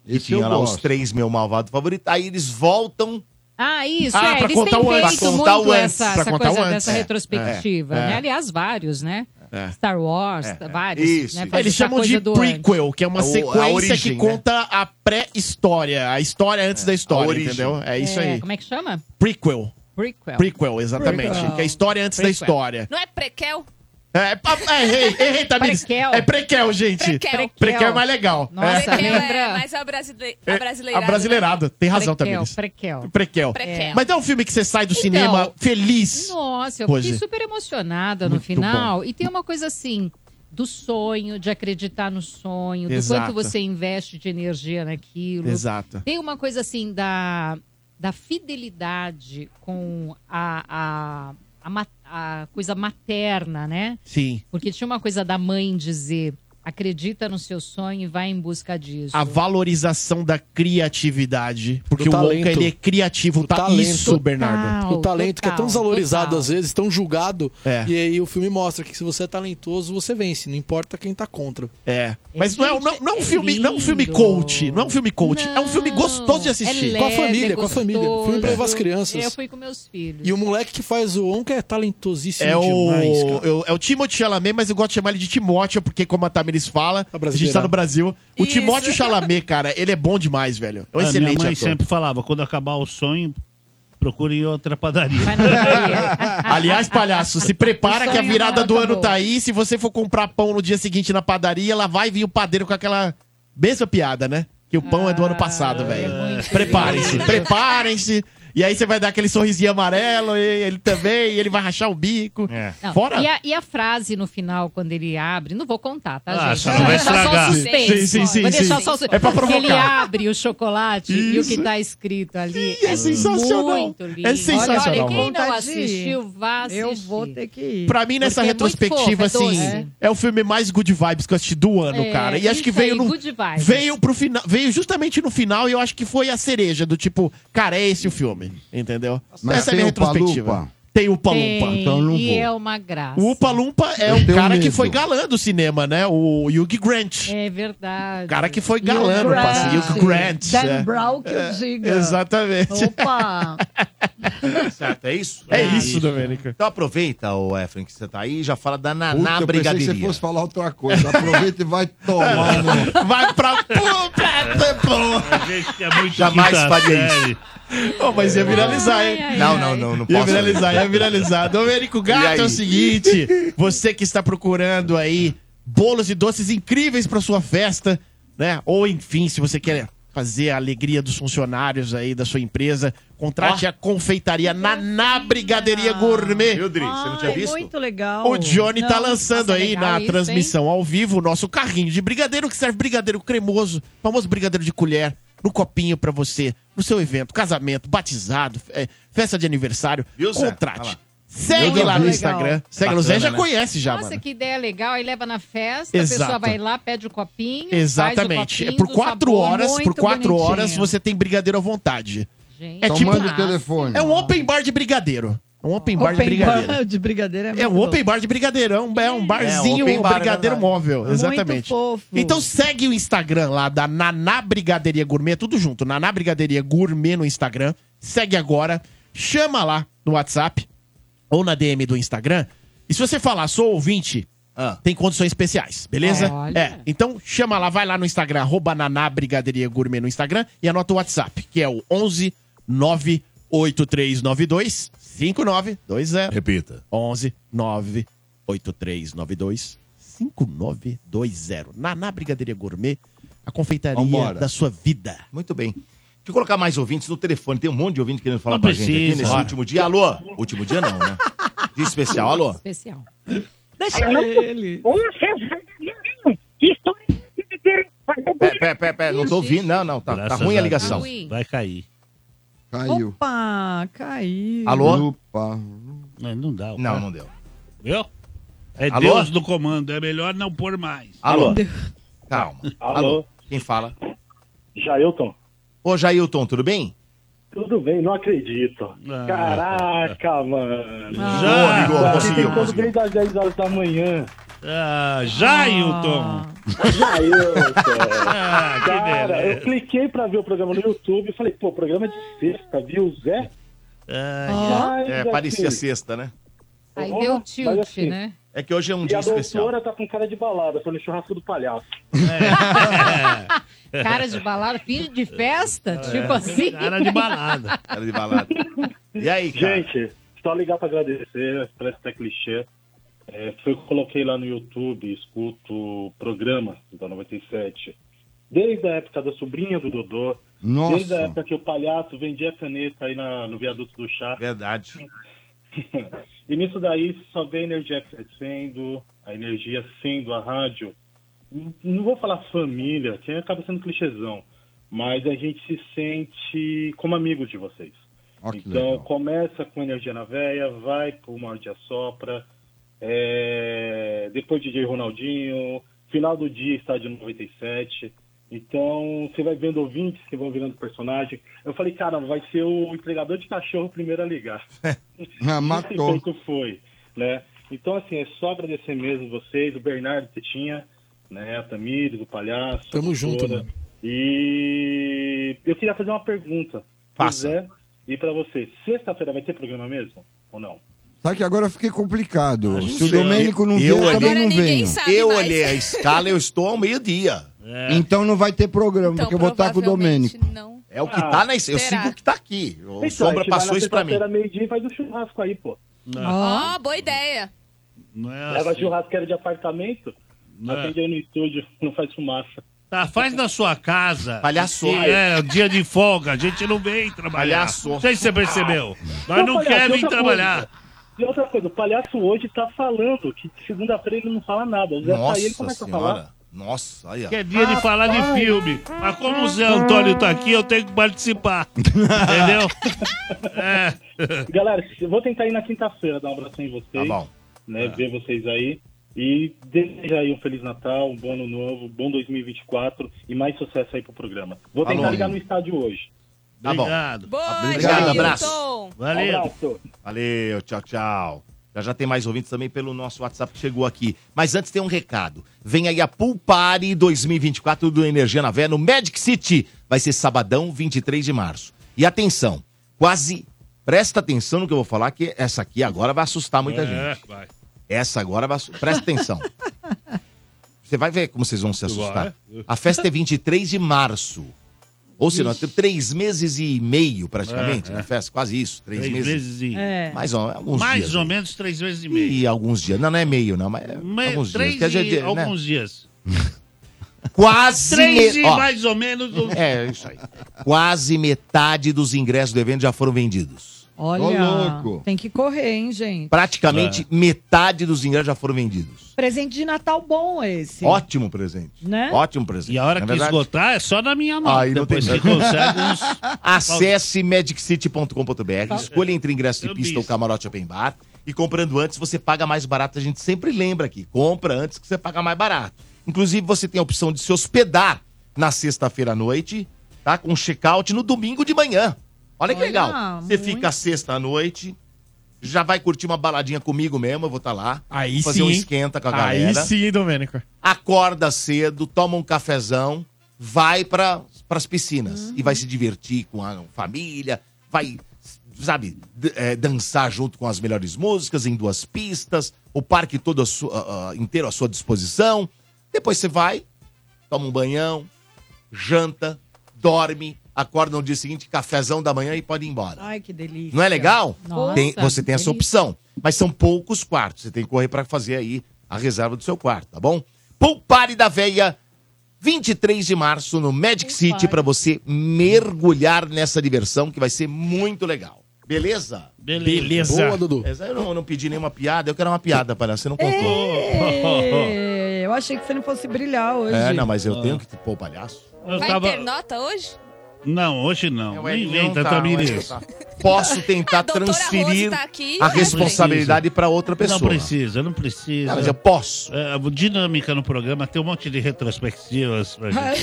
[SPEAKER 1] E tinha
[SPEAKER 8] eu
[SPEAKER 1] lá os
[SPEAKER 8] gosto.
[SPEAKER 1] três meu malvado favorito. Aí eles voltam.
[SPEAKER 6] Ah, isso,
[SPEAKER 1] Ah,
[SPEAKER 6] é.
[SPEAKER 1] pra
[SPEAKER 6] Eles
[SPEAKER 1] contar o
[SPEAKER 6] têm
[SPEAKER 1] antes.
[SPEAKER 6] feito
[SPEAKER 1] Pra
[SPEAKER 6] muito
[SPEAKER 1] contar o antes.
[SPEAKER 6] essa,
[SPEAKER 1] Pra
[SPEAKER 6] essa
[SPEAKER 1] contar
[SPEAKER 6] coisa
[SPEAKER 1] o antes.
[SPEAKER 6] dessa
[SPEAKER 1] É,
[SPEAKER 6] retrospectiva,
[SPEAKER 1] é,
[SPEAKER 6] né?
[SPEAKER 1] é.
[SPEAKER 6] Aliás, vários, né?
[SPEAKER 7] É.
[SPEAKER 6] Star Wars,
[SPEAKER 7] É, é.
[SPEAKER 6] vários.
[SPEAKER 7] Isso.
[SPEAKER 6] Né? Faz
[SPEAKER 7] Eles
[SPEAKER 6] essa
[SPEAKER 7] chamam
[SPEAKER 6] coisa
[SPEAKER 7] de
[SPEAKER 6] do
[SPEAKER 7] prequel, que é uma
[SPEAKER 1] A o- a
[SPEAKER 7] sequência
[SPEAKER 1] origem,
[SPEAKER 7] que
[SPEAKER 1] né?
[SPEAKER 7] conta a pré-história, a história antes da história,
[SPEAKER 1] origem.
[SPEAKER 7] entendeu? É
[SPEAKER 6] antes.
[SPEAKER 7] isso aí.
[SPEAKER 6] Como é que chama?
[SPEAKER 7] Prequel.
[SPEAKER 6] Prequel.
[SPEAKER 7] Prequel, exatamente.
[SPEAKER 6] Prequel.
[SPEAKER 7] Que é a história antes da
[SPEAKER 6] Prequel.
[SPEAKER 7] história.
[SPEAKER 9] Não é prequel?
[SPEAKER 7] É, pa- é, errei, errei, Tamires.
[SPEAKER 9] Prequel.
[SPEAKER 7] É prequel, gente.
[SPEAKER 9] Prequel.
[SPEAKER 7] Prequel é mais legal.
[SPEAKER 9] Nossa,
[SPEAKER 7] é.
[SPEAKER 9] prequel é mais a brasileira. A brasileirada, né?
[SPEAKER 7] A brasileirada. Tem razão,
[SPEAKER 6] né? Prequel,
[SPEAKER 7] Tamires.
[SPEAKER 6] prequel. Então.
[SPEAKER 7] Prequel.
[SPEAKER 6] Prequel.
[SPEAKER 7] Mas é um filme que você sai do cinema feliz.
[SPEAKER 6] Nossa, eu
[SPEAKER 7] Hoje.
[SPEAKER 6] fiquei super emocionada no
[SPEAKER 7] Muito
[SPEAKER 6] final. E tem uma coisa assim, do sonho, de acreditar no sonho,
[SPEAKER 7] Exato.
[SPEAKER 6] do quanto você investe de energia naquilo.
[SPEAKER 7] Exato.
[SPEAKER 6] Tem uma coisa assim da, da fidelidade com a, a, a ma- a coisa materna, né?
[SPEAKER 7] Sim.
[SPEAKER 6] Porque tinha uma coisa da mãe dizer, acredita no seu sonho e vai em busca disso.
[SPEAKER 7] A valorização da criatividade. Porque
[SPEAKER 10] Do
[SPEAKER 7] o
[SPEAKER 10] talento.
[SPEAKER 7] Wonka, ele é criativo. tá?
[SPEAKER 10] talento.
[SPEAKER 7] Isso, Bernardo.
[SPEAKER 10] O talento que é tão
[SPEAKER 6] total,
[SPEAKER 10] desvalorizado
[SPEAKER 6] total.
[SPEAKER 10] às vezes, tão julgado.
[SPEAKER 7] É.
[SPEAKER 10] E aí o filme mostra que se você é talentoso, você vence. Não importa quem tá contra.
[SPEAKER 7] É. Mas não é, não, não é um filme, não é um filme coach, não é um filme coach, é um filme gostoso de assistir.
[SPEAKER 10] é Com a leve, família, com a família. Filme pra
[SPEAKER 6] gostoso.
[SPEAKER 10] levar as crianças.
[SPEAKER 6] Eu fui com meus filhos.
[SPEAKER 10] E o moleque que faz o Onca é talentosíssimo
[SPEAKER 7] É o,
[SPEAKER 10] demais, cara.
[SPEAKER 7] eu- é o Timothy Chalamet, mas eu gosto de chamar ele de Timóteo, porque como a Tamiris fala, a, gente tá no Brasil. O
[SPEAKER 13] Isso.
[SPEAKER 7] Timóteo Chalamet, cara, ele é bom demais, velho. É um
[SPEAKER 13] Ah,
[SPEAKER 7] excelente
[SPEAKER 13] minha mãe
[SPEAKER 7] ator.
[SPEAKER 13] sempre falava, quando acabar o sonho, procure em outra padaria.
[SPEAKER 7] Aliás, palhaço, se prepara
[SPEAKER 13] O
[SPEAKER 7] que a
[SPEAKER 13] sonho
[SPEAKER 7] virada
[SPEAKER 13] não
[SPEAKER 7] do ano
[SPEAKER 13] acabou.
[SPEAKER 7] tá aí. Se você for comprar pão no dia seguinte na padaria, lá vai vir o padeiro com aquela mesma piada, né? Que o pão é do
[SPEAKER 6] Ah,
[SPEAKER 7] ano passado, velho. Preparem-se, preparem-se. E aí você vai dar aquele sorrisinho amarelo, e ele também, e ele vai rachar o bico.
[SPEAKER 6] Não,
[SPEAKER 7] Fora.
[SPEAKER 6] E a, e a frase no final, quando ele abre, não vou contar, tá,
[SPEAKER 7] Ah,
[SPEAKER 6] gente?
[SPEAKER 7] você não vai estragar.
[SPEAKER 6] Só o suspense.
[SPEAKER 7] Sim, sim, sim,
[SPEAKER 6] vou deixar
[SPEAKER 7] sim.
[SPEAKER 6] só o suspense.
[SPEAKER 7] É pra provocar.
[SPEAKER 6] Ele abre o chocolate e o que
[SPEAKER 7] Isso.
[SPEAKER 6] tá escrito ali.
[SPEAKER 7] é sensacional.
[SPEAKER 6] Muito lindo.
[SPEAKER 7] É
[SPEAKER 6] Olha, Olha,
[SPEAKER 7] sensacional,
[SPEAKER 6] quem
[SPEAKER 7] mano.
[SPEAKER 6] não
[SPEAKER 3] Vontade de ir.
[SPEAKER 6] assistiu, vá assistir.
[SPEAKER 3] Eu vou ter que ir.
[SPEAKER 7] Pra mim, nessa
[SPEAKER 6] Porque é muito
[SPEAKER 7] retrospectiva,
[SPEAKER 6] fofo, é
[SPEAKER 7] assim,
[SPEAKER 6] doce.
[SPEAKER 7] é o filme mais good vibes que eu assisti do ano,
[SPEAKER 6] É,
[SPEAKER 7] cara. E acho
[SPEAKER 6] isso
[SPEAKER 7] que veio
[SPEAKER 6] aí,
[SPEAKER 7] no.
[SPEAKER 6] good vibes.
[SPEAKER 7] Veio pro final. Veio justamente no final e eu acho que foi a cereja do tipo, cara, é esse o filme. Entendeu?
[SPEAKER 8] Mas
[SPEAKER 7] Essa é
[SPEAKER 8] tem
[SPEAKER 7] a minha
[SPEAKER 8] o Upa
[SPEAKER 7] retrospectiva.
[SPEAKER 8] Lupa?
[SPEAKER 7] Tem o Upa
[SPEAKER 6] Tem,
[SPEAKER 7] Lumpa.
[SPEAKER 6] e é uma graça.
[SPEAKER 7] O Upa Lumpa é
[SPEAKER 8] Eu
[SPEAKER 7] um
[SPEAKER 8] tenho
[SPEAKER 7] cara que
[SPEAKER 8] medo.
[SPEAKER 7] foi galã do cinema, né? O Hugh Grant.
[SPEAKER 6] É verdade.
[SPEAKER 7] O cara que foi galã no passado. Hugh Grant.
[SPEAKER 3] Dan
[SPEAKER 7] é.
[SPEAKER 3] Brown que eu
[SPEAKER 7] É,
[SPEAKER 3] diga.
[SPEAKER 7] Exatamente.
[SPEAKER 3] Opa!
[SPEAKER 1] Certo, é isso?
[SPEAKER 7] É isso, Domênica.
[SPEAKER 1] Então aproveita, o Efren, que você tá aí, já fala da Naná
[SPEAKER 8] Puta, eu pensei que
[SPEAKER 1] Brigadeiria.
[SPEAKER 8] você fosse falar outra coisa. Aproveita e vai tomar no...
[SPEAKER 1] Vai pra
[SPEAKER 7] é,
[SPEAKER 1] Jamais
[SPEAKER 7] quinta
[SPEAKER 1] faria
[SPEAKER 7] série.
[SPEAKER 1] isso.
[SPEAKER 7] Ô, mas ia viralizar, hein?
[SPEAKER 1] Não, não, não, não
[SPEAKER 7] Ia
[SPEAKER 1] posso.
[SPEAKER 7] viralizar, ia viralizar. Domênico
[SPEAKER 1] E
[SPEAKER 7] Gato
[SPEAKER 1] aí?
[SPEAKER 7] é o seguinte: você que está procurando aí bolos e doces incríveis para sua festa, né? Ou enfim, se você quer fazer a alegria dos funcionários aí da sua empresa, contrate a confeitaria Naná Brigadeiria Gourmet.
[SPEAKER 1] Viu, Dri? Você não tinha
[SPEAKER 3] Ai, muito legal.
[SPEAKER 7] O Johnny tá
[SPEAKER 3] Não,
[SPEAKER 7] lançando
[SPEAKER 3] nossa,
[SPEAKER 7] aí
[SPEAKER 3] legal
[SPEAKER 7] na
[SPEAKER 3] isso, hein?
[SPEAKER 7] transmissão ao vivo o nosso carrinho de brigadeiro que serve brigadeiro cremoso, famoso brigadeiro de colher, no copinho pra você, no seu evento, casamento, batizado, é, festa de aniversário.
[SPEAKER 1] Viu, Zé? Olha
[SPEAKER 7] Contrate.
[SPEAKER 1] lá.
[SPEAKER 7] Segue
[SPEAKER 1] Eu
[SPEAKER 7] lá
[SPEAKER 1] já
[SPEAKER 7] no
[SPEAKER 1] vi.
[SPEAKER 7] Instagram.
[SPEAKER 1] Legal.
[SPEAKER 7] Segue lá. O Zé
[SPEAKER 1] Bacana,
[SPEAKER 7] já
[SPEAKER 1] né?
[SPEAKER 7] conhece já,
[SPEAKER 6] Nossa,
[SPEAKER 7] mano.
[SPEAKER 6] que ideia legal. Aí leva na festa,
[SPEAKER 7] Exato.
[SPEAKER 6] a pessoa vai lá, pede o copinho. faz o
[SPEAKER 7] Exatamente. É
[SPEAKER 6] copinho
[SPEAKER 7] por
[SPEAKER 6] do
[SPEAKER 7] quatro
[SPEAKER 6] sabor,
[SPEAKER 7] horas, por
[SPEAKER 6] muito
[SPEAKER 7] quatro
[SPEAKER 6] bonitinho.
[SPEAKER 7] horas você é tem brigadeiro à vontade.
[SPEAKER 6] Gente,
[SPEAKER 7] é tipo
[SPEAKER 8] Tomando o telefone.
[SPEAKER 7] É um open bar de brigadeiro. É um open bar de
[SPEAKER 3] Open
[SPEAKER 7] brigadeiro.
[SPEAKER 3] bar de brigadeiro é
[SPEAKER 7] É um
[SPEAKER 3] muito
[SPEAKER 7] open bar de brigadeiro, é um, é um barzinho,
[SPEAKER 1] open
[SPEAKER 7] um
[SPEAKER 1] bar, é
[SPEAKER 7] brigadeiro
[SPEAKER 1] verdade.
[SPEAKER 7] móvel,
[SPEAKER 1] Muito
[SPEAKER 7] exatamente.
[SPEAKER 1] fofo.
[SPEAKER 7] Então segue o Instagram lá da Naná Brigadeiria Gourmet, tudo junto, Naná Brigadeiria Gourmet no Instagram, segue agora, chama lá no WhatsApp ou na DM do Instagram, e se você falar, sou ouvinte,
[SPEAKER 1] Ah.
[SPEAKER 7] tem condições especiais, beleza?
[SPEAKER 2] Olha.
[SPEAKER 7] É, então chama lá, vai lá no Instagram, arroba Naná Brigadeiria Gourmet no Instagram, e anota o WhatsApp, que é o 11 98392 5920.
[SPEAKER 1] Repita.
[SPEAKER 7] 11 98392 5920. Naná Brigadeiria Gourmet, a confeitaria
[SPEAKER 1] Vambora.
[SPEAKER 7] da sua vida.
[SPEAKER 1] Muito bem. Deixa eu colocar mais ouvintes no telefone. Tem um monte de ouvinte querendo falar
[SPEAKER 7] Não
[SPEAKER 1] pra gente aqui
[SPEAKER 7] precisa.
[SPEAKER 1] nesse
[SPEAKER 7] Bora.
[SPEAKER 1] último dia. Alô? Último dia não, né? Dia especial, alô?
[SPEAKER 6] Especial.
[SPEAKER 3] Deixa ele.
[SPEAKER 16] Que história
[SPEAKER 1] Pé, pé, pé, pé, não tô ouvindo. Não, não, tá, tá
[SPEAKER 13] Graças
[SPEAKER 1] ruim a
[SPEAKER 13] a
[SPEAKER 1] ligação.
[SPEAKER 13] Deus. Vai cair.
[SPEAKER 8] Caiu.
[SPEAKER 3] Opa, caiu.
[SPEAKER 1] Alô?
[SPEAKER 8] Opa.
[SPEAKER 13] Não, não dá.
[SPEAKER 1] Não, não deu.
[SPEAKER 13] Viu? É
[SPEAKER 1] Alô?
[SPEAKER 13] Deus no comando, é melhor não pôr mais.
[SPEAKER 1] Alô? Calma.
[SPEAKER 13] Alô?
[SPEAKER 1] Quem fala?
[SPEAKER 16] Jailton.
[SPEAKER 1] Ô, Jailton, tudo bem?
[SPEAKER 16] Tudo bem, não acredito. Caraca, mano.
[SPEAKER 1] Já, amigo,
[SPEAKER 16] Aqui
[SPEAKER 1] conseguiu,
[SPEAKER 16] tem todo desde as 10 horas da manhã. Ah,
[SPEAKER 13] Ah,
[SPEAKER 1] É,
[SPEAKER 13] Jailton.
[SPEAKER 16] Jailton.
[SPEAKER 13] Ah, que
[SPEAKER 16] Cara, eu
[SPEAKER 13] beleza.
[SPEAKER 16] cliquei pra ver o programa no YouTube e falei, pô, programa é de sexta, viu, Zé?
[SPEAKER 1] Ah,
[SPEAKER 16] Mas,
[SPEAKER 1] É,
[SPEAKER 16] assim,
[SPEAKER 1] parecia sexta, né?
[SPEAKER 6] Aí
[SPEAKER 16] Porra,
[SPEAKER 6] deu
[SPEAKER 16] mas
[SPEAKER 6] tilt,
[SPEAKER 16] assim,
[SPEAKER 6] né?
[SPEAKER 1] É que hoje é um
[SPEAKER 16] E
[SPEAKER 1] dia
[SPEAKER 16] a
[SPEAKER 1] especial.
[SPEAKER 16] doutora tá com cara de balada, falei churrasco do palhaço.
[SPEAKER 1] É.
[SPEAKER 6] Cara de balada, fim de festa,
[SPEAKER 7] É.
[SPEAKER 6] tipo assim.
[SPEAKER 1] Cara de É. balada. E aí,
[SPEAKER 16] cara? Gente, só ligar pra agradecer, parece até clichê. É, foi o que eu coloquei lá no YouTube, escuto o programa da 97. Desde a época da sobrinha do Dodô.
[SPEAKER 8] Nossa.
[SPEAKER 16] Desde a época que o palhaço vendia caneta aí na- no viaduto do chá.
[SPEAKER 1] Verdade.
[SPEAKER 16] e nisso daí só vê a energia crescendo, a energia sendo a rádio. N- Não vou falar família, que acaba sendo clichêzão. Mas a gente se sente como amigo de vocês.
[SPEAKER 8] Ó, que
[SPEAKER 16] Então
[SPEAKER 8] legal.
[SPEAKER 16] começa com energia na veia, vai pro Morde a Sopra, é... depois DJ Ronaldinho, final do dia estádio 97. Então você vai vendo ouvintes que vão virando personagem. Eu falei, cara, vai ser o entregador de cachorro o primeiro a ligar.
[SPEAKER 8] Ah,
[SPEAKER 16] Esse
[SPEAKER 8] matou.
[SPEAKER 16] pouco foi, né? Então, assim, é só agradecer mesmo vocês, o Bernardo Tetinha, né? A Tamires, o Palhaço.
[SPEAKER 10] Tamo
[SPEAKER 16] a doutora.
[SPEAKER 10] junto, mano.
[SPEAKER 16] E eu queria fazer uma pergunta. pro
[SPEAKER 8] Faça.
[SPEAKER 16] Zé e pra você. Sexta-feira vai ter programa mesmo? Ou não?
[SPEAKER 8] Sabe que agora eu fiquei complicado. Se o
[SPEAKER 1] sei.
[SPEAKER 8] Domênico não
[SPEAKER 1] Eu
[SPEAKER 8] vier, eu
[SPEAKER 1] olhei-
[SPEAKER 8] também não venho.
[SPEAKER 1] Eu olhei a escala, eu estou ao meio-dia.
[SPEAKER 16] É.
[SPEAKER 8] Então não vai ter programa, porque eu vou estar com o Domênico.
[SPEAKER 1] É o que
[SPEAKER 16] Ah,
[SPEAKER 1] tá na es- Eu
[SPEAKER 16] será?
[SPEAKER 1] sigo o que tá aqui. O
[SPEAKER 16] Então, a
[SPEAKER 1] Sombra
[SPEAKER 16] gente vai
[SPEAKER 1] passou
[SPEAKER 16] na
[SPEAKER 1] isso pra mim.
[SPEAKER 16] sexta-feira, meio-dia e faz um churrasco aí, pô.
[SPEAKER 9] Ó, boa ideia.
[SPEAKER 10] é
[SPEAKER 16] Leva
[SPEAKER 10] assim.
[SPEAKER 16] churrasco que era de apartamento, atende aí no estúdio, não faz fumaça.
[SPEAKER 13] Tá, faz na sua casa.
[SPEAKER 16] Palhaço.
[SPEAKER 13] E, É, dia de folga, a gente não vem trabalhar.
[SPEAKER 16] Palhaço.
[SPEAKER 13] Não sei se você percebeu. Nós
[SPEAKER 16] Ô,
[SPEAKER 13] não
[SPEAKER 16] palhaço,
[SPEAKER 13] queremos vir
[SPEAKER 16] outra
[SPEAKER 13] trabalhar.
[SPEAKER 16] coisa. E outra coisa, o palhaço hoje tá falando que segunda-feira ele não fala nada. O Zé tá aí, ele
[SPEAKER 1] Nossa
[SPEAKER 16] começa a falar.
[SPEAKER 1] senhora. Nossa, olha.
[SPEAKER 13] Que é dia
[SPEAKER 16] Ah,
[SPEAKER 13] de falar de filme. Mas como o Zé Antônio tá aqui, eu tenho que participar. Entendeu? É.
[SPEAKER 16] Galera, eu vou tentar ir na quinta-feira dar um abraço em vocês.
[SPEAKER 13] Tá bom.
[SPEAKER 16] Né,
[SPEAKER 13] É.
[SPEAKER 16] Ver vocês aí. E desejar aí um Feliz Natal, um bom ano novo, bom 2024 e mais sucesso aí pro programa. Vou tentar
[SPEAKER 1] Falou.
[SPEAKER 16] ligar no estádio hoje.
[SPEAKER 1] Tá bom.
[SPEAKER 13] Obrigado.
[SPEAKER 1] Obrigado, abraço.
[SPEAKER 13] Valeu.
[SPEAKER 16] Abraço.
[SPEAKER 1] Valeu, tchau, tchau. Já já tem mais ouvintes também pelo nosso WhatsApp que chegou aqui. Mas antes tem um recado. Vem aí a Pool Party 2024 do Energia na Véia no Magic City. Vai ser sabadão, 23 de março. E atenção, quase Presta atenção no que eu vou falar, que essa aqui agora vai assustar muita
[SPEAKER 13] É,
[SPEAKER 1] gente.
[SPEAKER 13] vai.
[SPEAKER 1] Essa agora vai assustar. Presta atenção. Você vai ver como vocês vão se assustar. A festa é 23 de março. Ou seja, nós temos três meses e meio praticamente
[SPEAKER 13] É, é.
[SPEAKER 1] na festa, quase isso. Três,
[SPEAKER 13] Três
[SPEAKER 1] meses.
[SPEAKER 13] meses e- É.
[SPEAKER 1] Mais, ou- alguns
[SPEAKER 13] Mais um-
[SPEAKER 1] dias,
[SPEAKER 13] ou
[SPEAKER 1] né?
[SPEAKER 13] menos três vezes e meio.
[SPEAKER 1] E alguns dias. Não, não é meio, não, mas é
[SPEAKER 13] Me-
[SPEAKER 1] alguns dias.
[SPEAKER 13] três
[SPEAKER 1] Porque a gente,
[SPEAKER 13] e
[SPEAKER 1] né?
[SPEAKER 13] alguns dias.
[SPEAKER 1] Quase
[SPEAKER 13] Três
[SPEAKER 1] me-
[SPEAKER 13] e
[SPEAKER 1] ó.
[SPEAKER 13] mais um- ou menos. o-
[SPEAKER 1] É, isso aí. Quase metade dos ingressos do evento já foram vendidos.
[SPEAKER 3] Olha, tem que correr, hein, gente?
[SPEAKER 1] Praticamente
[SPEAKER 13] É.
[SPEAKER 1] metade dos ingressos já foram vendidos.
[SPEAKER 3] Presente de Natal bom esse.
[SPEAKER 1] Ótimo presente.
[SPEAKER 3] Né?
[SPEAKER 1] Ótimo presente. E a
[SPEAKER 13] hora que esgotar é só na minha mão.
[SPEAKER 1] Aí não tem
[SPEAKER 13] Depois que consegue um Tá. uns-
[SPEAKER 1] Acesse magiccity.com.br, escolha entre ingresso de pista ou camarote open bar. E comprando antes, você paga mais barato. A gente sempre lembra aqui. Compra antes que você paga mais barato. Inclusive, você tem a opção de se hospedar na sexta-feira à noite, tá? Com check-out no domingo de manhã. Olha que
[SPEAKER 3] Olha,
[SPEAKER 1] legal. Você fica sexta à noite, já vai curtir uma baladinha comigo mesmo, eu vou estar lá.
[SPEAKER 7] Aí
[SPEAKER 1] fazer
[SPEAKER 7] sim,
[SPEAKER 1] um
[SPEAKER 7] hein?
[SPEAKER 1] esquenta com a
[SPEAKER 7] Aí
[SPEAKER 1] galera
[SPEAKER 7] sim, Domênico.
[SPEAKER 1] acorda cedo, toma um cafezão, vai para as piscinas e vai se divertir com a família, vai, sabe, d- é, dançar junto com as melhores músicas em duas pistas, o parque todo à sua- a- a- inteiro à sua disposição. Depois você vai, toma um banhão, janta, dorme, acorda no dia seguinte, cafezão da manhã e pode ir embora.
[SPEAKER 3] Ai, que delícia.
[SPEAKER 1] Não é legal?
[SPEAKER 3] Nossa,
[SPEAKER 1] Tem- você
[SPEAKER 3] que
[SPEAKER 1] tem essa
[SPEAKER 3] delícia.
[SPEAKER 1] opção. Mas são poucos quartos. Você tem que correr para fazer aí a reserva do seu quarto, tá bom? Poupare da Veia, 23 de março, no Magic City, para você mergulhar nessa diversão que vai ser muito legal. Beleza?
[SPEAKER 13] Beleza. Boa, Dudu.
[SPEAKER 1] Essa Eu não, eu não pedi nenhuma piada, eu quero uma piada, para Você não contou.
[SPEAKER 3] Ê, Eu achei que você não fosse brilhar hoje.
[SPEAKER 1] É, não, mas eu tenho que. Pô, palhaço.
[SPEAKER 13] Eu
[SPEAKER 9] Vai
[SPEAKER 13] tava-
[SPEAKER 9] ter nota hoje?
[SPEAKER 13] Não, hoje não. Não
[SPEAKER 1] Ué,
[SPEAKER 13] inventa,
[SPEAKER 1] tá,
[SPEAKER 13] Tamires.
[SPEAKER 1] ué, tá. Posso tentar transferir
[SPEAKER 9] Rose tá aqui,
[SPEAKER 1] a
[SPEAKER 9] né?
[SPEAKER 1] responsabilidade para outra pessoa.
[SPEAKER 13] Não precisa, não precisa.
[SPEAKER 1] Não, mas eu posso.
[SPEAKER 13] É, a dinâmica no programa tem um monte de retrospectivas pra gente.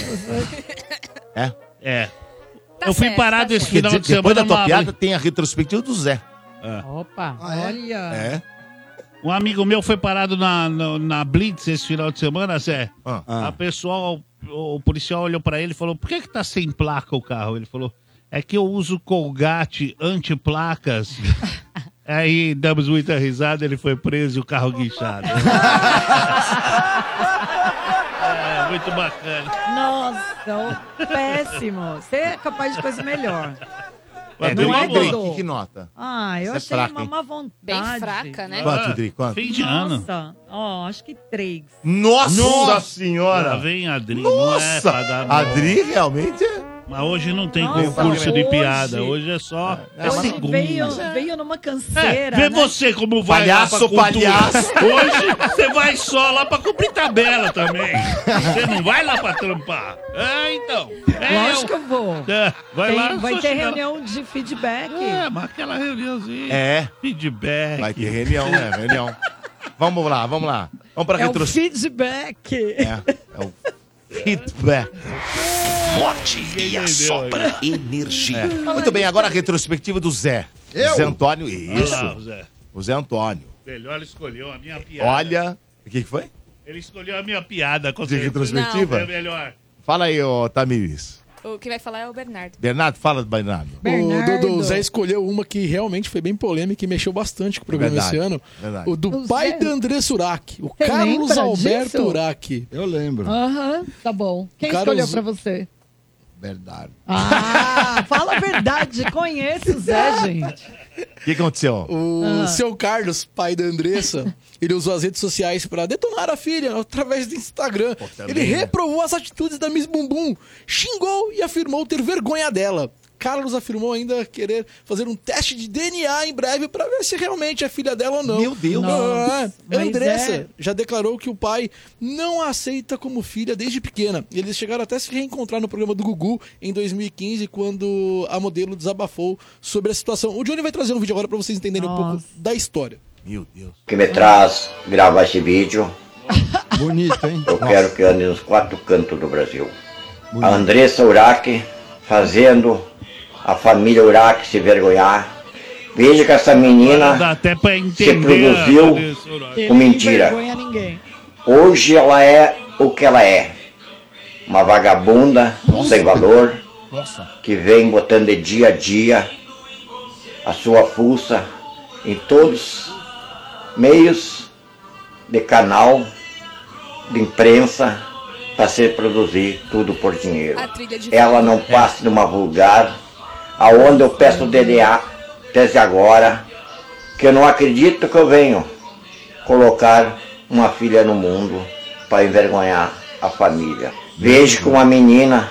[SPEAKER 1] É?
[SPEAKER 13] É.
[SPEAKER 9] Tá
[SPEAKER 13] eu fui parado esse final
[SPEAKER 1] Quer dizer,
[SPEAKER 13] de semana. É.
[SPEAKER 1] Depois da tua
[SPEAKER 13] numa-
[SPEAKER 1] piada, tem a retrospectiva do Zé.
[SPEAKER 3] Opa,
[SPEAKER 9] Ah,
[SPEAKER 3] olha.
[SPEAKER 1] É.
[SPEAKER 13] Um amigo meu foi parado na, na, na Blitz esse final de semana, Zé.
[SPEAKER 1] Ah.
[SPEAKER 13] A pessoal, o, o policial olhou pra ele e falou: por que, que tá sem placa o carro? Ele falou: é que eu uso colgate anti-placas. Aí damos muita risada, ele foi preso e o carro guinchado. é, muito bacana.
[SPEAKER 3] Nossa, ô, péssimo. Você é capaz de coisa melhor.
[SPEAKER 1] É,
[SPEAKER 13] Não é,
[SPEAKER 1] Drake, Drake,
[SPEAKER 13] Dudu?
[SPEAKER 1] que, que nota?
[SPEAKER 3] Ah, eu
[SPEAKER 1] Você é
[SPEAKER 3] achei
[SPEAKER 1] fraca,
[SPEAKER 3] uma
[SPEAKER 1] hein?
[SPEAKER 3] má vontade.
[SPEAKER 9] Bem fraca, né?
[SPEAKER 1] Quanto, Dri? Quanto?
[SPEAKER 13] Fim de ano.
[SPEAKER 3] Nossa, ó, acho que três.
[SPEAKER 1] Nossa,
[SPEAKER 13] Nossa
[SPEAKER 1] senhora!
[SPEAKER 13] Lá vem a Adri.
[SPEAKER 1] Nossa!
[SPEAKER 13] Não é pra dar
[SPEAKER 1] A
[SPEAKER 13] bola.
[SPEAKER 1] Dri realmente é...
[SPEAKER 13] Mas hoje não tem
[SPEAKER 3] Nossa,
[SPEAKER 13] concurso de
[SPEAKER 3] hoje-
[SPEAKER 13] piada. Hoje é só. É,
[SPEAKER 3] Hoje
[SPEAKER 13] segunda.
[SPEAKER 3] veio, veio numa canseira.
[SPEAKER 13] É, vê
[SPEAKER 3] né?
[SPEAKER 13] você como vai
[SPEAKER 1] Palhaço,
[SPEAKER 13] lá pra cultura.
[SPEAKER 1] palhaço.
[SPEAKER 13] Hoje você vai só lá pra cumprir tabela também. Você não vai lá pra trampar. É, então. É,
[SPEAKER 3] Lógico que eu vou.
[SPEAKER 13] É, vai
[SPEAKER 3] Tem-
[SPEAKER 13] lá.
[SPEAKER 3] vai
[SPEAKER 13] só
[SPEAKER 3] ter
[SPEAKER 13] chegar lá.
[SPEAKER 3] reunião de feedback.
[SPEAKER 13] É, mas aquela reuniãozinha.
[SPEAKER 1] É.
[SPEAKER 13] Feedback.
[SPEAKER 1] Vai ter reunião, né? Reunião. Vamos lá, vamos lá. Vamos pra
[SPEAKER 3] É o
[SPEAKER 1] retrospectiva.
[SPEAKER 3] feedback.
[SPEAKER 1] É, é o feedback.
[SPEAKER 2] Morte e a sopra energia.
[SPEAKER 1] É. Muito bem, agora a retrospectiva do Zé.
[SPEAKER 13] Eu?
[SPEAKER 1] Zé Antônio,
[SPEAKER 13] Olha
[SPEAKER 1] isso.
[SPEAKER 13] lá, Zé.
[SPEAKER 1] O Zé Antônio.
[SPEAKER 13] Melhor escolheu a minha piada.
[SPEAKER 1] Olha... O que que foi?
[SPEAKER 13] Ele escolheu a minha piada. Com
[SPEAKER 1] De
[SPEAKER 13] certeza.
[SPEAKER 1] retrospectiva?
[SPEAKER 13] É melhor.
[SPEAKER 1] Fala aí, ô Tamires.
[SPEAKER 9] O que vai falar é o Bernardo.
[SPEAKER 1] Bernardo, fala, Bernardo.
[SPEAKER 10] O Dodô Zé escolheu uma que realmente foi bem polêmica e mexeu bastante com o programa
[SPEAKER 1] Verdade,
[SPEAKER 10] esse ano.
[SPEAKER 1] verdade.
[SPEAKER 10] O do
[SPEAKER 3] O
[SPEAKER 10] pai
[SPEAKER 3] Zé?
[SPEAKER 10] da André Surak, o
[SPEAKER 3] Você
[SPEAKER 10] Carlos
[SPEAKER 3] lembra
[SPEAKER 10] Alberto
[SPEAKER 3] disso?
[SPEAKER 10] Uraki.
[SPEAKER 8] Eu lembro.
[SPEAKER 3] Aham, tá bom. Quem
[SPEAKER 10] Cara,
[SPEAKER 3] escolheu
[SPEAKER 10] os-
[SPEAKER 3] pra você?
[SPEAKER 8] Verdade.
[SPEAKER 3] Ah, fala a verdade. Conheço o Zé, gente.
[SPEAKER 1] O que aconteceu?
[SPEAKER 10] O
[SPEAKER 3] Ah.
[SPEAKER 10] seu Carlos, pai da Andressa, ele usou as redes sociais para detonar a filha através do Instagram.
[SPEAKER 1] também,
[SPEAKER 10] ele
[SPEAKER 1] né?
[SPEAKER 10] reprovou as atitudes da Miss Bumbum, xingou e afirmou ter vergonha dela. Carlos afirmou ainda querer fazer um teste de DNA em breve para ver se realmente é filha dela ou não.
[SPEAKER 1] Meu Deus.
[SPEAKER 10] Ah,
[SPEAKER 1] Nossa, mas
[SPEAKER 10] Andressa
[SPEAKER 1] é.
[SPEAKER 10] já declarou que o pai não a aceita como filha desde pequena. Eles chegaram até a se reencontrar no programa do Gugu em 2015, quando a modelo desabafou sobre a situação. O Johnny vai trazer um vídeo agora para vocês entenderem um pouco da história.
[SPEAKER 1] Meu Deus.
[SPEAKER 17] que me traz gravar esse vídeo.
[SPEAKER 8] Bonito, hein?
[SPEAKER 17] Eu quero que ande nos quatro cantos do Brasil.
[SPEAKER 8] Bonito.
[SPEAKER 17] A Andressa Urac fazendo a família Urac se vergonhar. Veja que essa
[SPEAKER 13] Dá
[SPEAKER 17] menina
[SPEAKER 13] até pra
[SPEAKER 17] se
[SPEAKER 13] entender.
[SPEAKER 17] produziu
[SPEAKER 13] Adri.
[SPEAKER 17] com mentira.
[SPEAKER 3] vergonha ninguém.
[SPEAKER 17] Hoje ela é o que ela é. Uma vagabunda sem valor
[SPEAKER 1] Nossa.
[SPEAKER 17] que vem botando de dia a dia a sua pulsa em todos meios de canal de imprensa para se produzir tudo por dinheiro. Ela não passa de uma vulgar, aonde eu peço DNA desde agora, que eu não acredito que eu venho colocar uma filha no mundo para envergonhar a família. Vejo que uma menina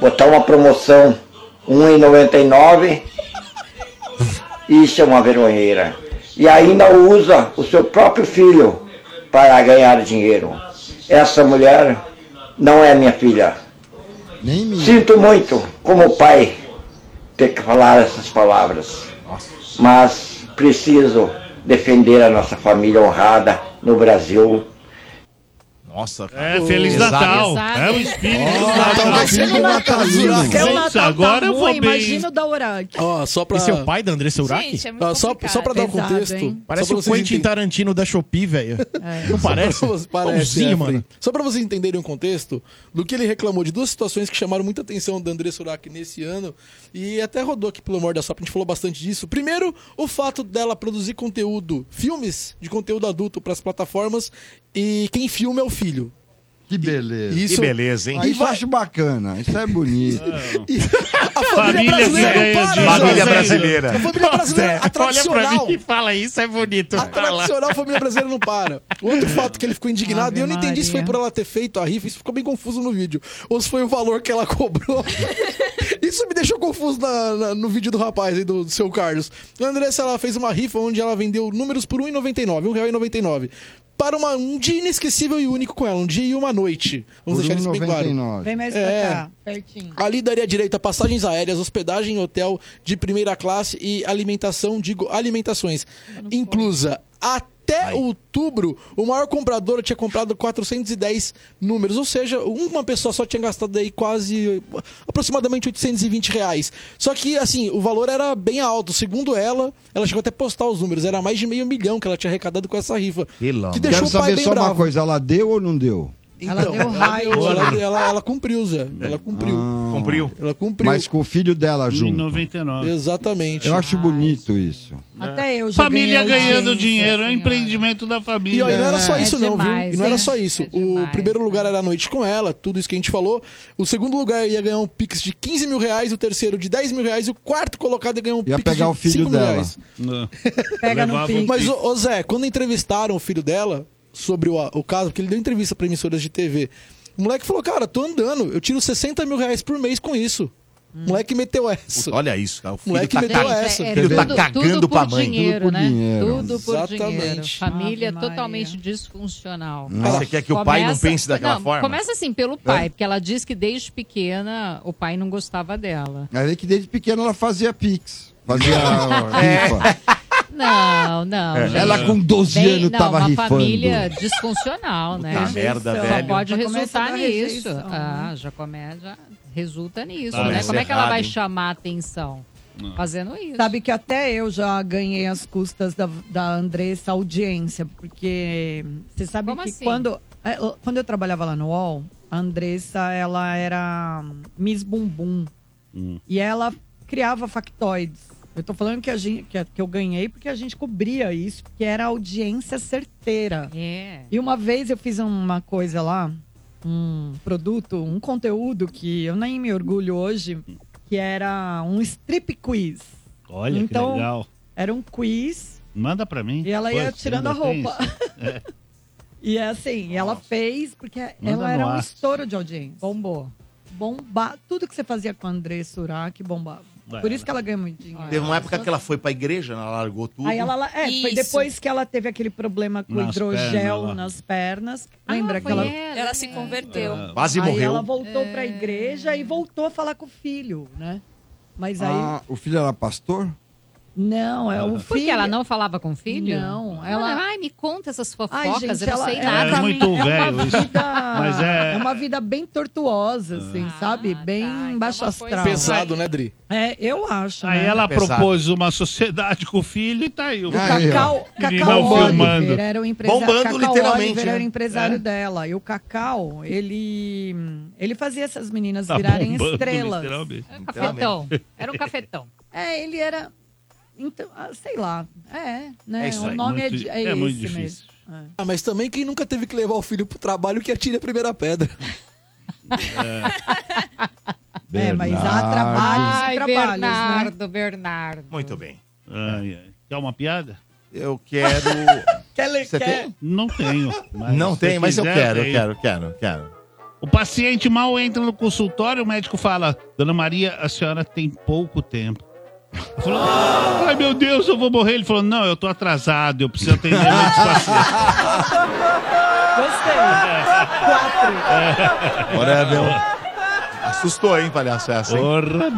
[SPEAKER 17] botar uma promoção 1,99 isso é uma vergonheira. E ainda usa o seu próprio filho para ganhar dinheiro. Essa mulher não é minha filha. Sinto muito, como pai, ter que falar essas palavras. Mas preciso defender a nossa família honrada no Brasil.
[SPEAKER 1] Nossa,
[SPEAKER 13] É, Feliz Natal. É o espírito do
[SPEAKER 10] tá
[SPEAKER 13] Natal.
[SPEAKER 3] Até o Natal
[SPEAKER 13] Agora
[SPEAKER 3] tá
[SPEAKER 13] eu vou
[SPEAKER 3] ruim,
[SPEAKER 13] bem.
[SPEAKER 3] Imagina o da Uraki.
[SPEAKER 10] Ó, só pra...
[SPEAKER 7] Esse é o pai da Andressa Urach?
[SPEAKER 3] Gente, é muito
[SPEAKER 10] Ah, só,
[SPEAKER 3] complicado.
[SPEAKER 10] só pra dar o
[SPEAKER 3] Pesado,
[SPEAKER 10] contexto.
[SPEAKER 3] hein?
[SPEAKER 7] Parece
[SPEAKER 10] só pra
[SPEAKER 7] o
[SPEAKER 10] vocês
[SPEAKER 7] Quentin Tarantino da Shopee, velho. Não parece?
[SPEAKER 10] É. Só pra você- parece,
[SPEAKER 7] Igualzinho,
[SPEAKER 10] é,
[SPEAKER 7] mano.
[SPEAKER 10] Fri. Só pra vocês entenderem o contexto, do que ele reclamou de duas situações que chamaram muita atenção da André Surak nesse ano, e até rodou aqui pelo amor da sopa, a gente falou bastante disso. Primeiro, o fato dela produzir conteúdo, filmes de conteúdo adulto pras plataformas, e quem filma é o filho.
[SPEAKER 8] Que beleza.
[SPEAKER 10] Isso-
[SPEAKER 8] Isso,
[SPEAKER 10] Que beleza, hein?
[SPEAKER 8] Isso eu acho bacana. Isso é bonito.
[SPEAKER 10] A
[SPEAKER 8] Família
[SPEAKER 10] brasileira
[SPEAKER 8] ganha
[SPEAKER 10] não para,
[SPEAKER 8] dinheiro. Família
[SPEAKER 10] José.
[SPEAKER 8] brasileira.
[SPEAKER 10] A família brasileira, a
[SPEAKER 7] Olha pra
[SPEAKER 10] tradicional.
[SPEAKER 7] mim e fala isso, é bonito.
[SPEAKER 10] A Tá tradicional família brasileira não para. O outro fato que ele ficou indignado,
[SPEAKER 7] Ave
[SPEAKER 10] e eu não entendi se foi
[SPEAKER 7] Maria.
[SPEAKER 10] por ela ter feito a rifa, isso ficou bem confuso no vídeo, ou se foi o valor que ela cobrou. isso me deixou confuso na- na- no vídeo do rapaz aí, do, do seu Carlos. A Andressa, ela fez uma rifa onde ela vendeu números por R$1,99, R$1,99. Para uma- um dia inesquecível e único com ela, um dia e uma noite. Vamos
[SPEAKER 8] Por
[SPEAKER 10] deixar isso bem
[SPEAKER 7] um
[SPEAKER 10] claro. É.
[SPEAKER 8] R$1,99. Vem
[SPEAKER 3] mais pra cá, pertinho.
[SPEAKER 10] Ali daria direito a passagens aéreas, hospedagem em hotel de primeira classe e alimentação, digo, alimentações, inclusa. Até outubro, o maior comprador tinha comprado 410 números, ou seja, uma pessoa só tinha gastado aí quase aproximadamente 820 reais. Só que, assim, o valor era bem alto. Segundo ela, ela chegou até a postar os números, era mais de meio milhão que ela tinha arrecadado com essa rifa. que deixou
[SPEAKER 8] Quero
[SPEAKER 10] o pai
[SPEAKER 8] saber
[SPEAKER 10] bem
[SPEAKER 8] só uma
[SPEAKER 10] bravo.
[SPEAKER 8] coisa. Ela deu ou não deu?
[SPEAKER 10] Ela deu raio. Ela, ela- ela cumpriu, Zé. Ela cumpriu.
[SPEAKER 8] Ah.
[SPEAKER 1] Cumpriu?
[SPEAKER 10] Ela cumpriu.
[SPEAKER 8] Mas com o filho dela junto.
[SPEAKER 13] 99.
[SPEAKER 10] Exatamente.
[SPEAKER 8] Eu acho bonito isso.
[SPEAKER 3] Até eu já
[SPEAKER 13] Família
[SPEAKER 3] ganhei
[SPEAKER 13] ganhando
[SPEAKER 3] audiência,
[SPEAKER 13] dinheiro, é um empreendimento da família.
[SPEAKER 10] E ó, e não era só
[SPEAKER 13] É
[SPEAKER 10] isso, não,
[SPEAKER 13] demais,
[SPEAKER 10] viu? E não era
[SPEAKER 13] hein?
[SPEAKER 10] só isso. o primeiro lugar era a noite com ela, tudo isso que a gente falou. O segundo lugar ia ganhar um pix de 15 mil reais, o terceiro de 10 mil reais, e o quarto colocado ia ganhar um
[SPEAKER 8] Ia
[SPEAKER 10] pix
[SPEAKER 8] pegar
[SPEAKER 10] de
[SPEAKER 8] o filho
[SPEAKER 10] 5 mil
[SPEAKER 8] dela.
[SPEAKER 10] reais.
[SPEAKER 3] Pega no Levava o Pix.
[SPEAKER 10] Mas, ô, ô, Zé, quando entrevistaram o filho dela sobre o, o caso, porque ele deu entrevista pra emissoras de TV, o moleque falou, cara, tô andando, eu tiro 60 mil reais por mês com isso. O moleque meteu essa.
[SPEAKER 1] Olha isso, cara. O filho
[SPEAKER 10] Moleque
[SPEAKER 1] tá,
[SPEAKER 10] meteu
[SPEAKER 1] ca-
[SPEAKER 10] essa.
[SPEAKER 1] o
[SPEAKER 6] É,
[SPEAKER 1] filho tá cagando pra mãe.
[SPEAKER 6] né? Dinheiro, né? Tudo por
[SPEAKER 10] Exatamente.
[SPEAKER 6] dinheiro. Família totalmente disfuncional.
[SPEAKER 1] Nossa, você quer que o pai não pense daquela
[SPEAKER 6] não,
[SPEAKER 1] forma?
[SPEAKER 6] Começa assim pelo pai, porque ela diz que desde pequena o pai não gostava dela.
[SPEAKER 8] Ela vê é que desde pequena ela fazia pix. Fazia rifa.
[SPEAKER 6] Não, não.
[SPEAKER 8] É.
[SPEAKER 6] gente.
[SPEAKER 8] Ela com 12
[SPEAKER 6] Bem,
[SPEAKER 8] anos
[SPEAKER 6] não,
[SPEAKER 8] tava
[SPEAKER 6] uma
[SPEAKER 8] rifando.
[SPEAKER 6] família disfuncional, né?
[SPEAKER 1] Puta merda,
[SPEAKER 6] Só
[SPEAKER 1] velho.
[SPEAKER 6] pode
[SPEAKER 3] Já começa
[SPEAKER 6] resultar
[SPEAKER 3] da
[SPEAKER 6] nisso.
[SPEAKER 3] rejeição, né?
[SPEAKER 6] Ah, já começa, já resulta nisso,
[SPEAKER 3] Começa
[SPEAKER 6] né? Como é que ela
[SPEAKER 3] errado,
[SPEAKER 6] vai
[SPEAKER 3] hein?
[SPEAKER 6] chamar a atenção? Fazendo isso.
[SPEAKER 3] Sabe que até eu já ganhei as custas da, da Andressa audiência, porque você sabe
[SPEAKER 6] Como
[SPEAKER 3] que
[SPEAKER 6] assim?
[SPEAKER 3] quando, é, eu- quando eu trabalhava lá no UOL, a Andressa, ela era Miss Bumbum.
[SPEAKER 13] Hum.
[SPEAKER 3] E ela criava factoides. Eu tô falando que, a gente, que, a- que eu ganhei porque a gente cobria isso, porque era audiência certeira.
[SPEAKER 6] É.
[SPEAKER 3] E uma vez eu fiz uma coisa lá, um produto, um conteúdo que eu nem me orgulho hoje, que era um strip quiz.
[SPEAKER 13] Olha que
[SPEAKER 3] então,
[SPEAKER 13] legal.
[SPEAKER 3] Era um quiz
[SPEAKER 13] Manda pra mim.
[SPEAKER 3] e ela ia
[SPEAKER 13] Pois,
[SPEAKER 3] tirando a
[SPEAKER 13] ainda tem
[SPEAKER 3] roupa.
[SPEAKER 13] isso? É.
[SPEAKER 3] E é assim, ela fez porque
[SPEAKER 13] Manda
[SPEAKER 3] ela era
[SPEAKER 13] no
[SPEAKER 3] um
[SPEAKER 13] ar.
[SPEAKER 3] estouro de audiência. Bombou. Bomba... Tudo que você fazia com a André Surak bombava.
[SPEAKER 1] É.
[SPEAKER 3] Por isso que ela ganha muito dinheiro.
[SPEAKER 1] Teve uma época que ela foi pra igreja, ela largou tudo.
[SPEAKER 3] Aí ela, é, foi
[SPEAKER 9] Isso.
[SPEAKER 3] depois que ela teve aquele problema com o
[SPEAKER 1] Nas
[SPEAKER 3] hidrogel
[SPEAKER 1] pernas lá.
[SPEAKER 3] nas pernas. Lembra que ela
[SPEAKER 9] Ela, se converteu.
[SPEAKER 1] Quase
[SPEAKER 3] aí
[SPEAKER 1] morreu.
[SPEAKER 3] ela voltou
[SPEAKER 6] É.
[SPEAKER 3] pra igreja e voltou a falar com o filho, né? Mas aí.
[SPEAKER 8] Ah, o filho era pastor? Ah.
[SPEAKER 3] Não, é o
[SPEAKER 6] Porque
[SPEAKER 3] filho-
[SPEAKER 6] ela não falava com o filho?
[SPEAKER 3] Não,
[SPEAKER 6] ela...
[SPEAKER 3] ela-
[SPEAKER 6] Ai, me conta essas fofocas,
[SPEAKER 3] Ai, gente,
[SPEAKER 6] eu não
[SPEAKER 3] ela-
[SPEAKER 6] sei
[SPEAKER 3] ela
[SPEAKER 6] nada. é
[SPEAKER 3] tá-
[SPEAKER 13] velho isso.
[SPEAKER 3] vida-
[SPEAKER 13] Mas é-
[SPEAKER 3] é uma vida bem tortuosa, assim,
[SPEAKER 6] Ah,
[SPEAKER 3] sabe?
[SPEAKER 6] tá,
[SPEAKER 3] Bem
[SPEAKER 6] então é
[SPEAKER 3] baixo astral.
[SPEAKER 10] Pesado, né, Dri?
[SPEAKER 3] É, eu acho.
[SPEAKER 13] Aí
[SPEAKER 3] né?
[SPEAKER 8] É
[SPEAKER 13] ela propôs uma sociedade com o filho e tá aí.
[SPEAKER 3] O Cacau, Cacau Oliver era o empresário. Cacau Oliver
[SPEAKER 10] né?
[SPEAKER 3] era o
[SPEAKER 13] É.
[SPEAKER 10] É.
[SPEAKER 3] empresário dela. E o Cacau, ele, ele fazia essas
[SPEAKER 10] Tá
[SPEAKER 3] meninas virarem estrelas.
[SPEAKER 6] um Cafetão. Era um cafetão.
[SPEAKER 3] É, ele era. Então, ah, sei lá. É, né?
[SPEAKER 10] É isso
[SPEAKER 3] o
[SPEAKER 10] aí.
[SPEAKER 3] nome
[SPEAKER 10] Muito-
[SPEAKER 3] é, di- é,
[SPEAKER 10] é
[SPEAKER 3] esse
[SPEAKER 10] muito
[SPEAKER 3] mesmo.
[SPEAKER 10] difícil.
[SPEAKER 3] É.
[SPEAKER 10] Ah, mas também quem nunca teve que levar o filho pro trabalho que atire a primeira pedra.
[SPEAKER 3] É, mas há
[SPEAKER 6] trabalhos
[SPEAKER 3] e
[SPEAKER 6] Ai,
[SPEAKER 3] trabalhos, né?
[SPEAKER 6] Bernardo, Bernardo.
[SPEAKER 1] Muito bem.
[SPEAKER 13] Ai, ai. Quer uma piada?
[SPEAKER 1] Eu quero.
[SPEAKER 3] quer
[SPEAKER 1] Você quer? tem?
[SPEAKER 13] Não tenho.
[SPEAKER 1] Não
[SPEAKER 13] se
[SPEAKER 1] tem, mas eu
[SPEAKER 13] quiser,
[SPEAKER 1] quero, eu
[SPEAKER 13] tem.
[SPEAKER 1] quero, quero, quero.
[SPEAKER 13] O paciente mal entra no consultório, o médico fala: Dona Maria, a senhora tem pouco tempo. Ela Falou, Ai meu Deus, eu vou morrer. Ele falou: Não, eu tô atrasado, eu preciso atender muitos pacientes.
[SPEAKER 3] Gostei.
[SPEAKER 1] Quatro. Ora, meu. Assustou, hein, palhaço essa, hein?
[SPEAKER 13] Ora,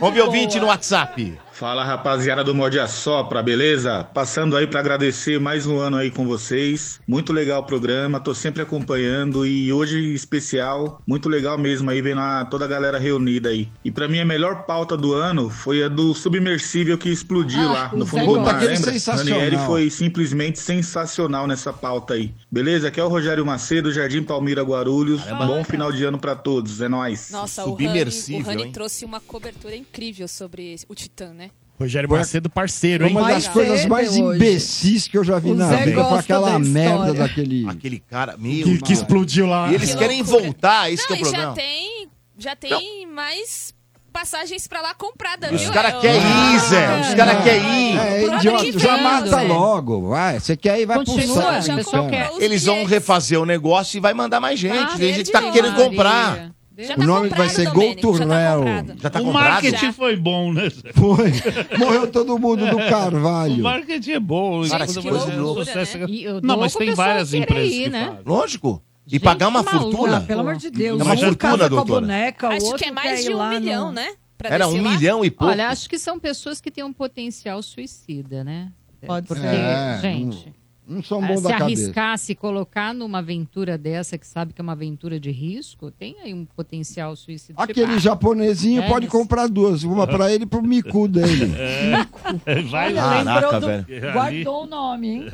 [SPEAKER 1] Vamos ver o ouvinte no WhatsApp.
[SPEAKER 18] Fala rapaziada do Morde a Sopra, beleza? Passando aí pra agradecer mais um ano aí com vocês. Muito legal o programa, tô sempre acompanhando e hoje em especial, muito legal mesmo aí vendo a- toda a galera reunida aí. E pra mim a melhor pauta do ano foi a do submersível que explodiu
[SPEAKER 10] Ah,
[SPEAKER 18] lá no
[SPEAKER 10] o
[SPEAKER 18] fundo
[SPEAKER 10] Zé
[SPEAKER 18] do mar,
[SPEAKER 10] Gomes.
[SPEAKER 18] lembra?
[SPEAKER 10] Sensacional.
[SPEAKER 18] Ranieri foi simplesmente sensacional nessa pauta aí. Beleza? Aqui é o Rogério Macedo, Jardim Palmira Guarulhos. Bom final de ano pra todos, é nóis.
[SPEAKER 9] Nossa, o Rani, o Rani trouxe uma cobertura incrível sobre esse- o Titã, né?
[SPEAKER 7] Rogério Macedo, parceiro, hein?
[SPEAKER 8] Uma das coisas mais imbecis que eu já vi
[SPEAKER 1] O
[SPEAKER 8] na
[SPEAKER 1] Zé
[SPEAKER 8] vida foi
[SPEAKER 1] gosta
[SPEAKER 8] aquela
[SPEAKER 1] da
[SPEAKER 8] merda
[SPEAKER 1] história.
[SPEAKER 8] daquele.
[SPEAKER 1] Aquele cara, meu.
[SPEAKER 8] Que- que
[SPEAKER 7] explodiu lá.
[SPEAKER 1] E eles
[SPEAKER 9] Que
[SPEAKER 1] querem
[SPEAKER 9] loucura.
[SPEAKER 1] voltar, esse que é
[SPEAKER 9] Não,
[SPEAKER 1] o
[SPEAKER 9] e já
[SPEAKER 1] problema.
[SPEAKER 9] tem, já tem mais passagens pra lá comprada,
[SPEAKER 1] E os
[SPEAKER 9] viu?
[SPEAKER 1] cara
[SPEAKER 9] É,
[SPEAKER 1] querem
[SPEAKER 9] ó.
[SPEAKER 1] ir, Zé. Os caras querem ir.
[SPEAKER 8] É,
[SPEAKER 9] Pro ano que
[SPEAKER 8] idiota, já
[SPEAKER 9] vem,
[SPEAKER 8] mata
[SPEAKER 9] Zé.
[SPEAKER 8] logo. Vai, você quer ir, vai pro
[SPEAKER 1] Continua,
[SPEAKER 8] saco.
[SPEAKER 1] já
[SPEAKER 8] então.
[SPEAKER 1] Eles vão refazer o negócio e vai mandar mais
[SPEAKER 6] Ah,
[SPEAKER 1] gente. Tem gente que tá querendo comprar.
[SPEAKER 8] O nome vai ser Go to Hell.
[SPEAKER 1] Já tá
[SPEAKER 13] o
[SPEAKER 1] comprado?
[SPEAKER 13] marketing foi bom, né? Zé?
[SPEAKER 8] Foi. Morreu todo mundo do
[SPEAKER 13] O
[SPEAKER 8] Carvalho.
[SPEAKER 13] marketing é bom.
[SPEAKER 1] Cara,
[SPEAKER 13] Quando
[SPEAKER 1] que
[SPEAKER 13] você-
[SPEAKER 1] coisa louca.
[SPEAKER 13] sucesso-
[SPEAKER 6] né? E eu
[SPEAKER 13] Não,
[SPEAKER 6] dou
[SPEAKER 13] mas
[SPEAKER 6] com
[SPEAKER 13] tem
[SPEAKER 6] pessoa
[SPEAKER 13] várias
[SPEAKER 6] querer
[SPEAKER 13] empresas
[SPEAKER 6] ir,
[SPEAKER 13] que
[SPEAKER 6] né?
[SPEAKER 13] fazem.
[SPEAKER 1] Lógico. E pagar uma
[SPEAKER 6] maluca,
[SPEAKER 1] fortuna.
[SPEAKER 6] pelo amor de Deus.
[SPEAKER 1] É uma
[SPEAKER 6] Um
[SPEAKER 1] fortuna,
[SPEAKER 6] casa com a
[SPEAKER 1] doutora.
[SPEAKER 6] boneca, o
[SPEAKER 9] Acho que
[SPEAKER 6] outro
[SPEAKER 9] é mais
[SPEAKER 6] quer
[SPEAKER 9] de
[SPEAKER 6] ir
[SPEAKER 9] um
[SPEAKER 6] lá
[SPEAKER 9] milhão,
[SPEAKER 6] no-
[SPEAKER 9] né?
[SPEAKER 1] Era
[SPEAKER 9] descer
[SPEAKER 1] um
[SPEAKER 9] lá.
[SPEAKER 1] milhão e pouco.
[SPEAKER 6] Olha, acho que são pessoas que têm um potencial suicida, né?
[SPEAKER 3] Pode
[SPEAKER 6] Porque,
[SPEAKER 8] É,
[SPEAKER 6] gente,
[SPEAKER 8] Não, não são
[SPEAKER 6] ah,
[SPEAKER 8] bons
[SPEAKER 6] se
[SPEAKER 8] da
[SPEAKER 6] arriscar,
[SPEAKER 8] cabeça.
[SPEAKER 6] se colocar numa aventura dessa, que sabe que é uma aventura de risco, tem aí um potencial suicida.
[SPEAKER 8] Aquele japonesinho
[SPEAKER 6] É,
[SPEAKER 8] pode
[SPEAKER 6] mas-
[SPEAKER 8] comprar duas. Uma pra ele e pro Miku dele.
[SPEAKER 1] É.
[SPEAKER 13] É, Vai
[SPEAKER 8] Olha,
[SPEAKER 13] lá.
[SPEAKER 8] lembrou
[SPEAKER 1] Caraca,
[SPEAKER 8] do-
[SPEAKER 1] velho.
[SPEAKER 3] Guardou o nome, hein?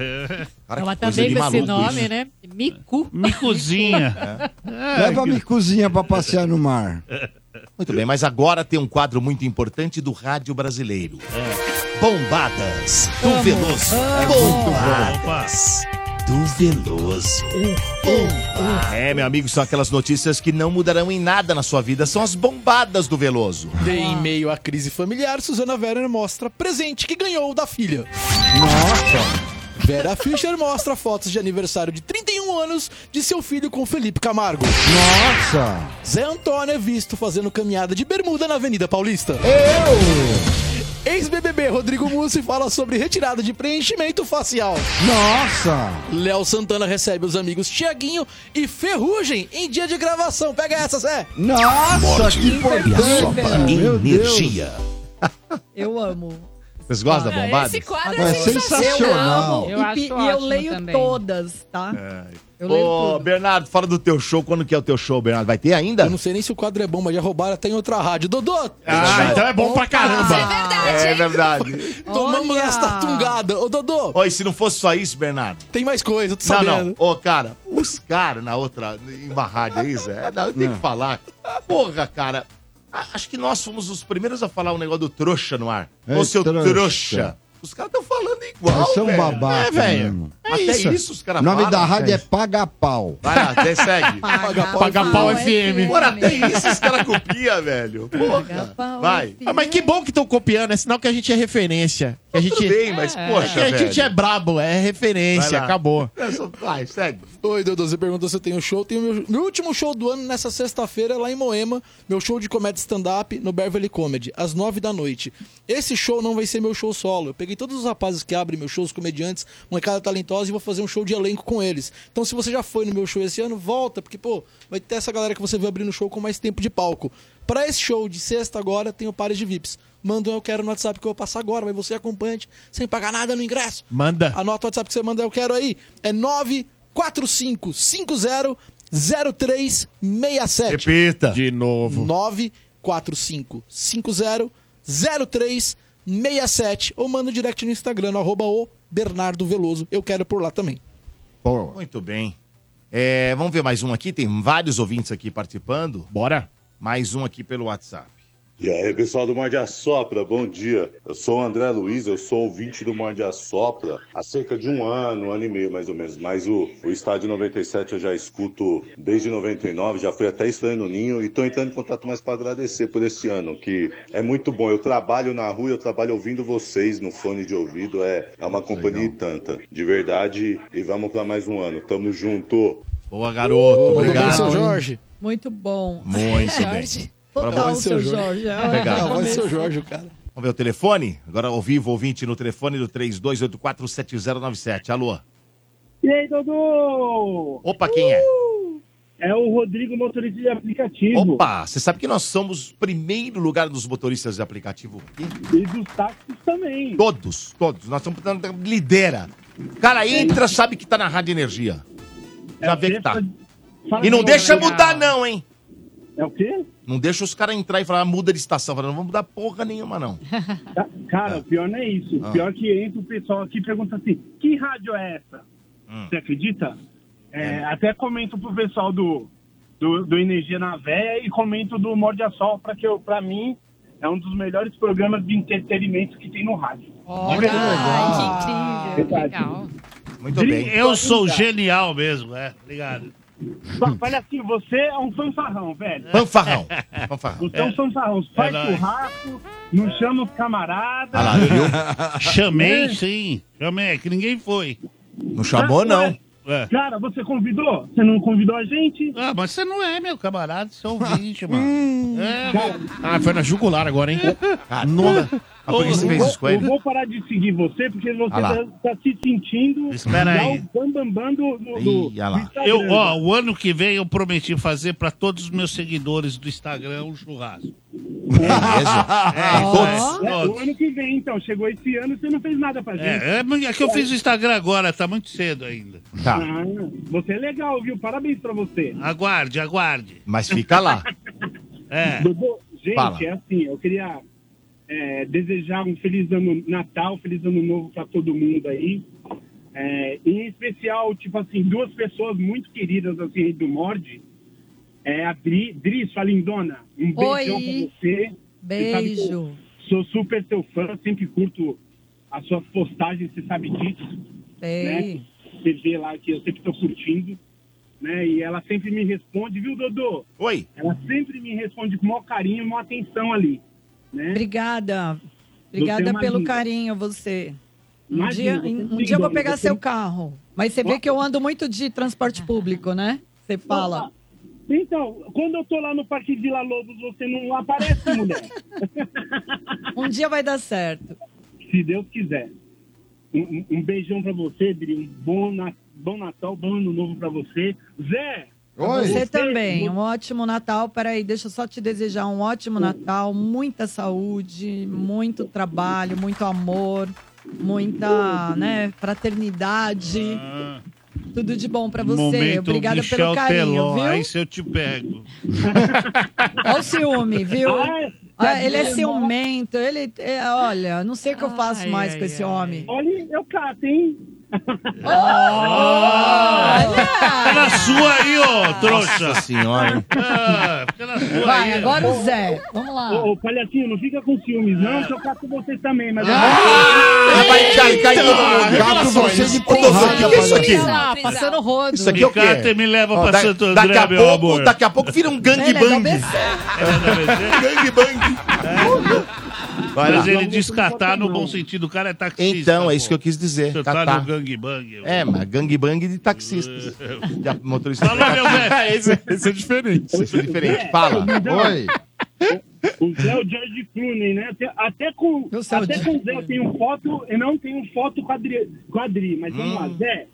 [SPEAKER 1] Cara,
[SPEAKER 6] Ela
[SPEAKER 1] que
[SPEAKER 6] tá
[SPEAKER 1] coisa
[SPEAKER 6] bem
[SPEAKER 1] de
[SPEAKER 6] com esse
[SPEAKER 1] maluco
[SPEAKER 6] nome,
[SPEAKER 1] isso. É.
[SPEAKER 6] né? Miku.
[SPEAKER 13] Mikuzinha.
[SPEAKER 8] Leva a Mikuzinha pra passear no mar.
[SPEAKER 1] Muito bem, mas agora tem um quadro muito importante do rádio brasileiro. Bombadas do
[SPEAKER 2] Amo,
[SPEAKER 1] Veloso.
[SPEAKER 2] amo.
[SPEAKER 1] Bombadas do Veloso.
[SPEAKER 10] Uh,
[SPEAKER 1] Bomba. É, meu amigo, são aquelas notícias que não mudarão em nada na sua vida. São as bombadas do Veloso.
[SPEAKER 10] De em meio à crise familiar, Suzana Werner mostra presente que ganhou da filha. Nossa! Vera Fischer mostra fotos de aniversário de 31 anos de seu filho com Felipe Camargo.
[SPEAKER 8] Nossa!
[SPEAKER 10] Zé Antônio é visto fazendo caminhada de bermuda na Avenida Paulista. Eu! Ex-BBB Rodrigo Mussi fala sobre retirada de preenchimento facial.
[SPEAKER 8] Nossa!
[SPEAKER 10] Léo Santana recebe os amigos Tiaguinho e Ferrugem em dia de gravação. Pega essa, Zé!
[SPEAKER 8] Nossa,
[SPEAKER 2] Morde
[SPEAKER 8] que
[SPEAKER 2] e
[SPEAKER 8] importante!
[SPEAKER 2] assopra
[SPEAKER 8] Meu
[SPEAKER 2] energia.
[SPEAKER 3] Eu amo.
[SPEAKER 1] Vocês gostam da bombada?
[SPEAKER 3] Esse quadro
[SPEAKER 8] É sensacional.
[SPEAKER 3] Eu amo. E,
[SPEAKER 6] acho
[SPEAKER 3] pi- e eu
[SPEAKER 6] ótimo
[SPEAKER 3] leio
[SPEAKER 6] também.
[SPEAKER 3] todas, tá? Eu leio
[SPEAKER 1] É. Ô, Bernardo, fora do teu show, quando que é o teu show, Bernardo? Vai ter ainda?
[SPEAKER 10] Eu não sei nem se o quadro é bom, mas já roubaram até em outra rádio. Dodô!
[SPEAKER 1] Ah, então é bom pra caramba.
[SPEAKER 10] É
[SPEAKER 1] É verdade.
[SPEAKER 10] Tomamos esta tungada. Ô, Dodô!
[SPEAKER 1] Ó, e se não fosse só isso, Bernardo?
[SPEAKER 10] Tem mais coisa, eu tô
[SPEAKER 1] Não,
[SPEAKER 10] sabendo.
[SPEAKER 1] não. Ô, cara, os caras na outra, em uma rádio aí, Zé, não, eu tenho
[SPEAKER 10] Hum.
[SPEAKER 1] que falar. Porra, cara, a- acho que nós fomos os primeiros a falar o negócio do trouxa no ar.
[SPEAKER 8] É,
[SPEAKER 1] Ô, seu trouxa.
[SPEAKER 8] trouxa.
[SPEAKER 1] Os caras estão falando igual,
[SPEAKER 8] Eles são
[SPEAKER 1] velho.
[SPEAKER 8] babaca
[SPEAKER 1] É, velho.
[SPEAKER 8] mesmo.
[SPEAKER 1] Até isso, os caras
[SPEAKER 8] O nome
[SPEAKER 1] falam,
[SPEAKER 8] da rádio é
[SPEAKER 1] velho.
[SPEAKER 8] Paga Pau.
[SPEAKER 1] Vai lá, até segue.
[SPEAKER 10] Paga,
[SPEAKER 7] pau FM.
[SPEAKER 1] Agora até isso os caras copiam, velho. Porra. Vai.
[SPEAKER 7] Ah, mas que bom que estão copiando, é sinal que a gente é referência. Que a gente...
[SPEAKER 1] Tudo bem, mas,
[SPEAKER 7] É.
[SPEAKER 1] poxa,
[SPEAKER 7] Que a gente
[SPEAKER 1] velho.
[SPEAKER 7] é brabo, é
[SPEAKER 1] Vai
[SPEAKER 7] referência,
[SPEAKER 1] lá.
[SPEAKER 7] acabou.
[SPEAKER 1] É, só- Vai, segue.
[SPEAKER 10] Oi, Dodô, você perguntou se eu tenho show. Tenho meu, meu último show do ano nessa sexta-feira lá em Moema, meu show de comédia stand-up no Beverly Comedy, às nove da noite. Esse show não vai ser meu show solo. Eu peguei todos os rapazes que abrem meus shows, comediantes, molecada talentosa, e vou fazer um show de elenco com eles. Então, se você já foi no meu show esse ano, volta, porque, pô, vai ter essa galera que você viu abrindo show com mais tempo de palco. Pra esse show de sexta agora, tenho pares de VIPs. Manda um eu quero no WhatsApp que eu vou passar agora, mas você é acompanhante, sem pagar nada no ingresso.
[SPEAKER 7] Manda.
[SPEAKER 10] Anota o WhatsApp que você manda, eu quero aí. É 945500367.
[SPEAKER 1] Repita.
[SPEAKER 7] De novo.
[SPEAKER 10] 945500367. Ou manda um direct no Instagram, no arroba o Bernardo Veloso. Eu quero por lá também.
[SPEAKER 1] Muito bem. É, vamos ver mais um aqui. Tem vários ouvintes aqui participando.
[SPEAKER 7] Bora.
[SPEAKER 1] Mais um aqui pelo WhatsApp.
[SPEAKER 19] E aí, pessoal do Morde a Sopra, bom dia. Eu sou o André Luiz, eu sou ouvinte do Morde a Sopra há cerca de um ano, um ano e meio mais ou menos. Mas o, o Estádio 97 eu já escuto desde 99, já fui até estranho no Ninho e estou entrando em contato mais para agradecer por esse ano, que é muito bom. Eu trabalho na rua, eu trabalho ouvindo vocês no fone de ouvido, é, é uma companhia e tanta. De verdade, e vamos para mais um ano. Tamo junto.
[SPEAKER 1] Boa, garoto. Obrigado.
[SPEAKER 10] Seu
[SPEAKER 1] hein?
[SPEAKER 10] Jorge.
[SPEAKER 3] Muito bom.
[SPEAKER 1] Muito
[SPEAKER 3] É, Jorge.
[SPEAKER 1] bem.
[SPEAKER 3] Total, seu Jorge.
[SPEAKER 6] É
[SPEAKER 3] É
[SPEAKER 1] Legal.
[SPEAKER 10] Não, Ah, vai ser o Jorge, o cara.
[SPEAKER 1] Vamos ver o telefone? Agora ao vivo, ouvinte, no telefone do 32847097. Alô?
[SPEAKER 20] E aí, Dodô?
[SPEAKER 1] Opa, quem é?
[SPEAKER 20] É o Rodrigo, motorista de aplicativo.
[SPEAKER 1] Opa, você sabe que nós somos primeiro lugar dos motoristas de aplicativo.
[SPEAKER 20] E dos táxis também.
[SPEAKER 1] Todos, todos. Nós estamos lidera. Cara,
[SPEAKER 20] É
[SPEAKER 1] entra, sabe que tá na Rádio Energia. Já vê que tá.
[SPEAKER 20] Fala
[SPEAKER 1] E não
[SPEAKER 20] meu
[SPEAKER 1] deixa
[SPEAKER 20] nome,
[SPEAKER 1] mudar,
[SPEAKER 20] cara.
[SPEAKER 1] não, hein?
[SPEAKER 20] É o quê?
[SPEAKER 1] Não deixa os caras entrar e falar, "Ah, muda de estação. Fala, não vamos mudar porra nenhuma, não.
[SPEAKER 20] Ca- Cara, o pior não é isso.
[SPEAKER 1] Ah.
[SPEAKER 20] O pior é que entra o pessoal aqui e pergunta assim: que rádio é essa? Você acredita? É, Até comento pro pessoal do, do, do Energia na Véia e comento do Morde a Sol, pra, que eu, pra mim é um dos melhores programas de entretenimento que tem no rádio.
[SPEAKER 13] Olha,
[SPEAKER 20] Ai, que incrível. Legal.
[SPEAKER 1] Muito
[SPEAKER 20] bem.
[SPEAKER 13] Eu sou genial mesmo, é. Obrigado.
[SPEAKER 20] Olha assim, você é um fanfarrão, velho.
[SPEAKER 1] Fanfarrão. Fanfarrão. Então,
[SPEAKER 20] Você é um fanfarrão. Faz
[SPEAKER 13] nóis.
[SPEAKER 20] churrasco, não chama os camaradas.
[SPEAKER 1] Ah lá, viu?
[SPEAKER 13] Chamei,
[SPEAKER 20] É.
[SPEAKER 13] sim. Chamei, é que ninguém foi. É.
[SPEAKER 1] Não chamou, não.
[SPEAKER 20] Cara, você convidou? Você não convidou a gente?
[SPEAKER 13] Ah, mas você não é meu camarada, você é ouvinte,
[SPEAKER 1] Hum.
[SPEAKER 13] mano. É,
[SPEAKER 7] Ah, foi na jugular agora, hein? Nona. Ah, por que você
[SPEAKER 20] Eu
[SPEAKER 7] fez
[SPEAKER 20] vou-
[SPEAKER 7] isso com ele?
[SPEAKER 20] Eu vou parar de seguir você, porque você
[SPEAKER 7] Ah lá.
[SPEAKER 20] tá, tá se sentindo...
[SPEAKER 13] Espera
[SPEAKER 20] já
[SPEAKER 13] aí.
[SPEAKER 20] o bambambam do, do, do
[SPEAKER 13] Ih, olha lá.
[SPEAKER 20] Instagram.
[SPEAKER 13] Eu, ó, o ano que vem eu prometi fazer pra todos os meus seguidores do Instagram um churrasco. É, todos,
[SPEAKER 20] É,
[SPEAKER 13] todos.
[SPEAKER 20] o ano que vem, então. Chegou esse ano e você não fez nada pra gente.
[SPEAKER 13] É, é, mas é que eu fiz o Instagram agora, tá muito cedo ainda.
[SPEAKER 1] Tá.
[SPEAKER 20] Ah, você é legal, viu? Parabéns pra você.
[SPEAKER 13] Aguarde, aguarde.
[SPEAKER 1] Mas fica lá.
[SPEAKER 13] É.
[SPEAKER 20] Dodô, gente,
[SPEAKER 13] Fala.
[SPEAKER 20] é assim, eu queria é, desejar um feliz ano Natal, feliz ano novo pra todo mundo aí. É, em especial, tipo assim, duas pessoas muito queridas assim do Mord. É a Dri, Dri, sua lindona. Um beijão
[SPEAKER 3] Oi.
[SPEAKER 20] pra você. Você sabe que eu
[SPEAKER 3] Beijo.
[SPEAKER 20] Sou super seu fã, sempre curto as suas postagens, você sabe disso.
[SPEAKER 3] Sei.
[SPEAKER 20] Né? Você vê lá que eu sempre tô curtindo. Né? E ela sempre me responde, viu, Dodô?
[SPEAKER 1] Oi.
[SPEAKER 20] Ela sempre me responde com o maior carinho, maior atenção ali. Né?
[SPEAKER 3] Obrigada.
[SPEAKER 20] Você é
[SPEAKER 3] Obrigada
[SPEAKER 20] uma
[SPEAKER 3] pelo
[SPEAKER 20] linda.
[SPEAKER 3] carinho, você. Um
[SPEAKER 20] Imagina,
[SPEAKER 3] dia,
[SPEAKER 20] você é
[SPEAKER 3] um
[SPEAKER 20] linda,
[SPEAKER 3] dia eu vou
[SPEAKER 20] amiga,
[SPEAKER 3] pegar
[SPEAKER 20] você
[SPEAKER 3] seu
[SPEAKER 20] é-
[SPEAKER 3] carro. Mas você vê que eu ando muito de transporte público, né? Você fala.
[SPEAKER 20] Então, quando eu tô lá no Parque Vila Lobos, você não aparece, mulher.
[SPEAKER 3] Um dia vai dar certo.
[SPEAKER 20] Se Deus quiser. Um, um- um beijão pra você, Dri. Um bom, na- bom Natal, bom Ano Novo pra você. Zé!
[SPEAKER 3] Pra Você também. Um ótimo Natal. Peraí, deixa eu só te desejar um ótimo Natal, muita saúde, muito trabalho, muito amor, muita, né, fraternidade.
[SPEAKER 20] Ah.
[SPEAKER 3] Tudo de bom pra você.
[SPEAKER 13] Momento
[SPEAKER 3] Obrigada
[SPEAKER 13] Michel
[SPEAKER 3] pelo carinho,
[SPEAKER 13] Teló, aí
[SPEAKER 3] viu?
[SPEAKER 13] se eu te pego.
[SPEAKER 3] Olha o ciúme, viu?
[SPEAKER 13] Ai,
[SPEAKER 3] Ah, ele é
[SPEAKER 13] tá bom.
[SPEAKER 3] ciumento, ele. é, olha, não sei o que eu faço
[SPEAKER 20] Ai,
[SPEAKER 3] mais
[SPEAKER 20] ai,
[SPEAKER 3] com esse homem.
[SPEAKER 20] Olha, eu cato, hein?
[SPEAKER 3] Oh!
[SPEAKER 13] Fica na sua aí, ô, trouxa.
[SPEAKER 1] Nossa senhora, hein?
[SPEAKER 13] Ah, fica na sua
[SPEAKER 20] Vai,
[SPEAKER 13] aí.
[SPEAKER 20] agora o
[SPEAKER 3] Zé. Vamos lá.
[SPEAKER 20] Ô, ô, palhacinho, não fica com ciúmes, não, que eu cato você também, mas...
[SPEAKER 1] Vai cair, É. Ah! cai todo mundo. Gato, você de porrada, O que é isso aqui?
[SPEAKER 3] Ah, passando rodo.
[SPEAKER 1] Isso aqui é o quê?
[SPEAKER 13] Cata e me leva pra Santo André,
[SPEAKER 1] daqui a
[SPEAKER 13] meu
[SPEAKER 1] pouco,
[SPEAKER 13] amor.
[SPEAKER 1] Daqui a pouco vira um
[SPEAKER 13] Ele é
[SPEAKER 1] gangbang.
[SPEAKER 13] da
[SPEAKER 1] gangbang. Vai
[SPEAKER 13] Mas
[SPEAKER 1] lá.
[SPEAKER 13] ele diz catar no bom sentido, o cara é taxista.
[SPEAKER 1] Então, é isso que eu quis dizer.
[SPEAKER 13] Você tá
[SPEAKER 1] catar.
[SPEAKER 13] no gangbang.
[SPEAKER 1] É, mas gangbang de taxistas. De motorista.
[SPEAKER 13] Fala, meu velho.
[SPEAKER 1] esse, esse é diferente. Esse é diferente. Fala.
[SPEAKER 20] Oi. é O Zé é o George Clooney, né? Até, até com, até com o Zé eu tenho foto, eu não tenho foto com a Adri, com a Adri, mas vamos lá, Zé.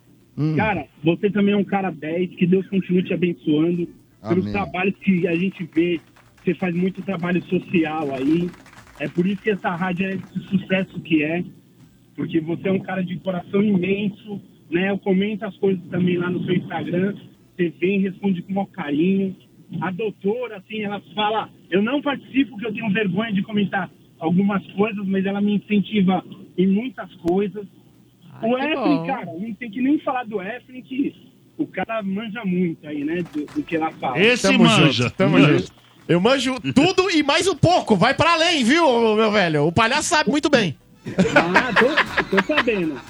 [SPEAKER 20] Cara, você também é um cara 10, que Deus continue te abençoando pelos
[SPEAKER 8] Amém.
[SPEAKER 20] trabalhos que a gente vê. Você faz muito trabalho social aí. É por isso que essa rádio é esse sucesso que é. Porque você é um cara de coração imenso, né? Eu comento as coisas também lá no seu Instagram. Você vem, responde com o maior carinho. A doutora, assim, ela fala, eu não participo porque eu tenho vergonha de comentar algumas coisas, mas ela me incentiva em muitas coisas. o
[SPEAKER 21] Ah, que
[SPEAKER 20] Efren,
[SPEAKER 21] bom.
[SPEAKER 20] cara, não tem que nem falar do Efren, que o cara manja muito aí, né? Do, do que ela fala.
[SPEAKER 13] Esse manja.
[SPEAKER 7] Eu manjo tudo e mais um pouco. Vai pra além, viu, meu velho? O palhaço sabe muito bem.
[SPEAKER 20] Ah, tô, tô sabendo.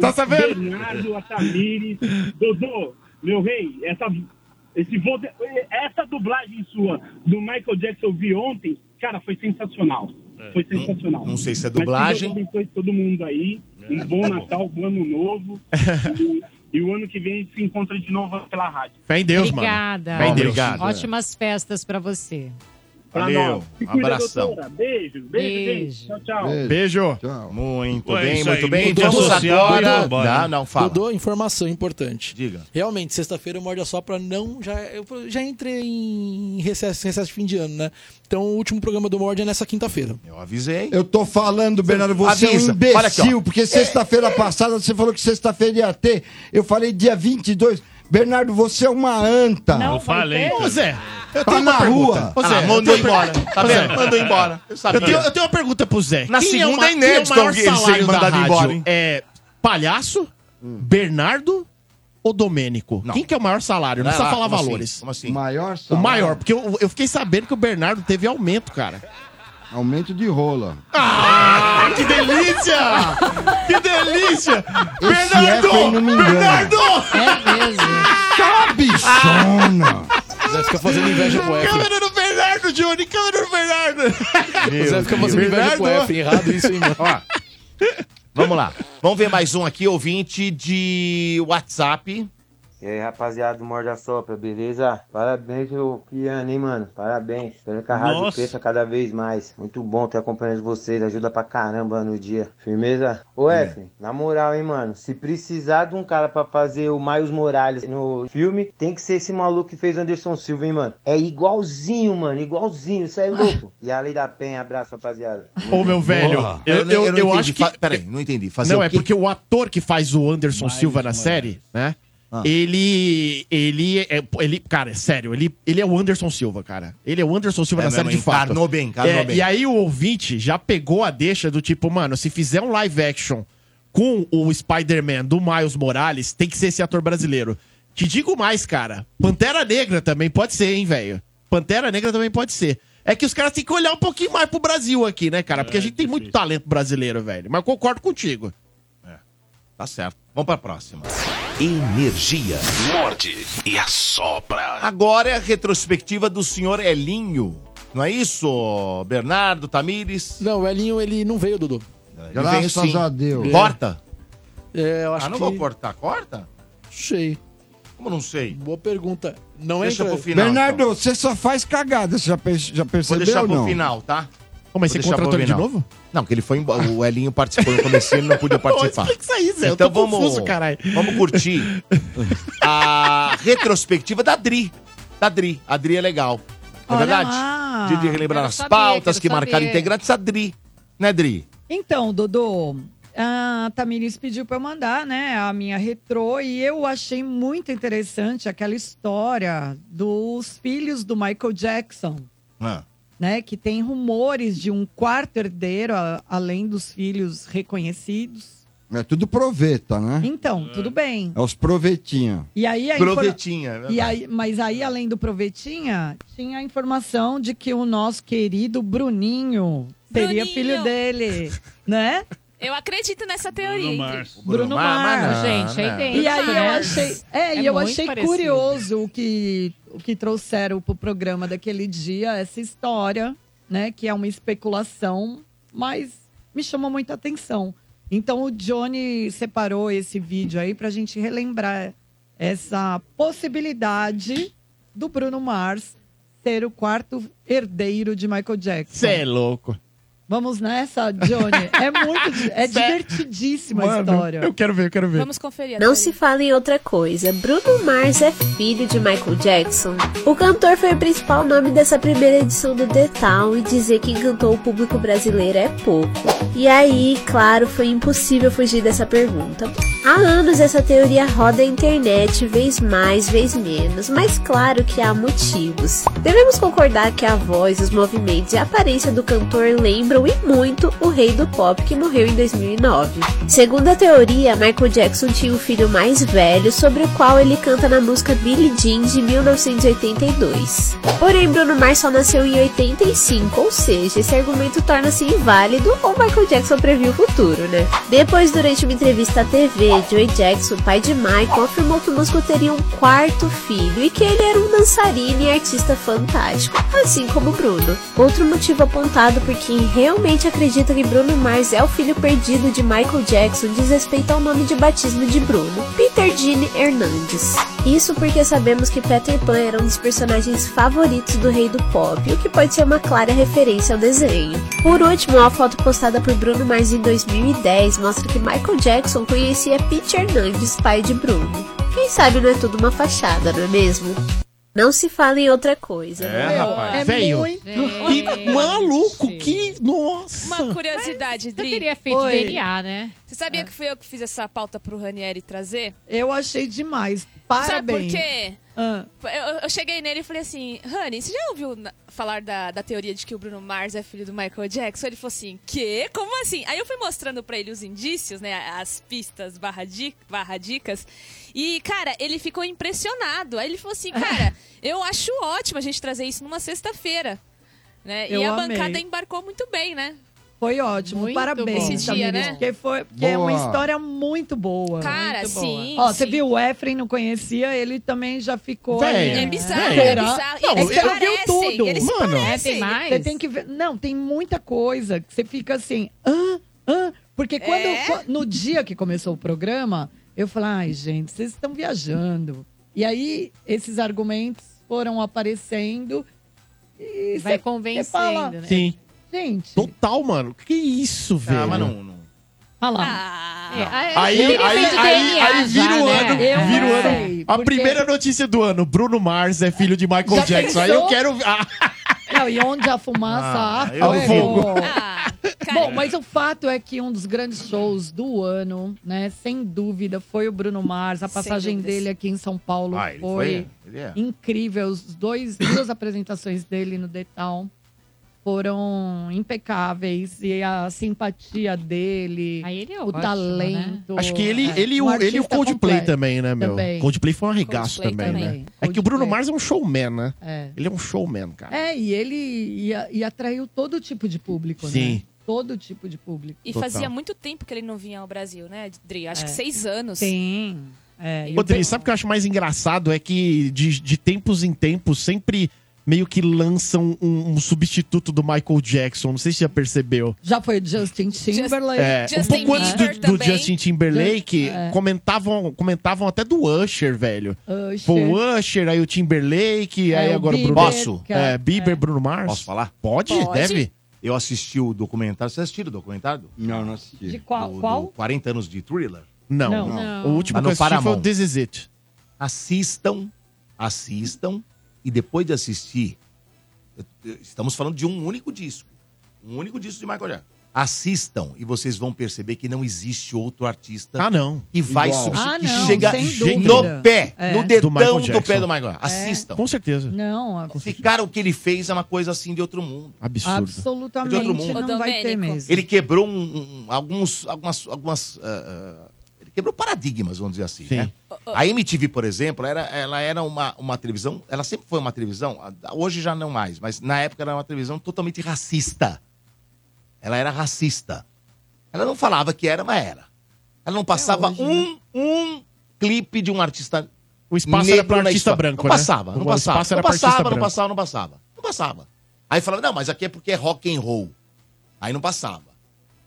[SPEAKER 7] Tá sabendo?
[SPEAKER 20] Bernardo, a Tamires. Dodô, meu rei, essa, esse vo- essa dublagem sua do Michael Jackson eu vi ontem, cara, foi sensacional. Foi sensacional.
[SPEAKER 1] É, Não sei se é
[SPEAKER 20] Mas que
[SPEAKER 1] dublagem. É.
[SPEAKER 20] Deus abençoe todo mundo aí. Um bom Natal, bom ano novo. e, e o ano que vem a gente se encontra de novo pela rádio.
[SPEAKER 7] Fé em Deus,
[SPEAKER 6] Obrigada.
[SPEAKER 7] mano. Fé em Deus. Obrigado.
[SPEAKER 6] Ótimas festas pra você.
[SPEAKER 20] Pra
[SPEAKER 7] Valeu.
[SPEAKER 20] nós. Se
[SPEAKER 7] Um
[SPEAKER 20] cuida,
[SPEAKER 7] abração.
[SPEAKER 20] doutora. Beijo, beijo, gente. Tchau, tchau.
[SPEAKER 7] Beijo.
[SPEAKER 1] Muito
[SPEAKER 10] Ué,
[SPEAKER 1] bem,
[SPEAKER 10] isso
[SPEAKER 1] muito
[SPEAKER 10] aí,
[SPEAKER 1] bem.
[SPEAKER 10] mídia
[SPEAKER 1] Vamos
[SPEAKER 10] social e
[SPEAKER 1] agora.
[SPEAKER 10] vambora.
[SPEAKER 1] Não, não, fala.
[SPEAKER 10] Dodô, informação importante.
[SPEAKER 1] Diga.
[SPEAKER 10] Realmente, sexta-feira o Morde a Sopra não. Já, eu já entrei em recesso, recesso de fim de ano, né? Então o último programa do Morde é nessa quinta-feira.
[SPEAKER 1] Eu avisei.
[SPEAKER 8] Eu tô falando, Bernardo, você
[SPEAKER 10] Avisa.
[SPEAKER 8] é um imbecil,
[SPEAKER 10] Olha aqui, ó.
[SPEAKER 8] porque sexta-feira passada você falou que sexta-feira ia ter. Eu falei dia 22. Bernardo, você é uma anta.
[SPEAKER 7] Não Eu vai falei, ter. cara. Ô, Zé, eu
[SPEAKER 8] tá
[SPEAKER 7] tenho
[SPEAKER 8] na
[SPEAKER 7] uma pergunta.
[SPEAKER 8] rua.
[SPEAKER 7] Ô, Zé,
[SPEAKER 8] Ah,
[SPEAKER 7] eu
[SPEAKER 8] mandou
[SPEAKER 7] tenho uma
[SPEAKER 8] embora.
[SPEAKER 7] pergunta.
[SPEAKER 8] Tá
[SPEAKER 7] Ô, Zé,
[SPEAKER 8] vendo? Mandou embora. Eu sabia.
[SPEAKER 7] tenho, um eu tenho uma pergunta pro Zé.
[SPEAKER 1] Na segunda
[SPEAKER 7] ma-
[SPEAKER 1] é inédito
[SPEAKER 7] quem é o maior
[SPEAKER 1] alguém- eles
[SPEAKER 7] salário
[SPEAKER 1] serem
[SPEAKER 7] da
[SPEAKER 1] mandados
[SPEAKER 7] rádio?
[SPEAKER 1] embora, hein?
[SPEAKER 7] É palhaço, Bernardo ou Domênico? Quem que é o maior salário? Não
[SPEAKER 1] Vai
[SPEAKER 7] precisa
[SPEAKER 1] lá,
[SPEAKER 7] falar
[SPEAKER 1] como
[SPEAKER 7] valores.
[SPEAKER 1] assim? Como assim?
[SPEAKER 8] Maior
[SPEAKER 7] O
[SPEAKER 8] salário.
[SPEAKER 7] maior, porque eu, eu fiquei sabendo que o Bernardo teve aumento, cara.
[SPEAKER 8] Aumento de rola.
[SPEAKER 7] Ah, que delícia! Que delícia!
[SPEAKER 8] Esse
[SPEAKER 7] Bernardo!
[SPEAKER 8] F aí não me engana.
[SPEAKER 7] Bernardo!
[SPEAKER 6] É mesmo.
[SPEAKER 8] Cabeçona!
[SPEAKER 10] Zé fica fazendo inveja pro Efra.
[SPEAKER 7] Câmera no Bernardo, Johnny! Câmera no Bernardo!
[SPEAKER 10] O Zé fica fazendo inveja pro Efra. Errado isso, hein, mano?
[SPEAKER 1] Vamos lá. Vamos ver mais um aqui, ouvinte de WhatsApp.
[SPEAKER 21] E aí, rapaziada do Morde a Sopra, beleza? Parabéns, ô Piano, hein, mano? Parabéns. Espero que a rádio
[SPEAKER 22] Nossa.
[SPEAKER 21] cresça cada vez mais. Muito bom ter acompanhado vocês. Ajuda pra caramba no dia. Firmeza? Ô,
[SPEAKER 22] É.
[SPEAKER 21] Efren, na moral, hein, mano? Se precisar de um cara pra fazer o Miles Morales no filme, tem que ser esse maluco que fez Anderson Silva, hein, mano? É igualzinho, mano. Igualzinho. Isso aí é louco. E a Lei da Penha, abraço, rapaziada.
[SPEAKER 7] Ô, meu É um velho,
[SPEAKER 1] Porra.
[SPEAKER 7] eu, eu, eu,
[SPEAKER 1] não entendi.
[SPEAKER 7] acho que.
[SPEAKER 1] Fa- Peraí, não entendi. Fazer
[SPEAKER 7] não,
[SPEAKER 1] o
[SPEAKER 7] é
[SPEAKER 1] quê?
[SPEAKER 7] porque o ator que faz o Anderson Silva na série, né?
[SPEAKER 1] Ah.
[SPEAKER 7] Ele. Ele é. Ele, cara, é sério, ele, ele é o Anderson Silva, cara. Ele é o Anderson Silva
[SPEAKER 1] É
[SPEAKER 7] na
[SPEAKER 1] mesmo,
[SPEAKER 7] série de fato.
[SPEAKER 1] encarnou bem, encarnou
[SPEAKER 7] É,
[SPEAKER 1] bem.
[SPEAKER 7] E aí o ouvinte já pegou a deixa do tipo, mano, se fizer um live action com o Spider-Man do Miles Morales, tem que ser esse ator brasileiro. Te digo mais, cara. Pantera Negra também pode ser, hein, velho? Pantera Negra também pode ser. É que os caras têm que olhar um pouquinho mais pro Brasil aqui, né,
[SPEAKER 1] É,
[SPEAKER 7] cara? Porque a gente tem muito talento brasileiro, velho. Mas eu concordo contigo.
[SPEAKER 1] Tá certo. Vamos pra próxima.
[SPEAKER 2] Energia. Morde e assopra.
[SPEAKER 1] Agora é a retrospectiva do senhor Elinho. Não é isso, Bernardo, Tamires? É,
[SPEAKER 10] Não, o Elinho, ele não veio, Dudu.
[SPEAKER 8] Graças a Deus.
[SPEAKER 1] Corta?
[SPEAKER 10] É, eu acho
[SPEAKER 1] ah, não
[SPEAKER 10] que...
[SPEAKER 1] vou cortar. Corta?
[SPEAKER 10] Sei.
[SPEAKER 1] Como não sei?
[SPEAKER 10] Boa pergunta. Não
[SPEAKER 1] Deixa
[SPEAKER 10] entra...
[SPEAKER 1] pro final. então.
[SPEAKER 8] Bernardo, você só faz cagada, você já, pe- já percebeu
[SPEAKER 1] Vou deixar
[SPEAKER 8] ou
[SPEAKER 1] pro
[SPEAKER 8] não?
[SPEAKER 1] final, tá?
[SPEAKER 7] Como
[SPEAKER 8] mas você contratou ele de novo?
[SPEAKER 1] Não, porque ele foi embora. O Elinho participou no começo e ele não podia participar. Então
[SPEAKER 7] explica isso aí, Zé. Eu tô confuso, caralho.
[SPEAKER 1] Vamos curtir a retrospectiva da Dri. Da Dri. A Dri é legal. Não é
[SPEAKER 3] Olha
[SPEAKER 1] verdade?
[SPEAKER 3] lá.
[SPEAKER 1] De, de relembrar
[SPEAKER 3] Quero
[SPEAKER 1] as
[SPEAKER 3] saber,
[SPEAKER 1] pautas
[SPEAKER 3] quero
[SPEAKER 1] que marcaram
[SPEAKER 3] saber.
[SPEAKER 1] integrantes, a Dri. Né, Dri?
[SPEAKER 3] Então, Dodô, a Tamiris pediu para eu mandar, né, a minha retrô e eu achei muito interessante aquela história dos filhos do Michael Jackson,
[SPEAKER 8] Ah.
[SPEAKER 3] né, que tem rumores de um quarto herdeiro a- além dos filhos reconhecidos.
[SPEAKER 8] É tudo proveta, né?
[SPEAKER 3] Então, tudo bem.
[SPEAKER 8] É os provetinha.
[SPEAKER 3] E aí, a
[SPEAKER 8] Provetinha,
[SPEAKER 3] infor-
[SPEAKER 8] é
[SPEAKER 3] e
[SPEAKER 8] verdade.
[SPEAKER 3] aí, mas aí além do provetinha, tinha a informação de que o nosso querido Bruninho seria
[SPEAKER 9] Bruninho.
[SPEAKER 3] filho dele, né?
[SPEAKER 9] Eu acredito nessa teoria.
[SPEAKER 3] O Bruno Mars. E aí eu achei, é, e eu achei curioso o que, o que trouxeram pro programa daquele dia, essa história, né? Que é uma especulação, mas me chamou muita atenção. Então o Johnny separou esse vídeo aí pra gente relembrar essa possibilidade do Bruno Mars ser o quarto herdeiro de Michael Jackson.
[SPEAKER 7] Você é louco.
[SPEAKER 3] Vamos nessa, Johnny. É muito, di- é divertidíssima a história.
[SPEAKER 7] eu quero ver, eu quero ver.
[SPEAKER 9] Vamos conferir.
[SPEAKER 23] Não se fala em outra coisa, Bruno Mars é filho de Michael Jackson. O cantor foi o principal nome dessa primeira edição do The Town e dizer que encantou o público brasileiro é pouco. E aí, claro, foi impossível fugir dessa pergunta. Há anos essa teoria roda a internet, vez mais, vez menos, mas claro que há motivos. Devemos concordar que a voz, os movimentos e a aparência do cantor lembram comemorou e muito o rei do pop que morreu em 2009. Segundo a teoria, Michael Jackson tinha um filho mais velho, sobre o qual ele canta na música Billie Jean de 1982. Porém, Bruno Mars só nasceu em 85, ou seja, esse argumento torna-se inválido ou Michael Jackson previu o futuro, né? Depois, durante uma entrevista à TV, Joey Jackson, pai de Michael, afirmou que o músico teria um quarto filho e que ele era um dançarino e artista fantástico, assim como Bruno. Outro motivo apontado por quem realmente acredita que Bruno Mars é o filho perdido de Michael Jackson diz respeito ao nome de batismo de Bruno, Peter Gene Hernandes. Isso porque sabemos que Peter Pan era um dos personagens favoritos do rei do pop, o que pode ser uma clara referência ao desenho. Por último, a foto postada por Bruno Mars em 2010 mostra que Michael Jackson conhecia Pete Hernandes, pai de Bruno. Quem sabe não é tudo uma fachada, não é mesmo? Não se fala em outra coisa.
[SPEAKER 7] É,
[SPEAKER 23] né?
[SPEAKER 7] rapaz.
[SPEAKER 23] É
[SPEAKER 7] Veio.
[SPEAKER 23] muito.
[SPEAKER 7] E maluco, que. Nossa!
[SPEAKER 9] Uma curiosidade, Dri.
[SPEAKER 6] teria feito DNA, né?
[SPEAKER 9] Você
[SPEAKER 23] É.
[SPEAKER 9] sabia que fui eu que fiz essa pauta pro Ranieri trazer?
[SPEAKER 3] Eu achei demais.
[SPEAKER 9] Sabe por
[SPEAKER 3] Parabéns.
[SPEAKER 9] quê?
[SPEAKER 3] Ah.
[SPEAKER 9] Eu, eu cheguei nele e falei assim, Rani, você já ouviu na- falar da, da teoria de que o Bruno Mars é filho do Michael Jackson? Ele falou assim, quê? Como assim? Aí eu fui mostrando pra ele os indícios, né? As pistas barra, di- barra dicas. E, cara, ele ficou impressionado. Aí ele falou assim, cara, eu acho ótimo a gente trazer isso numa sexta-feira. Né?
[SPEAKER 3] Eu
[SPEAKER 9] E a
[SPEAKER 3] amei.
[SPEAKER 9] bancada embarcou muito bem, né?
[SPEAKER 3] Foi ótimo,
[SPEAKER 9] Muito
[SPEAKER 3] parabéns.
[SPEAKER 9] bom. Esse dia,
[SPEAKER 3] Tamires,
[SPEAKER 9] né?
[SPEAKER 3] Porque, foi, porque é uma
[SPEAKER 9] Boa.
[SPEAKER 3] história muito boa.
[SPEAKER 9] Cara,
[SPEAKER 3] muito boa.
[SPEAKER 9] sim,
[SPEAKER 3] Ó, você
[SPEAKER 9] sim.
[SPEAKER 3] viu o Efren, não conhecia, ele também já ficou.
[SPEAKER 9] Véi,
[SPEAKER 3] ali,
[SPEAKER 9] é
[SPEAKER 3] né?
[SPEAKER 9] bizarro,
[SPEAKER 3] Será?
[SPEAKER 9] é bizarro. E
[SPEAKER 3] Não,
[SPEAKER 9] eles
[SPEAKER 3] você já viu
[SPEAKER 9] parecem,
[SPEAKER 3] tudo.
[SPEAKER 9] eles se Mano. parecem.
[SPEAKER 3] É,
[SPEAKER 9] mais?
[SPEAKER 3] Você tem que ver. Não, tem muita coisa que você fica assim. Hã? Hã? Porque quando
[SPEAKER 9] É?
[SPEAKER 3] eu- no dia que começou o programa, eu falei, ai, gente, vocês estão viajando. E aí, esses argumentos foram aparecendo. E
[SPEAKER 6] Vai
[SPEAKER 3] você- você
[SPEAKER 6] convencendo,
[SPEAKER 3] fala,
[SPEAKER 6] né?
[SPEAKER 7] Sim.
[SPEAKER 3] Gente.
[SPEAKER 7] Total, mano. Que isso, velho? Ah, mas não.
[SPEAKER 6] Olha lá.
[SPEAKER 7] Aí, aí, aí, aí vira o ano. Vira o ano. a
[SPEAKER 3] porque-
[SPEAKER 7] primeira notícia do ano: Bruno Mars é filho de Michael
[SPEAKER 3] Já
[SPEAKER 7] Jackson.
[SPEAKER 3] pensou?
[SPEAKER 7] Aí eu quero. Ah,
[SPEAKER 3] Não, e onde a fumaça,
[SPEAKER 7] Ah,
[SPEAKER 3] a
[SPEAKER 7] eu
[SPEAKER 3] fogo.
[SPEAKER 7] fogo.
[SPEAKER 6] Ah,
[SPEAKER 3] Bom, mas o fato é que um dos grandes shows do ano, né, sem dúvida, foi o Bruno Mars. A
[SPEAKER 6] Sem
[SPEAKER 3] passagem
[SPEAKER 6] dúvidas.
[SPEAKER 3] dele aqui em São Paulo
[SPEAKER 6] Ah, ele
[SPEAKER 3] foi,
[SPEAKER 6] foi, ele é.
[SPEAKER 3] incrível. Os dois, duas apresentações dele no The Town foram impecáveis. E a simpatia dele, o
[SPEAKER 6] é ótimo, né?
[SPEAKER 3] talento.
[SPEAKER 7] Acho que ele,
[SPEAKER 3] É,
[SPEAKER 7] ele, e
[SPEAKER 3] um
[SPEAKER 7] o- ele e o
[SPEAKER 3] artista
[SPEAKER 7] Coldplay
[SPEAKER 3] completo.
[SPEAKER 7] também, né, meu?
[SPEAKER 3] Também.
[SPEAKER 7] Coldplay foi um arregaço
[SPEAKER 3] Coldplay
[SPEAKER 7] também,
[SPEAKER 3] também.
[SPEAKER 7] né? É que o Bruno Mars é um showman, né?
[SPEAKER 3] É.
[SPEAKER 7] Ele é um showman, cara.
[SPEAKER 3] É, e ele e, a- e atraiu todo tipo de público, né?
[SPEAKER 7] Sim.
[SPEAKER 3] Todo tipo de público.
[SPEAKER 9] E fazia muito tempo que ele não vinha ao Brasil, né, Dri? Acho
[SPEAKER 3] É.
[SPEAKER 9] que seis anos.
[SPEAKER 3] Sim. É,
[SPEAKER 7] Ô, Dri, sabe o que eu acho mais engraçado? É que de, de tempos em tempos sempre meio que lançam um, um substituto do Michael Jackson. Não sei se já percebeu.
[SPEAKER 3] Já foi o Justin Timberlake.
[SPEAKER 7] É, um pouco antes do, do Justin Timberlake,
[SPEAKER 1] É.
[SPEAKER 7] comentavam, comentavam até do Usher, velho.
[SPEAKER 3] Usher.
[SPEAKER 7] Foi o Usher, aí o Timberlake,
[SPEAKER 1] É,
[SPEAKER 7] aí
[SPEAKER 1] o
[SPEAKER 7] agora o
[SPEAKER 1] Bieber,
[SPEAKER 7] Bruno...
[SPEAKER 1] Posso?
[SPEAKER 7] É, Bieber,
[SPEAKER 1] É.
[SPEAKER 7] Bruno Mars.
[SPEAKER 1] Posso falar?
[SPEAKER 7] Pode, Pode. deve.
[SPEAKER 1] Eu assisti o documentário. Vocês assistiram o documentário?
[SPEAKER 8] Não, não assisti.
[SPEAKER 3] De qual- qual?
[SPEAKER 1] 40 anos de thriller?
[SPEAKER 7] Não.
[SPEAKER 1] Não.
[SPEAKER 7] O último
[SPEAKER 1] Tá no
[SPEAKER 7] que eu assisti foi o
[SPEAKER 1] Paramount.
[SPEAKER 7] This Is It.
[SPEAKER 1] Assistam, assistam e depois de assistir, eu- eu- estamos falando de um único disco. Um único disco de Michael Jackson. Assistam e vocês vão perceber que não existe outro artista
[SPEAKER 7] Ah, não.
[SPEAKER 1] que vai
[SPEAKER 7] Igual.
[SPEAKER 1] substituir.
[SPEAKER 7] Ah,
[SPEAKER 1] que
[SPEAKER 7] não,
[SPEAKER 1] chega
[SPEAKER 7] sem
[SPEAKER 1] no
[SPEAKER 7] dúvida.
[SPEAKER 1] pé,
[SPEAKER 7] É.
[SPEAKER 1] no
[SPEAKER 7] Do
[SPEAKER 1] dedão
[SPEAKER 7] Michael
[SPEAKER 1] do,
[SPEAKER 7] Jackson.
[SPEAKER 1] pé do Michael Jackson.
[SPEAKER 7] É.
[SPEAKER 1] Assistam.
[SPEAKER 7] Com certeza.
[SPEAKER 3] Não, a-
[SPEAKER 1] Esse cara, o que ele fez é uma coisa assim de outro mundo.
[SPEAKER 7] Absurdo.
[SPEAKER 1] É De
[SPEAKER 3] absolutamente
[SPEAKER 1] outro mundo.
[SPEAKER 3] não vai ter mesmo.
[SPEAKER 1] Ele quebrou um- um- alguns, algumas, algumas ah, ah, ele quebrou paradigmas, vamos dizer assim, né? A MTV, por exemplo, era, ela era uma, uma televisão, ela sempre foi uma televisão, ah, hoje já não mais, mas na época era uma televisão totalmente racista. Ela era racista. Ela não falava que era, mas era. Ela não passava um, um clipe de um artista
[SPEAKER 7] O espaço
[SPEAKER 1] negro
[SPEAKER 7] era pro
[SPEAKER 1] na
[SPEAKER 7] artista
[SPEAKER 1] história.
[SPEAKER 7] branco,
[SPEAKER 1] não
[SPEAKER 7] né?
[SPEAKER 1] Passava, não
[SPEAKER 7] O
[SPEAKER 1] passava,
[SPEAKER 7] espaço
[SPEAKER 1] não
[SPEAKER 7] era pro artista
[SPEAKER 1] passava, não
[SPEAKER 7] branco.
[SPEAKER 1] passava, não passava, não passava. Aí falava, não, mas aqui é porque é rock and roll. Aí não passava,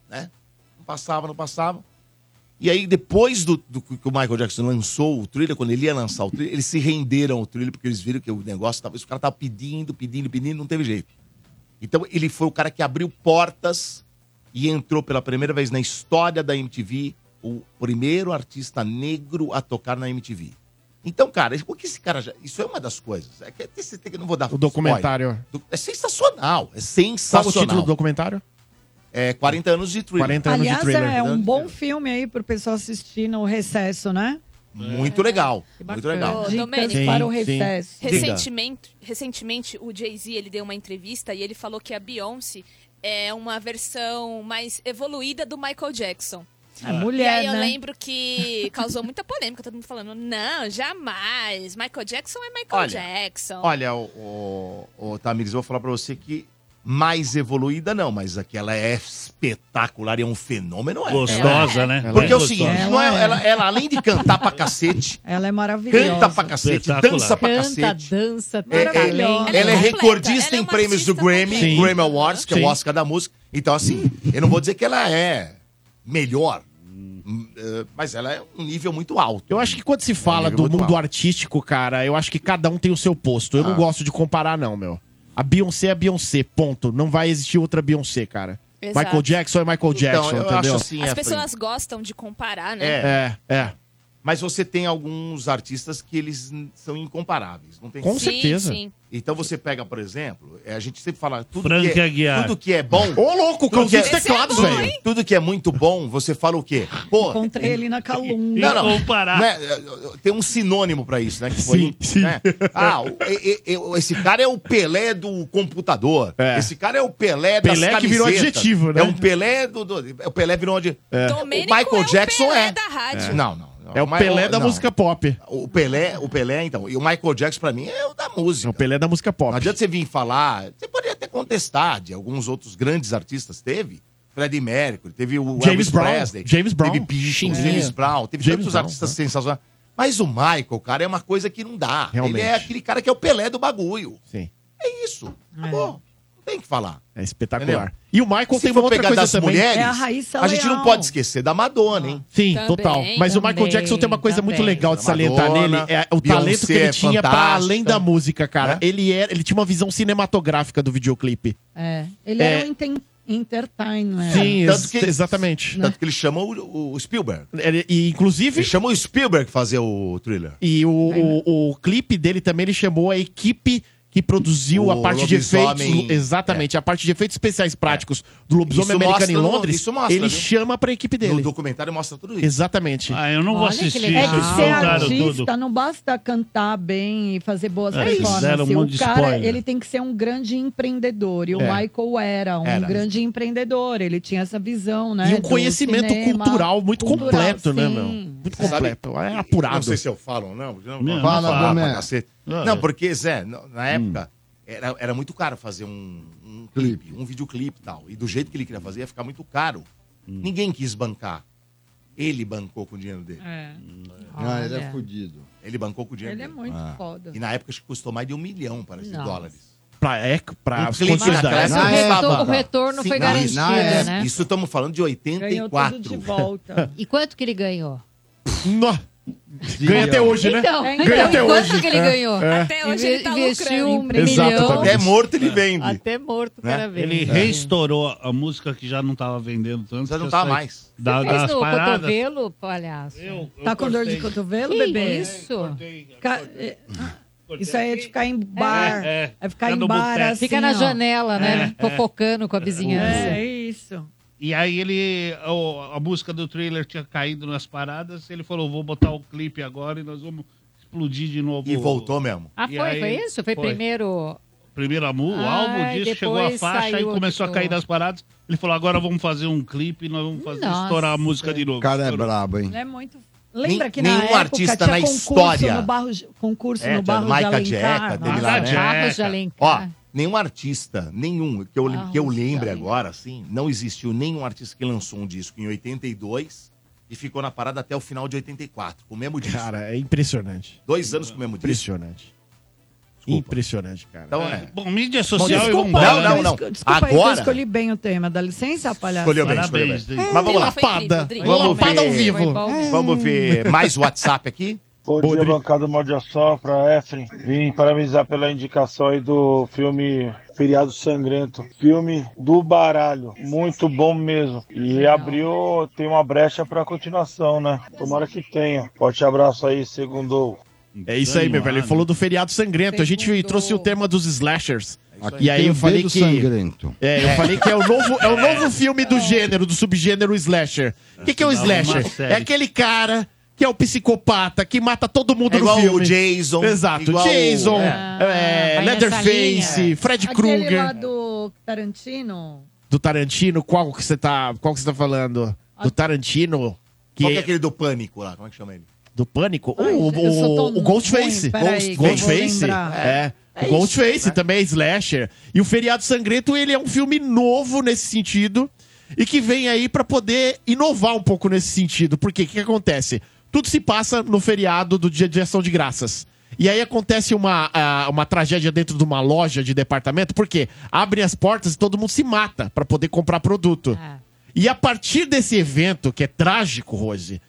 [SPEAKER 1] né? Não passava, não passava. E aí, depois do, do que o Michael Jackson lançou o thriller, quando ele ia lançar o thriller, eles se renderam ao thriller, porque eles viram que o negócio tava. Os caras estavam pedindo, pedindo, pedindo, não teve jeito. Então, ele foi o cara que abriu portas e entrou pela primeira vez na história da MTV, o primeiro artista negro a tocar na MTV. Então, cara, o que esse cara já. Isso é uma das coisas. É que esse tem que- não vou dar.
[SPEAKER 7] O documentário.
[SPEAKER 1] spoiler. Do- É sensacional. É
[SPEAKER 7] Qual o
[SPEAKER 1] sensacional.
[SPEAKER 7] título do documentário?
[SPEAKER 1] É 40 anos de né? thriller.
[SPEAKER 7] 40
[SPEAKER 3] Aliás, é um bom filme aí pro pessoal assistir no recesso, né?
[SPEAKER 1] Muito legal. Muito
[SPEAKER 3] bacana.
[SPEAKER 1] legal.
[SPEAKER 3] Ô, Dicas Domênico. para o recesso.
[SPEAKER 1] Diga.
[SPEAKER 9] Recentemente, recentemente, o Jay-Z ele deu uma entrevista e ele falou que a Beyoncé é uma versão mais evoluída do Michael Jackson.
[SPEAKER 3] É mulher,
[SPEAKER 9] e aí eu
[SPEAKER 3] né?
[SPEAKER 9] lembro que causou muita polêmica, todo mundo falando, não, jamais, Michael Jackson é Michael
[SPEAKER 1] Olha,
[SPEAKER 9] Jackson.
[SPEAKER 1] Olha, o, o, o Tamires, eu vou falar pra você que mais evoluída não, mas aquela é espetacular e é um fenômeno. É.
[SPEAKER 13] Gostosa,
[SPEAKER 1] Ela é.
[SPEAKER 13] né? Ela
[SPEAKER 1] Porque
[SPEAKER 13] é
[SPEAKER 1] é o seguinte,
[SPEAKER 13] gostosa.
[SPEAKER 1] não é- ela, ela, além de cantar pra cacete,
[SPEAKER 3] Ela é maravilhosa.
[SPEAKER 1] canta pra cacete, dança pra
[SPEAKER 6] Canta,
[SPEAKER 1] cacete.
[SPEAKER 6] dança,
[SPEAKER 1] É, é,
[SPEAKER 6] maravilhosa.
[SPEAKER 1] ela é recordista em prêmios do Grammy,
[SPEAKER 6] completa.
[SPEAKER 1] Grammy Awards, que é
[SPEAKER 6] Sim.
[SPEAKER 1] o Oscar da música. Então, assim, eu não vou dizer que ela é melhor, hum, eh, mas ela é um nível muito alto.
[SPEAKER 7] Eu acho que quando se fala
[SPEAKER 1] nível
[SPEAKER 7] do
[SPEAKER 1] É, muito
[SPEAKER 7] mundo
[SPEAKER 1] alto.
[SPEAKER 7] artístico, cara, eu acho que cada um tem o seu posto. Eu
[SPEAKER 1] Ah.
[SPEAKER 7] não gosto de comparar, não, meu. A Beyoncé é a Beyoncé, ponto. Não vai existir outra Beyoncé, cara.
[SPEAKER 9] Exato.
[SPEAKER 7] Michael Jackson é
[SPEAKER 1] Então,
[SPEAKER 7] Michael Jackson, entendeu?
[SPEAKER 1] assim,
[SPEAKER 9] As pessoas gostam de comparar, né?
[SPEAKER 1] É.
[SPEAKER 7] assim, é, é.
[SPEAKER 1] Mas você tem alguns artistas que eles n- são incomparáveis, não tem
[SPEAKER 7] Com Sim, certeza. sim.
[SPEAKER 1] Então você pega, por exemplo, é, a gente sempre fala tudo
[SPEAKER 13] Frank
[SPEAKER 1] que é,
[SPEAKER 13] Aguiar.
[SPEAKER 1] tudo que é bom.
[SPEAKER 7] Ô, louco,
[SPEAKER 1] tudo que
[SPEAKER 7] Cãozinho
[SPEAKER 1] é
[SPEAKER 7] dos Teclados,
[SPEAKER 1] tudo-
[SPEAKER 7] é velho.
[SPEAKER 1] Tudo que é muito bom, você fala o quê? Pô,
[SPEAKER 3] Encontrei ele na calúnia.
[SPEAKER 1] não, não, não é, é, tem um sinônimo pra isso, né? Que foi,
[SPEAKER 7] Sim, sim.
[SPEAKER 1] né? Ah, o- e- e- e- esse cara é o Pelé do computador. Esse cara é o Pelé das
[SPEAKER 7] Pelé que
[SPEAKER 1] camisetas.
[SPEAKER 7] virou adjetivo, né?
[SPEAKER 1] É um Pelé do... do o Pelé virou... Ad...
[SPEAKER 7] É.
[SPEAKER 1] O Michael Jackson é. Da rádio. Não, não.
[SPEAKER 7] É o
[SPEAKER 1] Mas-
[SPEAKER 7] Pelé da
[SPEAKER 1] não.
[SPEAKER 7] música pop.
[SPEAKER 1] O Pelé, o Pelé, então. E o Michael Jackson, pra mim, é o da música. O
[SPEAKER 7] Pelé da música pop.
[SPEAKER 1] Não adianta você vir falar. Você poderia até contestar de alguns outros grandes artistas. Teve Freddie Mercury, teve o
[SPEAKER 7] James
[SPEAKER 1] Elvis
[SPEAKER 7] Brown,
[SPEAKER 1] Presley.
[SPEAKER 7] James Brown.
[SPEAKER 1] Teve Pixies,
[SPEAKER 7] Sim.
[SPEAKER 1] James Brown. Teve
[SPEAKER 7] James
[SPEAKER 1] tantos
[SPEAKER 7] Brown, né?
[SPEAKER 1] artistas sensacionais. Mas o Michael, cara, é uma coisa que não dá.
[SPEAKER 7] Realmente.
[SPEAKER 1] Ele é aquele cara que é o Pelé do bagulho.
[SPEAKER 7] Sim.
[SPEAKER 1] É isso. Acabou. Não tem o que falar.
[SPEAKER 7] É espetacular.
[SPEAKER 1] Entendeu?
[SPEAKER 7] E o Michael
[SPEAKER 1] Se
[SPEAKER 7] É tem
[SPEAKER 1] for
[SPEAKER 7] uma outra
[SPEAKER 1] pegar
[SPEAKER 7] coisa
[SPEAKER 1] das
[SPEAKER 7] também.
[SPEAKER 1] mulheres,
[SPEAKER 3] É a Raíssa
[SPEAKER 1] a gente não
[SPEAKER 3] Leal.
[SPEAKER 1] pode esquecer da Madonna, hein?
[SPEAKER 7] Sim, total. Mas o Michael Jackson tem uma coisa muito legal de salientar
[SPEAKER 1] Madonna,
[SPEAKER 7] nele, é o
[SPEAKER 1] Beyoncé
[SPEAKER 7] talento que ele
[SPEAKER 1] é
[SPEAKER 7] tinha pra
[SPEAKER 1] fantástica.
[SPEAKER 7] além da música, cara. Ele era, ele tinha uma visão cinematográfica do videoclipe.
[SPEAKER 3] É. Ele
[SPEAKER 7] É.
[SPEAKER 3] era um inten- entertainer.
[SPEAKER 7] Sim,
[SPEAKER 1] Tanto
[SPEAKER 7] ex-
[SPEAKER 1] que-
[SPEAKER 7] exatamente.
[SPEAKER 1] Tanto que ele chama o, o Spielberg.
[SPEAKER 7] Ele- e inclusive.
[SPEAKER 1] Ele chamou o Spielberg fazer o thriller.
[SPEAKER 7] E o,
[SPEAKER 3] É
[SPEAKER 7] o, o clipe dele também ele chamou a equipe que produziu
[SPEAKER 1] O
[SPEAKER 7] a parte de efeitos,
[SPEAKER 1] lobisomem. É.
[SPEAKER 7] exatamente, a parte de efeitos especiais práticos do Lobisomem
[SPEAKER 1] Isso
[SPEAKER 7] Americano
[SPEAKER 1] mostra
[SPEAKER 7] em
[SPEAKER 1] no-
[SPEAKER 7] Londres.
[SPEAKER 1] isso mostra,
[SPEAKER 7] ele
[SPEAKER 1] viu?
[SPEAKER 7] chama pra equipe dele.
[SPEAKER 1] No documentário mostra tudo isso.
[SPEAKER 7] Exatamente.
[SPEAKER 13] Ah, eu não vou assistir.
[SPEAKER 3] É
[SPEAKER 13] vocês
[SPEAKER 3] que ser
[SPEAKER 13] contaram
[SPEAKER 3] artista
[SPEAKER 13] tudo.
[SPEAKER 3] não basta cantar bem e fazer boas
[SPEAKER 13] É, fizeram um
[SPEAKER 3] performances.
[SPEAKER 13] monte de
[SPEAKER 3] o cara,
[SPEAKER 13] spoiler.
[SPEAKER 3] ele tem que ser um grande empreendedor. E o
[SPEAKER 7] É.
[SPEAKER 3] Michael era um
[SPEAKER 7] Era.
[SPEAKER 3] grande empreendedor. Ele tinha essa visão, né?
[SPEAKER 7] E um
[SPEAKER 3] do
[SPEAKER 7] conhecimento
[SPEAKER 3] cinema.
[SPEAKER 7] cultural muito
[SPEAKER 3] Cultural,
[SPEAKER 7] completo, né,
[SPEAKER 3] sim.
[SPEAKER 7] meu? Muito
[SPEAKER 1] Sabe?
[SPEAKER 7] completo. É apurado.
[SPEAKER 1] Não sei se eu falo ou não. Não,
[SPEAKER 7] Não,
[SPEAKER 1] não,
[SPEAKER 7] fala,
[SPEAKER 1] fala
[SPEAKER 7] Boné.
[SPEAKER 1] pra cacete.
[SPEAKER 7] Ah,
[SPEAKER 1] Não,
[SPEAKER 7] é.
[SPEAKER 1] porque, Zé, na na época, era, era muito caro fazer um, um clipe, um videoclipe e tal. E do jeito que ele queria fazer, ia ficar muito caro. Ninguém quis bancar. Ele bancou com o dinheiro dele.
[SPEAKER 3] É.
[SPEAKER 8] Ah, ele é
[SPEAKER 3] Olha.
[SPEAKER 8] fudido.
[SPEAKER 1] Ele bancou com o dinheiro
[SPEAKER 3] Ele é
[SPEAKER 1] dele.
[SPEAKER 3] muito
[SPEAKER 1] Ah.
[SPEAKER 3] foda.
[SPEAKER 1] E na época, acho que custou mais de um milhão, parece, de
[SPEAKER 3] Nossa.
[SPEAKER 1] dólares.
[SPEAKER 7] Pra, é, pra as
[SPEAKER 1] clipe
[SPEAKER 7] condições da
[SPEAKER 1] naquela
[SPEAKER 7] época.
[SPEAKER 1] época
[SPEAKER 6] O retorno-
[SPEAKER 1] custava-
[SPEAKER 6] o retorno foi
[SPEAKER 1] Sim, não, isso-
[SPEAKER 6] garantido,
[SPEAKER 1] é,
[SPEAKER 6] né?
[SPEAKER 1] Isso estamos falando de 84.
[SPEAKER 6] E quanto que ele ganhou?
[SPEAKER 7] Nó. Ganha até hoje, né?
[SPEAKER 6] Então,
[SPEAKER 7] Ganha
[SPEAKER 6] então,
[SPEAKER 7] até
[SPEAKER 6] e quanto
[SPEAKER 7] hoje.
[SPEAKER 6] que ele
[SPEAKER 7] É,
[SPEAKER 6] ganhou?
[SPEAKER 7] é.
[SPEAKER 6] Até hoje ele tá Investiu um
[SPEAKER 7] lucrando. Exato,
[SPEAKER 6] milhão.
[SPEAKER 7] Fabrício. Até morto
[SPEAKER 1] ele vende. né?
[SPEAKER 6] Até morto o cara vende.
[SPEAKER 13] Né? Ele reestourou a música que já não tava vendendo tanto.
[SPEAKER 1] Já não
[SPEAKER 13] que
[SPEAKER 1] tá
[SPEAKER 13] saiu
[SPEAKER 1] mais.
[SPEAKER 13] Da,
[SPEAKER 6] Você fez
[SPEAKER 13] das
[SPEAKER 6] no
[SPEAKER 13] paradas.
[SPEAKER 6] cotovelo, palhaço?
[SPEAKER 3] Tá com dor de cotovelo,
[SPEAKER 6] Que
[SPEAKER 3] bebê?
[SPEAKER 6] isso?
[SPEAKER 3] Ca- é- Isso aí é de ficar em bar.
[SPEAKER 6] É,
[SPEAKER 3] É,
[SPEAKER 6] é.
[SPEAKER 3] ficar
[SPEAKER 13] Fica
[SPEAKER 3] em
[SPEAKER 13] no
[SPEAKER 3] bar
[SPEAKER 13] boteco.
[SPEAKER 3] assim,
[SPEAKER 6] Fica na
[SPEAKER 3] ó.
[SPEAKER 6] janela, né?
[SPEAKER 13] É, é.
[SPEAKER 6] Fofocando com a vizinhança.
[SPEAKER 3] É isso.
[SPEAKER 13] E aí ele. o- a música do trailer tinha caído nas paradas. Ele falou: vou botar o clipe agora e nós vamos explodir de novo.
[SPEAKER 1] E voltou mesmo.
[SPEAKER 6] Ah,
[SPEAKER 13] E
[SPEAKER 6] foi?
[SPEAKER 13] aí-
[SPEAKER 6] Foi isso? Foi, primeiro...
[SPEAKER 13] Primeiro a mu, o
[SPEAKER 6] Ah,
[SPEAKER 13] álbum
[SPEAKER 6] e
[SPEAKER 13] disso, chegou a
[SPEAKER 6] depois
[SPEAKER 13] faixa e
[SPEAKER 6] saiu
[SPEAKER 13] começou a
[SPEAKER 6] outro.
[SPEAKER 13] cair das paradas. Ele falou: agora vamos fazer um clipe e nós vamos fazer
[SPEAKER 3] Nossa.
[SPEAKER 13] estourar a música de novo.
[SPEAKER 8] O cara é brabo, hein?
[SPEAKER 3] Ele é muito. Lembra
[SPEAKER 13] Nem-
[SPEAKER 3] que na
[SPEAKER 13] nenhum
[SPEAKER 3] época
[SPEAKER 13] artista
[SPEAKER 3] tinha
[SPEAKER 13] na
[SPEAKER 3] concurso
[SPEAKER 1] história.
[SPEAKER 3] No barro, concurso
[SPEAKER 1] É,
[SPEAKER 3] no
[SPEAKER 1] tinha
[SPEAKER 3] barro de
[SPEAKER 1] Maica
[SPEAKER 3] Alencar.
[SPEAKER 1] Jeca,
[SPEAKER 3] Nossa.
[SPEAKER 1] Demi Lovato.
[SPEAKER 6] Barros de Alencar.
[SPEAKER 1] Ó, nenhum artista, nenhum, que eu, lem- que eu
[SPEAKER 6] Barros de
[SPEAKER 1] lembre
[SPEAKER 6] Alencar.
[SPEAKER 1] agora, assim, não existiu nenhum artista que lançou um disco em 82 e ficou na parada até o final de 84, com o mesmo disco.
[SPEAKER 7] Cara, é impressionante.
[SPEAKER 1] Dois anos com o mesmo disco.
[SPEAKER 7] Impressionante. Impressionante, cara.
[SPEAKER 1] Então é.
[SPEAKER 13] Bom, mídia
[SPEAKER 1] Bom,
[SPEAKER 13] social e vamos
[SPEAKER 1] desculpa,
[SPEAKER 13] embora,
[SPEAKER 1] não,
[SPEAKER 13] né?
[SPEAKER 1] não, não.
[SPEAKER 3] Desculpa aí que eu
[SPEAKER 1] Agora-
[SPEAKER 3] escolhi bem o tema. Dá licença, palhaço.
[SPEAKER 1] Escolheu bem, escolheu bem.
[SPEAKER 13] Parabéns, Dri.
[SPEAKER 1] Mas vamos lá.
[SPEAKER 3] Foi incrível,
[SPEAKER 1] Lapada.
[SPEAKER 3] Dri.
[SPEAKER 1] Vamos ver.
[SPEAKER 3] Lapada ao vivo.
[SPEAKER 7] É.
[SPEAKER 3] É.
[SPEAKER 1] Vamos ver mais WhatsApp aqui.
[SPEAKER 5] Bom dia, bancada Morde Sopra, Efren. Vim parabenizar pela indicação aí do filme Feriado Sangrento. Filme do baralho. Muito bom mesmo. E abriu, tem uma brecha pra continuação, né? Tomara que tenha. Forte abraço aí, segundo.
[SPEAKER 7] É isso aí, meu velho. Ele falou do feriado sangrento. A gente trouxe o tema dos slashers.
[SPEAKER 1] É
[SPEAKER 7] E aí eu falei que.
[SPEAKER 8] sangrento.
[SPEAKER 7] É, eu
[SPEAKER 8] É.
[SPEAKER 7] falei que é o novo, é o novo filme do gênero, do subgênero slasher. O que, que é o
[SPEAKER 1] Não, uma
[SPEAKER 7] slasher?
[SPEAKER 1] série.
[SPEAKER 7] É aquele cara que é o psicopata, que mata todo mundo
[SPEAKER 1] É
[SPEAKER 7] no
[SPEAKER 1] igual o
[SPEAKER 7] filme.
[SPEAKER 1] Jason,
[SPEAKER 7] Exato.
[SPEAKER 1] igual o-
[SPEAKER 7] Jason,
[SPEAKER 1] É.
[SPEAKER 7] é,
[SPEAKER 3] Vai Ah, tá nessa
[SPEAKER 7] Leatherface,
[SPEAKER 3] linha.
[SPEAKER 7] Fred
[SPEAKER 3] Aquele
[SPEAKER 7] Krueger.
[SPEAKER 3] lá do Tarantino.
[SPEAKER 7] do Tarantino, qual que você tá, qual que você tá falando? Do Tarantino? Que
[SPEAKER 1] Qual que é aquele do pânico lá? Como é que chama ele?
[SPEAKER 7] Do Pânico?
[SPEAKER 1] Ai,
[SPEAKER 7] o,
[SPEAKER 1] eu sou tão
[SPEAKER 7] o, o Ghostface.
[SPEAKER 1] ruim, peraí,
[SPEAKER 7] Ghost-
[SPEAKER 1] que eu vou
[SPEAKER 7] Ghostface.
[SPEAKER 1] lembrar.
[SPEAKER 7] É.
[SPEAKER 1] É
[SPEAKER 7] o
[SPEAKER 1] isso,
[SPEAKER 7] Ghostface
[SPEAKER 1] né?
[SPEAKER 7] também, é slasher. E o Feriado Sangrento, ele é um filme novo nesse sentido e que vem aí pra poder inovar um pouco nesse sentido. Porque o que que acontece? Tudo se passa no feriado do dia de ação de graças. E aí acontece uma, ah, uma tragédia dentro de uma loja de departamento, porque abrem as portas e todo mundo se mata pra poder comprar produto.
[SPEAKER 1] É.
[SPEAKER 7] E a partir desse evento, que é trágico, Rose,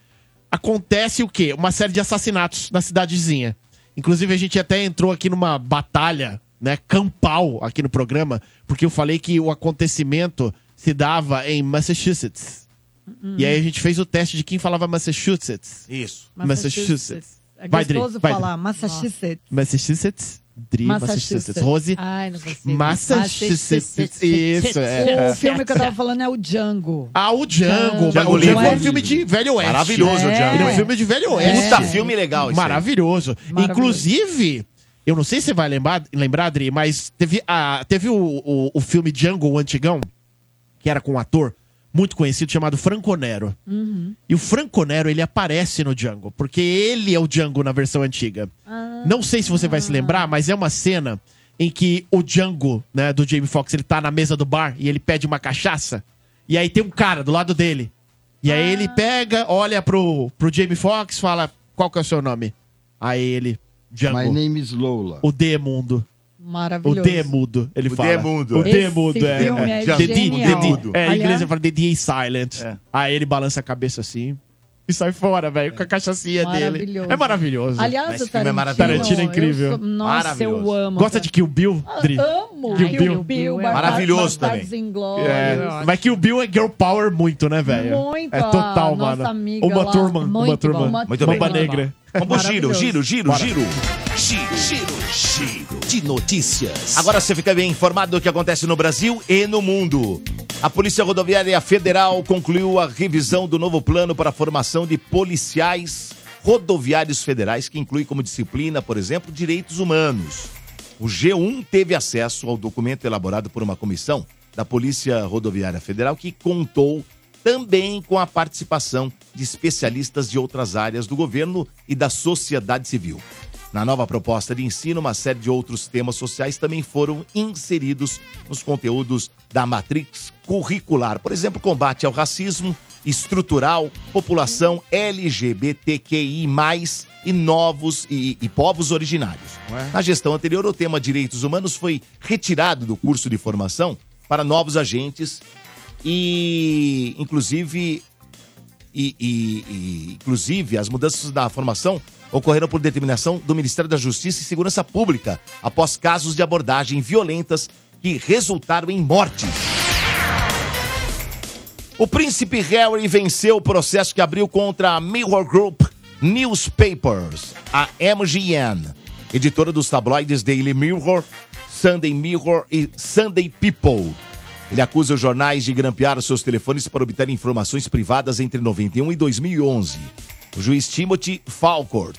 [SPEAKER 7] acontece o quê? Uma série de assassinatos na cidadezinha. Inclusive, a gente até entrou aqui numa batalha, né, campal aqui no programa, porque eu falei que o acontecimento se dava em Massachusetts. E aí a gente fez o teste de quem falava Massachusetts.
[SPEAKER 1] Isso.
[SPEAKER 7] Massachusetts.
[SPEAKER 3] É
[SPEAKER 7] Vai, Dri,
[SPEAKER 3] gostoso
[SPEAKER 7] vai, Dri.
[SPEAKER 3] falar Massachusetts.
[SPEAKER 7] Massachusetts. Dri, Massachusetts. Rose.
[SPEAKER 3] Ai, não consigo.
[SPEAKER 7] Massachusetts. Isso, é.
[SPEAKER 3] O filme que eu tava falando é o Django.
[SPEAKER 7] Ah, o Django.
[SPEAKER 1] Django
[SPEAKER 7] o Django é um
[SPEAKER 1] Livre.
[SPEAKER 7] filme de Velho Oeste.
[SPEAKER 1] Maravilhoso, o
[SPEAKER 7] é.
[SPEAKER 1] Django.
[SPEAKER 7] Ele é um filme de Velho Oeste.
[SPEAKER 1] Puta filme legal esse aí.
[SPEAKER 7] Maravilhoso.
[SPEAKER 1] Maravilhoso.
[SPEAKER 7] Inclusive, eu não sei se você vai lembrar, lembrar Adri, mas teve, a, teve o, o, o filme Django, o antigão, que era com um ator muito conhecido chamado Franco Nero.
[SPEAKER 3] Uhum.
[SPEAKER 7] E o Franco Nero, ele aparece no Django, porque ele é o Django na versão antiga. Não sei se você vai se lembrar, mas é uma cena em que o Django, né, do Jamie Foxx, ele tá na mesa do bar e ele pede uma cachaça, e aí tem um cara do lado dele. E aí ele pega, olha pro, pro Jamie Foxx, fala, qual que é o seu nome? Aí ele, Django.
[SPEAKER 8] My name is Lola.
[SPEAKER 7] O Demundo. O
[SPEAKER 3] Maravilhoso.
[SPEAKER 7] Demudo, ele
[SPEAKER 8] O
[SPEAKER 1] é
[SPEAKER 7] fala.
[SPEAKER 8] Demundo.
[SPEAKER 7] O Demudo,
[SPEAKER 8] Esse
[SPEAKER 7] é.
[SPEAKER 8] filme
[SPEAKER 7] é.
[SPEAKER 8] é
[SPEAKER 7] The D-
[SPEAKER 8] genial.
[SPEAKER 7] The D- É, em inglês
[SPEAKER 8] Aliás-
[SPEAKER 7] ele fala The D is silent. Aí ele balança a cabeça assim e sai fora, velho, com a cachacinha dele.
[SPEAKER 3] Maravilhoso.
[SPEAKER 7] É maravilhoso.
[SPEAKER 3] Aliás, Esse o filme é maravilhoso.
[SPEAKER 7] Tarantino é incrível.
[SPEAKER 3] eu sou- nossa,
[SPEAKER 7] Maravilhoso.
[SPEAKER 3] eu amo.
[SPEAKER 7] Gosta de Kill Bill, Dri?
[SPEAKER 3] Amo.
[SPEAKER 7] Kill Bill.
[SPEAKER 3] Barba-
[SPEAKER 7] Maravilhoso
[SPEAKER 3] Bastardos
[SPEAKER 7] também.
[SPEAKER 3] Inglórios.
[SPEAKER 7] É, mas Kill Bill é girl power muito, né, velho?
[SPEAKER 3] Muito,
[SPEAKER 7] É total,
[SPEAKER 3] a nossa
[SPEAKER 7] mano.
[SPEAKER 3] amiga
[SPEAKER 7] uma
[SPEAKER 3] lá.
[SPEAKER 7] turma, uma
[SPEAKER 3] Muito
[SPEAKER 7] turma.
[SPEAKER 3] bom, uma Muito turma.
[SPEAKER 7] Mamba
[SPEAKER 3] bem.
[SPEAKER 7] negra.
[SPEAKER 1] Vamos giro,
[SPEAKER 7] Maravilhoso.
[SPEAKER 1] giro, giro,
[SPEAKER 7] Bora.
[SPEAKER 1] giro. Giro, giro, giro de notícias. Agora você fica bem informado do que acontece no Brasil e no mundo. A Polícia Rodoviária Federal concluiu a revisão do novo plano para a formação de policiais rodoviários federais, que inclui como disciplina, por exemplo, direitos humanos. O G1 teve acesso ao documento elaborado por uma comissão da Polícia Rodoviária Federal que contou também com a participação de especialistas de outras áreas do governo e da sociedade civil. Na nova proposta de ensino, uma série de outros temas sociais também foram inseridos nos conteúdos da matrix curricular. Por exemplo, combate ao racismo estrutural, população LGBTQI+, e novos e- e povos originários.
[SPEAKER 24] é?
[SPEAKER 1] Na gestão anterior, o tema direitos humanos foi retirado do curso de formação para novos agentes e, inclusive, e, e- e, inclusive, as mudanças na formação ocorreram por determinação do Ministério da Justiça e Segurança Pública, após casos de abordagem violentas que resultaram em morte. O príncipe Harry venceu o processo que abriu contra a Mirror Group Newspapers, a MGN, editora dos tabloides Daily Mirror, Sunday Mirror e Sunday People. Ele acusa os jornais de grampear os seus telefones para obter informações privadas entre 91 e 2011. O juiz Timothy Falcourt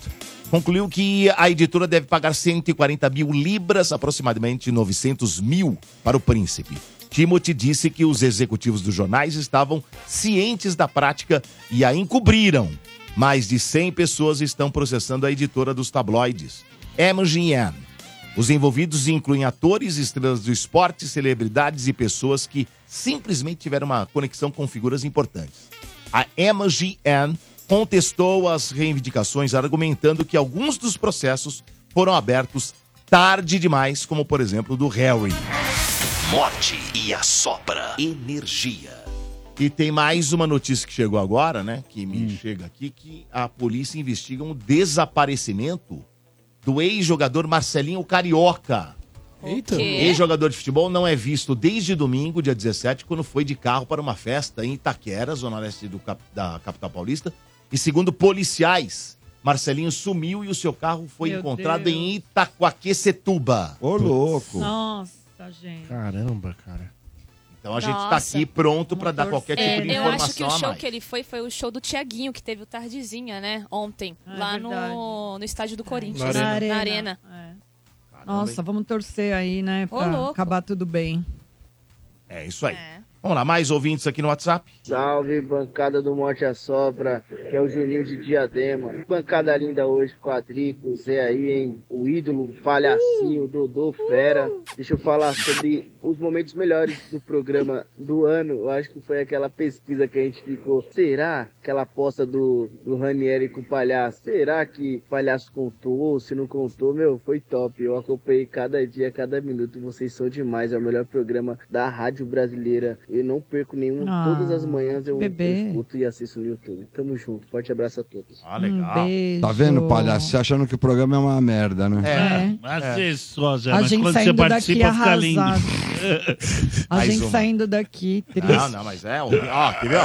[SPEAKER 1] concluiu que a editora deve pagar 140 mil libras, aproximadamente 900 mil, para o príncipe. Timothy disse que os executivos dos jornais estavam cientes da prática e a encobriram. Mais de 100 pessoas estão processando a editora dos tabloides, MGM. Os envolvidos incluem atores, estrelas do esporte, celebridades e pessoas que simplesmente tiveram uma conexão com figuras importantes. A MGN contestou as reivindicações, argumentando que alguns dos processos foram abertos tarde demais, como por exemplo do Harry.
[SPEAKER 2] Morte e a sopra energia.
[SPEAKER 1] E tem mais uma notícia que chegou agora, né? Que me chega aqui, que a polícia investiga um desaparecimento do ex-jogador Marcelinho Carioca.
[SPEAKER 10] Eita.
[SPEAKER 1] Ex-jogador de futebol não é visto desde domingo, dia 17, quando foi de carro para uma festa em Itaquera, zona leste do cap- da capital paulista. E segundo policiais, Marcelinho sumiu e o seu carro foi
[SPEAKER 3] Meu
[SPEAKER 1] encontrado
[SPEAKER 3] Deus.
[SPEAKER 1] em Itaquaquecetuba. Ô, louco!
[SPEAKER 3] Nossa, gente.
[SPEAKER 7] Caramba, cara.
[SPEAKER 1] Então a gente tá
[SPEAKER 9] Nossa.
[SPEAKER 1] aqui pronto para dar qualquer tipo
[SPEAKER 9] É,
[SPEAKER 1] de
[SPEAKER 9] eu
[SPEAKER 1] informação
[SPEAKER 9] acho que
[SPEAKER 1] a
[SPEAKER 9] o show
[SPEAKER 1] mais.
[SPEAKER 9] que ele foi foi o show do Tiaguinho, que teve o Tardezinha, né? Ontem,
[SPEAKER 23] Ah,
[SPEAKER 3] é
[SPEAKER 9] lá
[SPEAKER 3] verdade.
[SPEAKER 9] no, no estádio
[SPEAKER 23] É.
[SPEAKER 9] do Corinthians,
[SPEAKER 3] Na
[SPEAKER 9] né?
[SPEAKER 3] arena.
[SPEAKER 9] na arena.
[SPEAKER 3] Nossa, vamos torcer aí, né?
[SPEAKER 9] Ô,
[SPEAKER 3] Pra
[SPEAKER 9] louco.
[SPEAKER 3] acabar tudo bem.
[SPEAKER 1] É isso aí. Vamos lá, mais ouvintes aqui no WhatsApp.
[SPEAKER 24] Salve, bancada do Morte à Sopra, que é o Juninho de Diadema. Bancada linda hoje, quadrico, Zé aí, hein? O ídolo, palhacinho, Dodô, fera. Deixa eu falar sobre os momentos melhores do programa do ano. Eu acho que foi aquela pesquisa que a gente ficou. Será aquela aposta do, do Ranieri com o palhaço? Será que o palhaço contou ou se não contou? Meu, foi top. Eu acompanhei cada dia, cada minuto. Vocês são demais. É o melhor programa da rádio brasileira. Eu não perco nenhum.
[SPEAKER 23] Ah.
[SPEAKER 24] Todas as manhãs eu,
[SPEAKER 23] Bebê.
[SPEAKER 24] eu escuto e assisto no YouTube. Tamo junto. Forte abraço a todos.
[SPEAKER 1] Ah,
[SPEAKER 24] legal.
[SPEAKER 8] Tá vendo, palhaço? Você achando que o programa é uma merda,
[SPEAKER 1] É.
[SPEAKER 3] É.
[SPEAKER 8] né?
[SPEAKER 13] Às vezes, ó, Zé,
[SPEAKER 23] A
[SPEAKER 13] mas
[SPEAKER 23] gente
[SPEAKER 13] quando você
[SPEAKER 23] saindo
[SPEAKER 13] participa,
[SPEAKER 23] daqui
[SPEAKER 13] fica lindo.
[SPEAKER 23] A
[SPEAKER 1] Mais
[SPEAKER 23] gente
[SPEAKER 1] uma.
[SPEAKER 3] tá
[SPEAKER 23] saindo daqui, triste.
[SPEAKER 1] Não, não, mas é. Ó, ó, quer ver?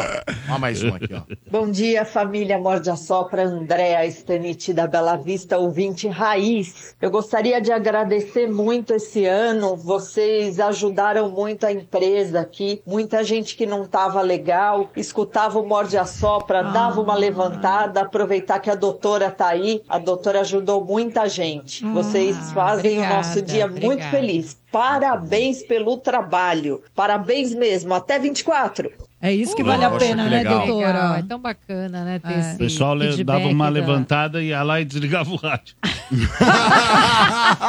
[SPEAKER 1] Ó, Ó, mais um aqui, ó.
[SPEAKER 3] Bom dia, família Morde a Sopra, Andréa Staniti da Bela Vista, ouvinte raiz. Eu gostaria de agradecer muito esse ano, vocês ajudaram muito a empresa aqui, muita gente que não estava legal, escutava o Morde a Sopra, dava
[SPEAKER 23] Ah.
[SPEAKER 3] uma levantada, aproveitar que a doutora tá aí, a doutora ajudou muita gente. Vocês fazem o nosso dia muito
[SPEAKER 23] Ah, obrigada.
[SPEAKER 3] feliz. Parabéns pelo trabalho, parabéns mesmo, até 24.
[SPEAKER 23] É isso que vale a
[SPEAKER 13] Poxa,
[SPEAKER 23] pena,
[SPEAKER 13] que
[SPEAKER 23] né,
[SPEAKER 13] legal.
[SPEAKER 23] doutora?
[SPEAKER 6] É tão bacana, né,
[SPEAKER 3] É.
[SPEAKER 6] ter
[SPEAKER 13] O pessoal le- dava uma
[SPEAKER 6] né?
[SPEAKER 13] levantada, ia lá e desligava o rádio.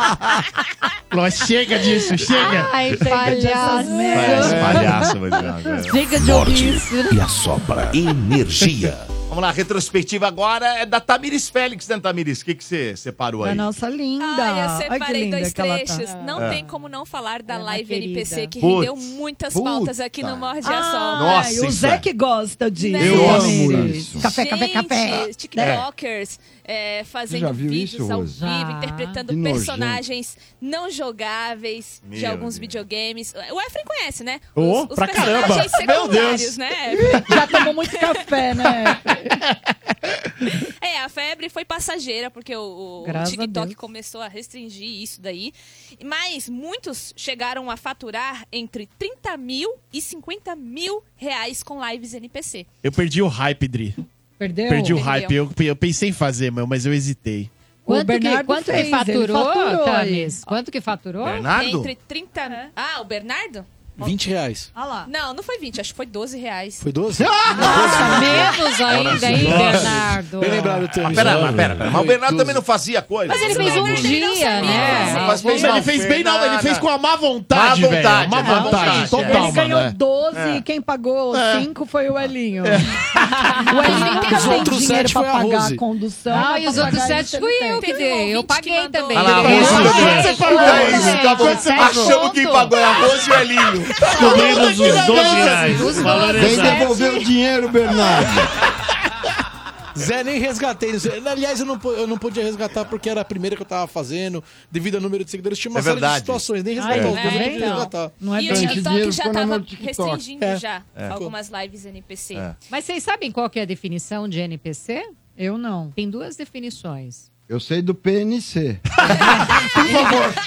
[SPEAKER 7] Falou, chega disso, chega.
[SPEAKER 6] Ai,
[SPEAKER 23] palhaço.
[SPEAKER 13] É,
[SPEAKER 1] Parece palhaço, mas não,
[SPEAKER 13] né?
[SPEAKER 1] agora.
[SPEAKER 6] Chega
[SPEAKER 25] de ouvir isso. É. E a sopra energia.
[SPEAKER 1] Vamos lá, retrospectiva agora é da Tamires Félix, né, Tamires? O que que você separou
[SPEAKER 23] Da
[SPEAKER 1] aí?
[SPEAKER 23] nossa linda.
[SPEAKER 9] Ah, eu
[SPEAKER 23] Olha que
[SPEAKER 9] separei
[SPEAKER 23] linda
[SPEAKER 9] dois
[SPEAKER 23] que ela
[SPEAKER 9] trechos.
[SPEAKER 23] Tá.
[SPEAKER 9] Não
[SPEAKER 1] É.
[SPEAKER 9] tem como não falar da live
[SPEAKER 23] é querida.
[SPEAKER 9] NPC que
[SPEAKER 1] Putz.
[SPEAKER 9] rendeu muitas
[SPEAKER 1] Puta.
[SPEAKER 9] pautas aqui no Morde a Sopra.
[SPEAKER 1] Nossa,
[SPEAKER 23] Ai, o
[SPEAKER 1] isso
[SPEAKER 23] Zé
[SPEAKER 1] é.
[SPEAKER 23] que gosta disso.
[SPEAKER 9] Eu
[SPEAKER 23] Tamires.
[SPEAKER 1] amo isso.
[SPEAKER 23] Café, café,
[SPEAKER 9] Gente,
[SPEAKER 23] café.
[SPEAKER 9] TikTokers é, fazendo
[SPEAKER 8] Já viu
[SPEAKER 9] vídeos
[SPEAKER 8] isso,
[SPEAKER 9] ao
[SPEAKER 8] Rose?
[SPEAKER 9] vivo,
[SPEAKER 8] Já.
[SPEAKER 9] interpretando
[SPEAKER 8] Que nojento.
[SPEAKER 9] personagens não jogáveis de
[SPEAKER 8] Meu
[SPEAKER 9] alguns videogames. O Efraim conhece, né?
[SPEAKER 23] Ô,
[SPEAKER 9] os
[SPEAKER 23] pra caramba.
[SPEAKER 9] personagens
[SPEAKER 23] Meu
[SPEAKER 9] secundários,
[SPEAKER 23] Deus.
[SPEAKER 9] né?
[SPEAKER 23] Já tomou muito café, né?
[SPEAKER 9] É, a febre foi passageira, porque o, o
[SPEAKER 23] Graças a
[SPEAKER 9] TikTok
[SPEAKER 23] Deus.
[SPEAKER 9] começou a restringir isso daí. Mas muitos chegaram a faturar entre 30 mil e 50 mil reais com lives NPC.
[SPEAKER 7] Eu perdi o hype, Dri.
[SPEAKER 23] Perdeu?
[SPEAKER 7] Perdi o
[SPEAKER 9] Perdeu.
[SPEAKER 7] hype. Eu, eu pensei em fazer, meu, mas eu hesitei.
[SPEAKER 6] Quanto, que,
[SPEAKER 23] Bernardo
[SPEAKER 6] quanto que
[SPEAKER 23] fez, ele
[SPEAKER 6] faturou,
[SPEAKER 23] faturou,
[SPEAKER 6] Thames? Quanto que faturou?
[SPEAKER 9] Entre 30... Ah, o Bernardo?
[SPEAKER 10] 20 reais.
[SPEAKER 9] Ah lá. Não, não foi 20, acho que foi 12 reais.
[SPEAKER 10] Foi 12?
[SPEAKER 1] Ah!
[SPEAKER 6] Nossa, menos ainda, hein,
[SPEAKER 10] Nossa.
[SPEAKER 6] Bernardo?
[SPEAKER 10] Bem lembrado, Tami.
[SPEAKER 1] Mas pera, mas pera, pera, mas o Bernardo também não fazia coisa.
[SPEAKER 6] Mas ele fez um dia, né?
[SPEAKER 1] Mas fez
[SPEAKER 7] ele
[SPEAKER 1] mal
[SPEAKER 7] fez bem, não. Ele
[SPEAKER 1] feito,
[SPEAKER 7] fez
[SPEAKER 1] né?
[SPEAKER 7] com a má vontade,
[SPEAKER 1] Má
[SPEAKER 7] velho.
[SPEAKER 1] vontade,
[SPEAKER 7] Má
[SPEAKER 1] é, má
[SPEAKER 7] vontade,
[SPEAKER 1] vontade,
[SPEAKER 7] total,
[SPEAKER 1] é.
[SPEAKER 23] Ele
[SPEAKER 7] mano.
[SPEAKER 23] ganhou
[SPEAKER 7] é.
[SPEAKER 23] 12
[SPEAKER 7] É.
[SPEAKER 23] e quem pagou
[SPEAKER 7] É.
[SPEAKER 23] 5 foi o Elinho. O Elinho nunca
[SPEAKER 6] Os
[SPEAKER 23] tem
[SPEAKER 6] outros
[SPEAKER 23] dinheiro
[SPEAKER 6] sete
[SPEAKER 23] pra
[SPEAKER 6] foi a
[SPEAKER 23] pagar
[SPEAKER 6] Rose.
[SPEAKER 23] a condução.
[SPEAKER 6] Ah,
[SPEAKER 23] pra
[SPEAKER 6] e os
[SPEAKER 23] pagar
[SPEAKER 6] outros
[SPEAKER 23] isso,
[SPEAKER 6] sete
[SPEAKER 23] ele
[SPEAKER 6] fui
[SPEAKER 23] tem. um
[SPEAKER 6] eu que dei. Eu paguei também.
[SPEAKER 1] Olha lá, Rose, Quando você falou isso, tá bom? Achamos que pagou a Rose e o Elinho.
[SPEAKER 13] Descobrimos os 12 reais.
[SPEAKER 8] Os
[SPEAKER 13] Valorizar.
[SPEAKER 8] Vem devolver o dinheiro, Bernardo.
[SPEAKER 10] Zé, nem resgatei. Zé. Aliás, eu não, po- eu não podia resgatar porque era a primeira que eu tava fazendo, devido ao número de seguidores. Tinha uma
[SPEAKER 1] É
[SPEAKER 10] série
[SPEAKER 1] verdade.
[SPEAKER 10] de situações, nem
[SPEAKER 23] Ai,
[SPEAKER 10] resgatar os dois, eu não
[SPEAKER 23] é,
[SPEAKER 10] podia
[SPEAKER 23] então.
[SPEAKER 10] resgatar.
[SPEAKER 23] Não é
[SPEAKER 9] e o
[SPEAKER 23] bem.
[SPEAKER 9] TikTok
[SPEAKER 23] dinheiro
[SPEAKER 9] já
[SPEAKER 23] ficou na
[SPEAKER 9] tava
[SPEAKER 23] mão do TikTok.
[SPEAKER 9] restringindo
[SPEAKER 23] É.
[SPEAKER 9] já
[SPEAKER 1] É.
[SPEAKER 9] algumas lives NPC.
[SPEAKER 1] É.
[SPEAKER 6] Mas vocês sabem qual que é a definição de NPC?
[SPEAKER 23] Eu não.
[SPEAKER 6] Tem duas definições. Ah,
[SPEAKER 8] Eu sei do PNC.
[SPEAKER 6] Por favor,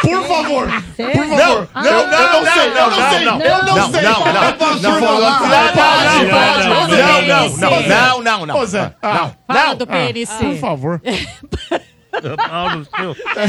[SPEAKER 7] por favor,
[SPEAKER 6] por
[SPEAKER 7] favor.
[SPEAKER 1] Não, não, não, não, não, não,
[SPEAKER 7] eu não
[SPEAKER 1] não,
[SPEAKER 7] sei.
[SPEAKER 1] não, não.
[SPEAKER 7] Eu posso
[SPEAKER 1] Não,
[SPEAKER 7] falar?
[SPEAKER 1] não, não,
[SPEAKER 7] Pode,
[SPEAKER 1] não,
[SPEAKER 7] pode,
[SPEAKER 1] não,
[SPEAKER 7] pode.
[SPEAKER 1] não, não, não, não, não, não.
[SPEAKER 7] Ô, Zé, ah,
[SPEAKER 1] Não,
[SPEAKER 6] Fala
[SPEAKER 1] não.
[SPEAKER 6] do PNC.
[SPEAKER 7] Por favor.
[SPEAKER 13] Paulo, seu.
[SPEAKER 6] é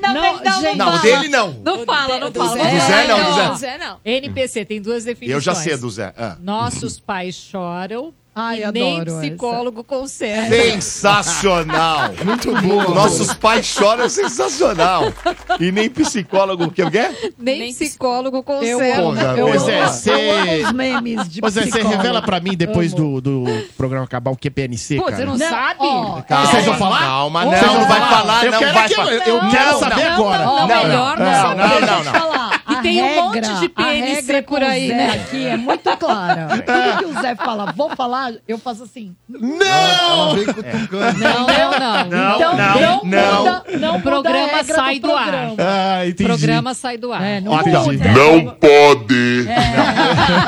[SPEAKER 6] Não, não, não,
[SPEAKER 1] gente. Não,
[SPEAKER 6] fala.
[SPEAKER 1] dele não.
[SPEAKER 6] Não fala, não fala.
[SPEAKER 1] Zé. Do Zé não, do Zé.
[SPEAKER 6] Do Zé não. NPC tem duas definições.
[SPEAKER 1] Eu já cedo, Zé. Ah.
[SPEAKER 6] Nossos pais choram
[SPEAKER 23] Ai,
[SPEAKER 6] e nem
[SPEAKER 23] adoro essa.
[SPEAKER 6] psicólogo conserta.
[SPEAKER 1] Sensacional! Muito bom. Nossos pais choram, sensacional. E nem psicólogo, o que eu quero?
[SPEAKER 6] Nem, psicólogo
[SPEAKER 23] Eu
[SPEAKER 6] conserta.
[SPEAKER 23] amo,
[SPEAKER 7] Porra,
[SPEAKER 23] eu
[SPEAKER 7] mas
[SPEAKER 23] amo-
[SPEAKER 7] é, cê-
[SPEAKER 23] eu amo os memes de
[SPEAKER 7] Mas é, você
[SPEAKER 23] psicólogo.
[SPEAKER 7] revela pra mim depois
[SPEAKER 23] Amo.
[SPEAKER 7] do, do programa acabar o que é PNC,
[SPEAKER 6] Pô,
[SPEAKER 7] cara?
[SPEAKER 6] você não, sabe?
[SPEAKER 23] ó,
[SPEAKER 7] Calma, Vocês vão falar?
[SPEAKER 1] Calma, não,
[SPEAKER 7] Vocês vão
[SPEAKER 1] não vai falar,
[SPEAKER 7] Eu
[SPEAKER 1] não
[SPEAKER 7] quero
[SPEAKER 1] vai
[SPEAKER 7] aquilo,
[SPEAKER 1] falar.
[SPEAKER 7] eu
[SPEAKER 1] Não,
[SPEAKER 7] quero
[SPEAKER 1] não,
[SPEAKER 7] saber
[SPEAKER 1] não,
[SPEAKER 7] agora.
[SPEAKER 1] não, não,
[SPEAKER 6] melhor não
[SPEAKER 1] não,
[SPEAKER 6] saber.
[SPEAKER 1] não, não, não.
[SPEAKER 6] E
[SPEAKER 23] A
[SPEAKER 6] tem um
[SPEAKER 23] regra-
[SPEAKER 6] monte de
[SPEAKER 23] a
[SPEAKER 6] PNC
[SPEAKER 23] regra é
[SPEAKER 6] por
[SPEAKER 23] com o
[SPEAKER 6] aí,
[SPEAKER 23] Zé
[SPEAKER 6] né?
[SPEAKER 23] Aqui é muito clara. Tudo que o Zé fala, vou falar, eu faço assim.
[SPEAKER 8] Ela vem cutucando.
[SPEAKER 6] Não, não, não.
[SPEAKER 8] Não,
[SPEAKER 6] então,
[SPEAKER 8] não, não.
[SPEAKER 6] muda- não
[SPEAKER 23] O
[SPEAKER 6] muda a
[SPEAKER 23] programa
[SPEAKER 6] regra
[SPEAKER 23] sai do
[SPEAKER 6] programa.
[SPEAKER 23] ar.
[SPEAKER 7] Ah,
[SPEAKER 6] O programa sai do ar.
[SPEAKER 23] É,
[SPEAKER 7] Ó,
[SPEAKER 23] não É.
[SPEAKER 7] entendi.
[SPEAKER 23] muda.
[SPEAKER 7] Não pode.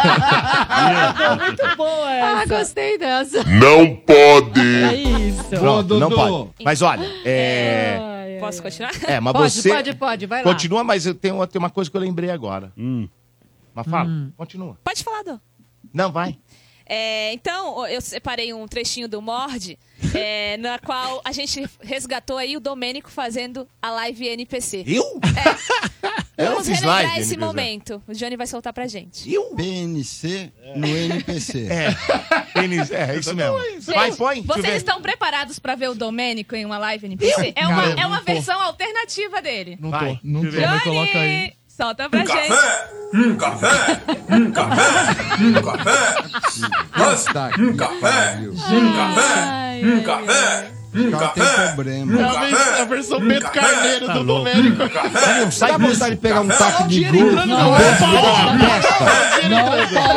[SPEAKER 23] Muito boa
[SPEAKER 6] Ah,
[SPEAKER 23] essa.
[SPEAKER 6] gostei dessa.
[SPEAKER 1] Não pode.
[SPEAKER 23] É isso.
[SPEAKER 1] Não, não pode. Mas olha, é...
[SPEAKER 9] Posso continuar?
[SPEAKER 1] É, mas
[SPEAKER 6] pode,
[SPEAKER 1] você-
[SPEAKER 6] Pode, pode, vai lá.
[SPEAKER 1] Continua, mas eu tenho, tem uma coisa que eu lembrei agora. Mas fala,
[SPEAKER 6] Hum.
[SPEAKER 1] continua.
[SPEAKER 9] Pode falar, Dô.
[SPEAKER 1] Não, vai.
[SPEAKER 9] É, então, eu separei um trechinho do Mord, é, na qual a gente resgatou aí o Domênico fazendo a live NPC.
[SPEAKER 1] Eu?
[SPEAKER 9] É. Vamos relembrar esse momento. O Johnny vai soltar pra gente.
[SPEAKER 1] E o
[SPEAKER 8] PNC no NPC.
[SPEAKER 1] É, PNC, é isso mesmo. Vai,
[SPEAKER 9] Gente,
[SPEAKER 1] põe. deixa eu
[SPEAKER 9] Vocês
[SPEAKER 1] ver.
[SPEAKER 9] estão preparados pra ver o Domênico em uma live NPC? É uma,
[SPEAKER 1] Cara,
[SPEAKER 9] é uma
[SPEAKER 1] não tô.
[SPEAKER 9] versão alternativa dele.
[SPEAKER 1] Não tô, não tô.
[SPEAKER 9] Johnny,
[SPEAKER 1] Mas coloca aí.
[SPEAKER 9] solta pra gente.
[SPEAKER 15] Um café, um café, um café. Mas, um café, um café, um café. Um café, um café,
[SPEAKER 7] A versão Pedro Carneiro
[SPEAKER 1] Tá
[SPEAKER 7] do Domérico.
[SPEAKER 8] Não sai vontade de pegar um taco de
[SPEAKER 3] Tá
[SPEAKER 7] dinheiro
[SPEAKER 8] gol.
[SPEAKER 7] entrando na
[SPEAKER 8] um
[SPEAKER 23] é
[SPEAKER 7] roupa,
[SPEAKER 8] dentro
[SPEAKER 7] ó.
[SPEAKER 8] da testa.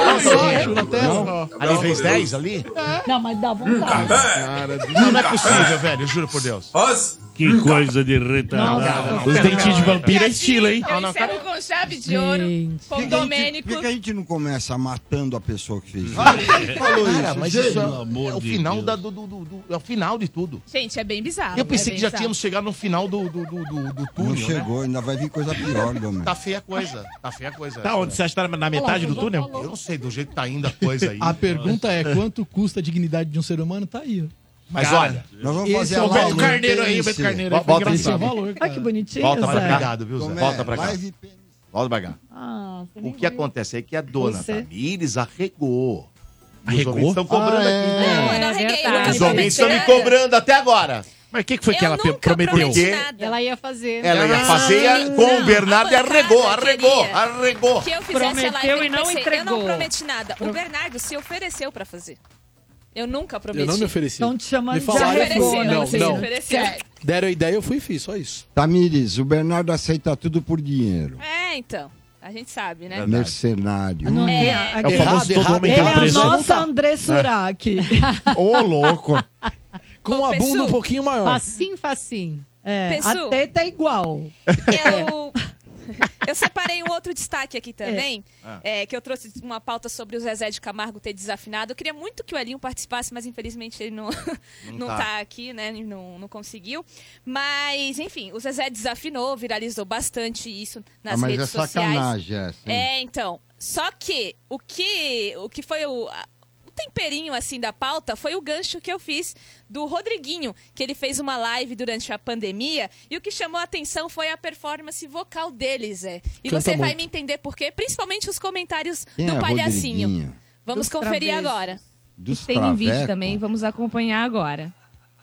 [SPEAKER 1] Ali fez 10 ali?
[SPEAKER 3] Não, mas dá vontade.
[SPEAKER 1] Cara, não, não é possível, velho, juro por Deus.
[SPEAKER 13] Que coisa de retardado. Os dentinhos de vampiro é estilo, hein?
[SPEAKER 9] Eu encerro com chave de ouro,
[SPEAKER 8] Por que
[SPEAKER 9] com o
[SPEAKER 8] a gente-
[SPEAKER 9] Domênico.
[SPEAKER 8] Por que a gente não começa matando a pessoa que fez isso?
[SPEAKER 1] Falou isso, Cara, mas
[SPEAKER 8] gente.
[SPEAKER 1] isso é, é o final da- do, do- do- do- É o final de tudo.
[SPEAKER 9] Gente, é bem
[SPEAKER 3] Ah,
[SPEAKER 9] bizarro.
[SPEAKER 1] Eu pensei que
[SPEAKER 9] é bem
[SPEAKER 1] já
[SPEAKER 9] bizarro.
[SPEAKER 1] tínhamos chegado no final do, do, do, do- do
[SPEAKER 8] Não
[SPEAKER 1] túnel. né?
[SPEAKER 8] chegou, ainda vai vir coisa pior, Domênico.
[SPEAKER 1] Tá feia a coisa. Tá feia a coisa.
[SPEAKER 7] Tá onde? Você acha que tá na- na metade do túnel?
[SPEAKER 1] Eu não sei, do jeito que tá indo a coisa aí.
[SPEAKER 14] A pergunta é: quanto custa a dignidade de um ser humano? Tá aí. ó.
[SPEAKER 1] Mas olha,
[SPEAKER 8] nós vamos
[SPEAKER 14] Esse
[SPEAKER 8] fazer
[SPEAKER 14] é
[SPEAKER 8] a
[SPEAKER 14] o
[SPEAKER 8] live
[SPEAKER 14] Beto Carneiro aí,
[SPEAKER 8] PNC.
[SPEAKER 14] Beto Carneiro.
[SPEAKER 1] Bo-
[SPEAKER 14] aí, foi
[SPEAKER 1] bota
[SPEAKER 14] engraçado.
[SPEAKER 1] esse
[SPEAKER 14] valor,
[SPEAKER 3] Olha que bonitinho,
[SPEAKER 1] volta pra
[SPEAKER 3] Zé.
[SPEAKER 1] cá. Obrigado, viu, Zé?
[SPEAKER 8] Tomé,
[SPEAKER 1] Volta pra cá.
[SPEAKER 8] é live
[SPEAKER 1] Volta pra cá.
[SPEAKER 3] Ah, você
[SPEAKER 1] O
[SPEAKER 3] nem
[SPEAKER 1] que
[SPEAKER 3] viu.
[SPEAKER 1] acontece é que a dona
[SPEAKER 3] Você-
[SPEAKER 1] Tamires arregou. E Os homens estão
[SPEAKER 7] Ah,
[SPEAKER 1] cobrando
[SPEAKER 7] é.
[SPEAKER 1] aqui.
[SPEAKER 7] Não, eu não
[SPEAKER 6] arreguei,
[SPEAKER 1] verdade.
[SPEAKER 6] eu nunca
[SPEAKER 1] Os homens estão me
[SPEAKER 6] prometi nada.
[SPEAKER 1] cobrando até agora.
[SPEAKER 7] Mas o que, foi que ela pe- prometeu?
[SPEAKER 1] Porque
[SPEAKER 6] Ela ia fazer.
[SPEAKER 1] ela
[SPEAKER 7] Ah,
[SPEAKER 1] ia fazer ia- com o Bernardo e arregou, arregou, arregou.
[SPEAKER 9] Que eu fizesse a live
[SPEAKER 6] Prometeu e não
[SPEAKER 9] NPC. Eu
[SPEAKER 6] entregou.
[SPEAKER 9] não prometi nada. O Bernardo se ofereceu pra fazer. Eu nunca prometi.
[SPEAKER 10] Eu não me ofereci.
[SPEAKER 9] Então
[SPEAKER 3] te chamando
[SPEAKER 10] me
[SPEAKER 3] de
[SPEAKER 10] falaram, eu
[SPEAKER 9] arregou,
[SPEAKER 10] fui-
[SPEAKER 9] né?
[SPEAKER 10] não,
[SPEAKER 9] Vocês
[SPEAKER 10] não.
[SPEAKER 9] se ofereceram.
[SPEAKER 10] Deram a ideia, eu fui e fiz, só isso.
[SPEAKER 8] Tamires, o Bernardo aceita tudo por dinheiro. É
[SPEAKER 9] É, então. A gente sabe, né?
[SPEAKER 8] Mercenário.
[SPEAKER 3] É Não,
[SPEAKER 9] É.
[SPEAKER 3] a-
[SPEAKER 8] É o famoso
[SPEAKER 3] errado,
[SPEAKER 8] todo homem
[SPEAKER 3] errado.
[SPEAKER 8] tem um
[SPEAKER 3] Ele
[SPEAKER 8] preço.
[SPEAKER 3] é a nossa
[SPEAKER 8] Não tá.
[SPEAKER 3] André
[SPEAKER 1] É.
[SPEAKER 3] Surak.
[SPEAKER 8] Ô, louco.
[SPEAKER 10] Com a bunda um pouquinho maior.
[SPEAKER 6] Facinho, facinho.
[SPEAKER 3] É,
[SPEAKER 9] Pessu.
[SPEAKER 3] a teta é igual.
[SPEAKER 9] Eu, eu separei um outro destaque aqui também,
[SPEAKER 3] Ah.
[SPEAKER 9] é, que eu trouxe uma pauta sobre o Zezé de Camargo ter desafinado. Eu queria muito que o Elinho participasse, mas infelizmente ele não, não,
[SPEAKER 15] tá.
[SPEAKER 9] tá. aqui, né? Não, não conseguiu. Mas, enfim, o Zezé desafinou, viralizou bastante isso nas
[SPEAKER 8] Ah, mas
[SPEAKER 9] redes
[SPEAKER 8] é
[SPEAKER 9] sociais.
[SPEAKER 8] sacanagem essa, hein?
[SPEAKER 9] É, então. Só que o que, o que foi o, a- o temperinho assim da pauta foi o gancho que eu fiz do Rodriguinho, que ele fez uma live durante a pandemia e o que chamou a atenção foi a performance vocal dele, Zé. E
[SPEAKER 8] Canta
[SPEAKER 9] você vai
[SPEAKER 8] muito.
[SPEAKER 9] me entender por quê, principalmente os comentários
[SPEAKER 8] Quem
[SPEAKER 9] do
[SPEAKER 8] é
[SPEAKER 9] palhacinho.
[SPEAKER 8] Rodriguinho?
[SPEAKER 9] Vamos
[SPEAKER 8] Dos
[SPEAKER 9] conferir
[SPEAKER 8] travessos.
[SPEAKER 9] agora.
[SPEAKER 8] Dos
[SPEAKER 9] Tem em vídeo
[SPEAKER 8] travecos.
[SPEAKER 9] também, vamos acompanhar agora.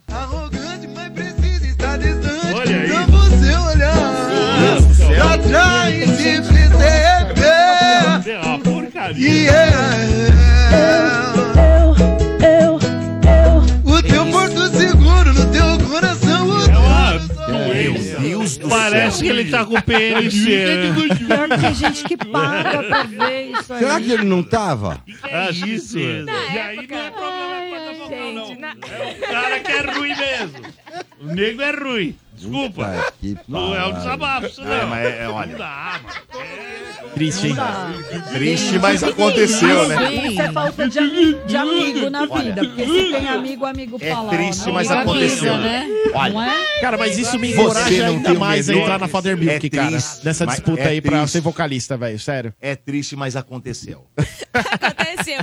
[SPEAKER 15] Arrogante, mas precisa estar distante pra você olhar. Pra trás e se
[SPEAKER 13] É
[SPEAKER 15] perder.
[SPEAKER 13] uma porcaria.
[SPEAKER 15] E é. Eu, eu, eu. O teu porto seguro no teu coração. o
[SPEAKER 13] É
[SPEAKER 1] Meu Deus do
[SPEAKER 13] Parece
[SPEAKER 1] céu.
[SPEAKER 13] que ele tá com PNC.
[SPEAKER 3] Pior que tem gente que paga pra ver isso aí.
[SPEAKER 8] Será que ele não tava?
[SPEAKER 13] É isso. E aí não é problema pra vocal, não. É o cara que é ruim mesmo. O nego é ruim. Desculpa. Não é o desabafo, isso não.
[SPEAKER 1] É, mas é- é, olha.
[SPEAKER 13] Não dá, mano.
[SPEAKER 1] Triste, hein? Triste,
[SPEAKER 3] Sim.
[SPEAKER 1] mas aconteceu, né?
[SPEAKER 3] Isso é falta de, ami- de amigo na vida. Porque se tem amigo, amigo
[SPEAKER 1] É
[SPEAKER 3] fala. ó,
[SPEAKER 1] triste,
[SPEAKER 3] não
[SPEAKER 1] mas
[SPEAKER 3] avisa,
[SPEAKER 1] aconteceu.
[SPEAKER 3] né? Não
[SPEAKER 1] Olha,
[SPEAKER 3] é?
[SPEAKER 7] Cara, mas isso me
[SPEAKER 1] Você
[SPEAKER 7] encoraja
[SPEAKER 1] não
[SPEAKER 7] ainda
[SPEAKER 1] tem o
[SPEAKER 7] mais a
[SPEAKER 1] melhor-
[SPEAKER 7] entrar na Father Milk,
[SPEAKER 1] É
[SPEAKER 7] cara.
[SPEAKER 1] triste,
[SPEAKER 7] Nessa
[SPEAKER 1] mas
[SPEAKER 7] disputa
[SPEAKER 1] é
[SPEAKER 7] aí pra
[SPEAKER 1] triste.
[SPEAKER 7] ser vocalista, velho. Sério.
[SPEAKER 1] É triste, mas aconteceu.
[SPEAKER 9] Aconteceu.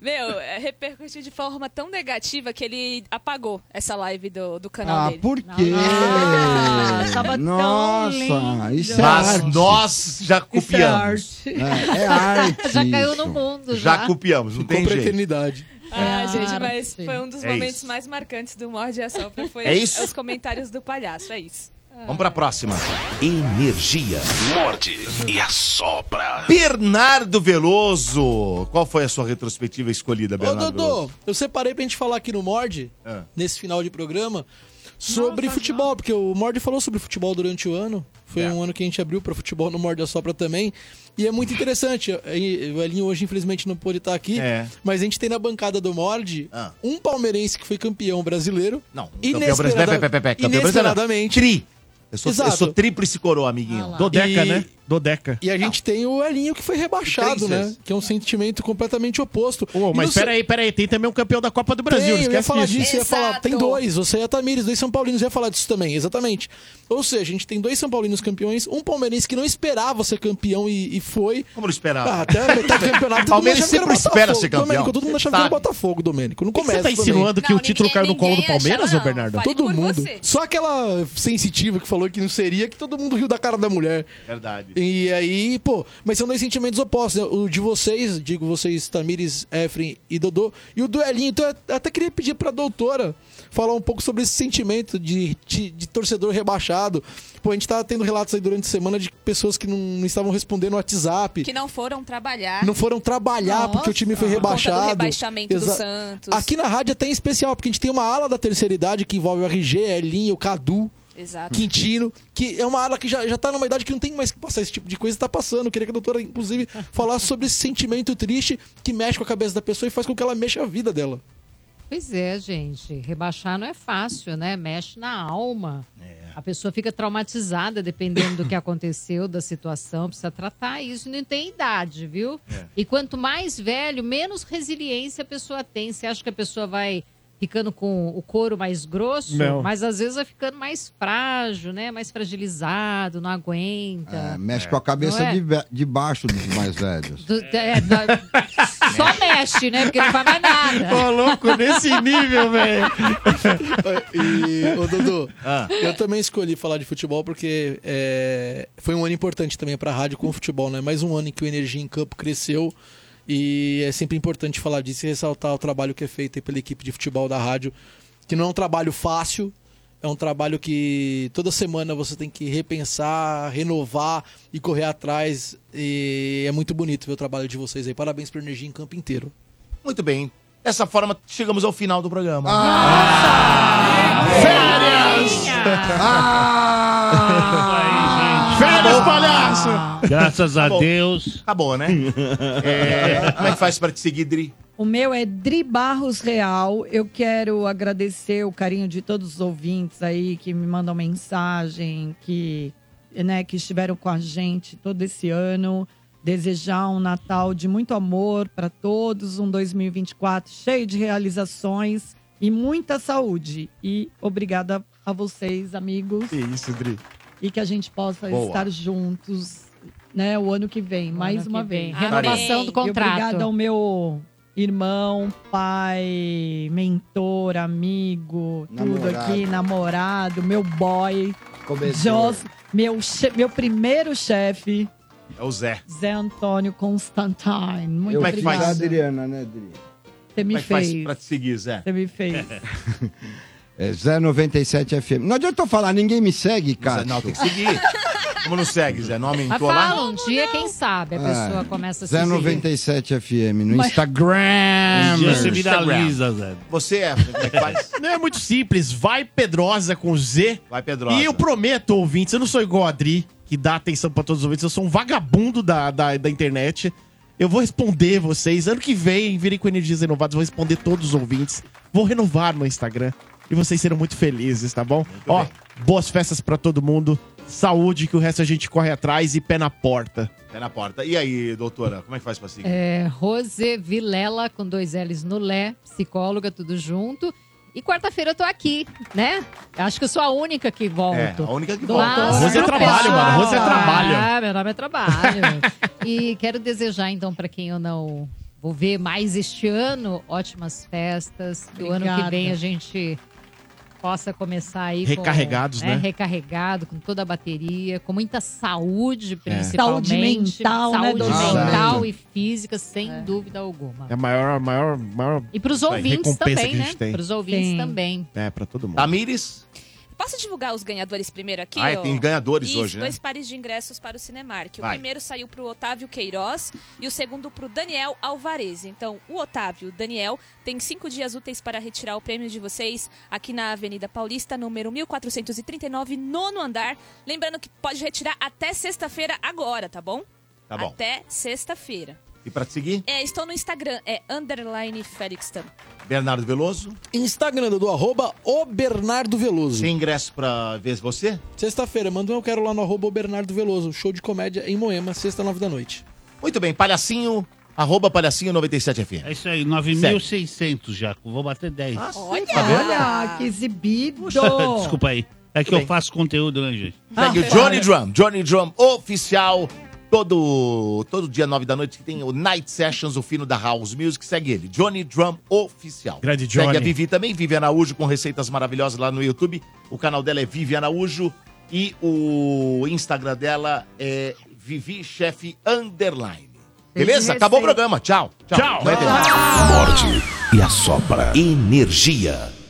[SPEAKER 9] Meu, é, repercutiu de forma tão negativa que ele apagou essa live do, do canal
[SPEAKER 8] Ah,
[SPEAKER 9] dele.
[SPEAKER 8] por quê?
[SPEAKER 1] Ah,
[SPEAKER 8] Nossa, isso é
[SPEAKER 1] Mas
[SPEAKER 8] arte.
[SPEAKER 1] nós já copiamos.
[SPEAKER 8] É, é arte.
[SPEAKER 9] Já caiu
[SPEAKER 8] isso.
[SPEAKER 9] no mundo,
[SPEAKER 1] Já,
[SPEAKER 9] já.
[SPEAKER 1] copiamos, não tem jeito.
[SPEAKER 10] eternidade.
[SPEAKER 9] Ah,
[SPEAKER 10] É.
[SPEAKER 9] gente, mas foi um dos
[SPEAKER 1] É
[SPEAKER 9] momentos
[SPEAKER 1] isso.
[SPEAKER 9] mais marcantes do Morde e Assopra. Foi
[SPEAKER 1] É isso?
[SPEAKER 9] os comentários do palhaço, é isso.
[SPEAKER 1] Vamos pra próxima.
[SPEAKER 2] Energia. Morde e assopra.
[SPEAKER 1] Bernardo Veloso. Qual foi a sua retrospectiva escolhida,
[SPEAKER 10] Ô,
[SPEAKER 1] Bernardo É.
[SPEAKER 10] Dodô,
[SPEAKER 1] Veloso?
[SPEAKER 10] eu separei pra gente falar aqui no Mord, nesse final de programa, sobre futebol, porque o Mord falou sobre futebol durante o ano.
[SPEAKER 1] É.
[SPEAKER 10] Foi um ano que a gente abriu pra futebol no Mord a Sopra também. E é muito interessante. eh, E O Elinho hoje, infelizmente, não pôde estar aqui.
[SPEAKER 1] É. Ah.
[SPEAKER 10] Mas a gente tem na bancada do Mord um palmeirense que foi campeão brasileiro.
[SPEAKER 1] Não,
[SPEAKER 10] inesperada...
[SPEAKER 1] Campeão brasileiro. Pé, pé, pé, pé, campeão brasileiro.
[SPEAKER 10] inesperadamente.
[SPEAKER 1] Tri. Eu sou, eu
[SPEAKER 10] Exato.
[SPEAKER 1] sou tríplice coroa, amiguinho.
[SPEAKER 10] E-
[SPEAKER 7] Dodeca.
[SPEAKER 10] E a gente tem o Elinho que foi rebaixado,
[SPEAKER 7] Três
[SPEAKER 10] né?
[SPEAKER 7] vezes.
[SPEAKER 10] Que é um sentimento completamente oposto.
[SPEAKER 7] Pô, mas peraí, peraí. Tem também um campeão da Copa do Brasil. não
[SPEAKER 10] Tem, eu ia
[SPEAKER 7] esquece
[SPEAKER 10] falar
[SPEAKER 7] disso.
[SPEAKER 10] disso, eu ia falar, tem dois, você e a Tamires, dois São Paulinos, eu ia falar disso também, exatamente. Ou seja, a gente tem dois São Paulinos campeões, um palmeirense que não esperava ser campeão e, e foi.
[SPEAKER 1] Como não esperava?
[SPEAKER 10] Ah, até a metade do campeonato. todo mundo
[SPEAKER 1] Palmeiras
[SPEAKER 10] achava que era
[SPEAKER 1] sempre espera
[SPEAKER 10] Botafogo.
[SPEAKER 1] ser campeão.
[SPEAKER 10] Domênico, todo mundo achava que era
[SPEAKER 1] Sabe.
[SPEAKER 10] Botafogo, Domênico. Não
[SPEAKER 1] que
[SPEAKER 10] começa.
[SPEAKER 1] você tá insinuando que
[SPEAKER 7] o Não, título ninguém- caiu no colo do ninguém Palmeiras, achava, ô, não. Bernardo? Fale
[SPEAKER 10] Todo
[SPEAKER 7] por
[SPEAKER 10] mundo.
[SPEAKER 7] você.
[SPEAKER 10] Só aquela sensitiva que falou que não seria, que todo mundo riu da cara da mulher.
[SPEAKER 1] Verdade.
[SPEAKER 10] E E aí, pô, mas são dois sentimentos opostos, né? O de vocês, digo vocês, Tamires, Efren e Dodô, e o duelinho. Então, eu até queria pedir pra doutora falar um pouco sobre esse sentimento de, de, de torcedor rebaixado. Pô, a gente tá tendo relatos aí durante a semana de pessoas que não, não estavam respondendo o WhatsApp.
[SPEAKER 9] Que não foram trabalhar.
[SPEAKER 10] Não foram trabalhar porque o time foi
[SPEAKER 9] por conta do
[SPEAKER 10] rebaixado.
[SPEAKER 9] rebaixamento do Santos.
[SPEAKER 10] Aqui na rádio é até em especial, porque a gente tem uma ala da terceira idade que envolve o RG, Elinho, o Cadu.
[SPEAKER 9] Exato.
[SPEAKER 10] Quintino, que é uma ala que já, já tá numa idade que não tem mais que passar esse tipo de coisa, tá passando. Eu queria que a doutora, inclusive, falasse sobre esse sentimento triste que mexe com a cabeça da pessoa e faz com que ela mexa a vida dela.
[SPEAKER 6] Pois é, gente. Rebaixar não é fácil, né? Mexe na alma. A pessoa fica traumatizada dependendo do que aconteceu, da situação. Precisa tratar isso. Não tem idade, viu?
[SPEAKER 12] É.
[SPEAKER 6] E quanto mais velho, menos resiliência a pessoa tem. Você acha que a pessoa vai ficando com o couro mais grosso?
[SPEAKER 8] Não.
[SPEAKER 6] Mas às vezes vai ficando mais frágil, né? Mais fragilizado, não aguenta.
[SPEAKER 8] É, mexe com a cabeça
[SPEAKER 6] Não é?
[SPEAKER 8] de, ve- de baixo dos mais velhos.
[SPEAKER 6] Do- é, da- Só mexe, né? Porque não faz mais nada.
[SPEAKER 7] Ô, louco, nesse nível, velho.
[SPEAKER 10] E, ô Dudu,
[SPEAKER 7] Ah.
[SPEAKER 10] eu também escolhi falar de futebol porque é, foi um ano importante também pra rádio com o futebol, né? Mais um ano em que o Energia em Campo cresceu e é sempre importante falar disso e ressaltar o trabalho que é feito aí pela equipe de futebol da rádio, que não é um trabalho fácil, é um trabalho que toda semana você tem que repensar, renovar e correr atrás e é muito bonito ver o trabalho de vocês aí. Parabéns pro Energia em Campo inteiro.
[SPEAKER 1] Muito bem. Dessa forma, chegamos ao final do programa. Ah!
[SPEAKER 7] Férias!
[SPEAKER 13] Ah.
[SPEAKER 7] Férias, palhaço!
[SPEAKER 13] Graças a Deus.
[SPEAKER 1] Tá Acabou, né? É, como é que faz pra te seguir, Dri?
[SPEAKER 3] O meu é Dri Barros Real. Eu quero agradecer o carinho de todos os ouvintes aí que me mandam mensagem, que, né, que estiveram com a gente todo esse ano. Desejar um Natal de muito amor para todos, um 2024 cheio de realizações e muita saúde. E obrigada a vocês, amigos.
[SPEAKER 7] Que isso, Dri.
[SPEAKER 3] E que a gente possa
[SPEAKER 7] Boa.
[SPEAKER 3] estar juntos, né, o ano que vem, mais
[SPEAKER 6] que
[SPEAKER 3] uma
[SPEAKER 6] vem.
[SPEAKER 3] vez.
[SPEAKER 6] Renovação do
[SPEAKER 3] E
[SPEAKER 6] contrato.
[SPEAKER 3] Obrigada ao meu irmão, pai, mentor, amigo, tudo
[SPEAKER 6] Namorado.
[SPEAKER 3] aqui, namorado, meu boy,
[SPEAKER 1] Começou.
[SPEAKER 3] Jos, meu, che- meu primeiro chefe,
[SPEAKER 1] É o Zé.
[SPEAKER 3] Zé Antônio Constantine. Muito
[SPEAKER 1] Eu fiz
[SPEAKER 3] obrigada.
[SPEAKER 1] a
[SPEAKER 8] Adriana, né, Dri?
[SPEAKER 3] Você me
[SPEAKER 1] é como é que faz
[SPEAKER 3] fez.
[SPEAKER 1] pra te seguir, Zé?
[SPEAKER 3] Você me fez.
[SPEAKER 8] É 097 FM. Não adianta eu falar, ninguém me segue, cara.
[SPEAKER 1] Não, tem que seguir. Como não segue, Zé? Não
[SPEAKER 6] Mas
[SPEAKER 1] aumentou lá?
[SPEAKER 6] fala um dia, quem sabe, a pessoa
[SPEAKER 8] Ah,
[SPEAKER 6] começa a se seguir.
[SPEAKER 8] 097 FM no
[SPEAKER 6] Mas-
[SPEAKER 7] Instagram.
[SPEAKER 8] Um dia você
[SPEAKER 1] viraliza,
[SPEAKER 7] Zé.
[SPEAKER 1] Você é, como é que faz?
[SPEAKER 7] Não é muito simples. Vai Pedrosa com Z.
[SPEAKER 1] Vai Pedrosa.
[SPEAKER 7] E eu prometo, ouvintes, eu não sou igual a Adri, que dá atenção pra todos os ouvintes. Eu sou um vagabundo da, da, da internet. Eu vou responder vocês. Ano que vem, virem com energias renovadas, eu vou responder todos os ouvintes. Vou renovar meu Instagram. E vocês serão muito felizes, tá bom? Ó, boas festas pra todo mundo. Saúde, que o resto a gente corre atrás e pé na porta.
[SPEAKER 1] Pé né, na porta. E aí, doutora, como é que faz pra seguir?
[SPEAKER 6] É, Rose Vilela, com dois L's no Lé, psicóloga, tudo junto. E quarta-feira eu tô aqui, né? Acho que eu sou a única que volto.
[SPEAKER 1] É, a única que
[SPEAKER 6] Mas
[SPEAKER 1] volta.
[SPEAKER 7] Rose é
[SPEAKER 6] pro
[SPEAKER 7] trabalho,
[SPEAKER 6] pessoal-
[SPEAKER 7] mano. Rose é trabalho.
[SPEAKER 6] Ah, meu nome é trabalho. e quero desejar, então, pra quem eu não vou ver mais este ano, ótimas festas. Que o ano que
[SPEAKER 3] Obrigada.
[SPEAKER 6] vem a gente possa começar aí com- é,
[SPEAKER 7] Recarregados, né?
[SPEAKER 6] Recarregado, com toda a bateria, com muita
[SPEAKER 7] É.
[SPEAKER 6] saúde, principalmente.
[SPEAKER 3] Saúde mental, né,
[SPEAKER 6] Saúde
[SPEAKER 7] doutor?
[SPEAKER 6] mental
[SPEAKER 7] Exato.
[SPEAKER 6] e física, sem dúvida alguma.
[SPEAKER 7] É a maior, maior, maior.
[SPEAKER 6] E pros
[SPEAKER 7] vai,
[SPEAKER 6] ouvintes
[SPEAKER 7] recompensa
[SPEAKER 6] também,
[SPEAKER 7] que a
[SPEAKER 6] né?
[SPEAKER 7] gente tem.
[SPEAKER 6] Pros ouvintes também.
[SPEAKER 7] É, pra todo mundo.
[SPEAKER 1] Tamires?
[SPEAKER 9] Posso divulgar os ganhadores primeiro aqui?
[SPEAKER 1] Ah, é,
[SPEAKER 9] ó?
[SPEAKER 1] tem ganhadores
[SPEAKER 9] Isso,
[SPEAKER 1] hoje, né?
[SPEAKER 9] dois pares de ingressos para o Cinemark. O
[SPEAKER 1] Vai.
[SPEAKER 9] primeiro saiu para o Otávio Queiroz e o segundo para o Daniel Alvarez. Então, o Otávio, o Daniel, tem cinco dias úteis para retirar o prêmio de vocês aqui na Avenida Paulista, número 1439, nono andar. Lembrando que pode retirar até sexta-feira agora, tá bom?
[SPEAKER 1] Tá bom.
[SPEAKER 9] Até sexta-feira.
[SPEAKER 1] E pra te seguir?
[SPEAKER 9] É, estou no Instagram, é underline Félix Tam.
[SPEAKER 1] Bernardo Veloso.
[SPEAKER 10] Instagram do arroba o Bernardo Veloso.
[SPEAKER 1] Tem ingresso pra ver você?
[SPEAKER 10] Sexta-feira, manda um eu quero lá no arroba o Bernardo Veloso. Show de comédia em Moema, sexta, nove da noite.
[SPEAKER 1] Muito bem, palhacinho, arroba palhacinho97fm.
[SPEAKER 13] É isso aí, 9.600 já. Vou bater 10.
[SPEAKER 3] Olha,
[SPEAKER 13] Tá vendo?
[SPEAKER 3] que exibido.
[SPEAKER 13] Desculpa aí. É que
[SPEAKER 1] Tudo
[SPEAKER 13] eu
[SPEAKER 1] bem.
[SPEAKER 13] faço conteúdo, né, gente?
[SPEAKER 1] Segue
[SPEAKER 13] Ah,
[SPEAKER 1] É o Johnny
[SPEAKER 13] para.
[SPEAKER 1] Drum, Johnny Drum oficial. Todo, todo dia, nove da noite, que tem o Night Sessions, o fino da House Music. Segue ele, Johnny Drum Oficial.
[SPEAKER 7] Grande
[SPEAKER 1] Segue
[SPEAKER 7] Johnny.
[SPEAKER 1] a Vivi também, Vivi Araújo, com receitas maravilhosas lá no YouTube. O canal dela é Vivi Araújo e o Instagram dela é Vivi Chefe Underline. Beleza? Acabou o programa. Tchau. Tchau. Vai ter mais.
[SPEAKER 2] Morde e assopra. Energia.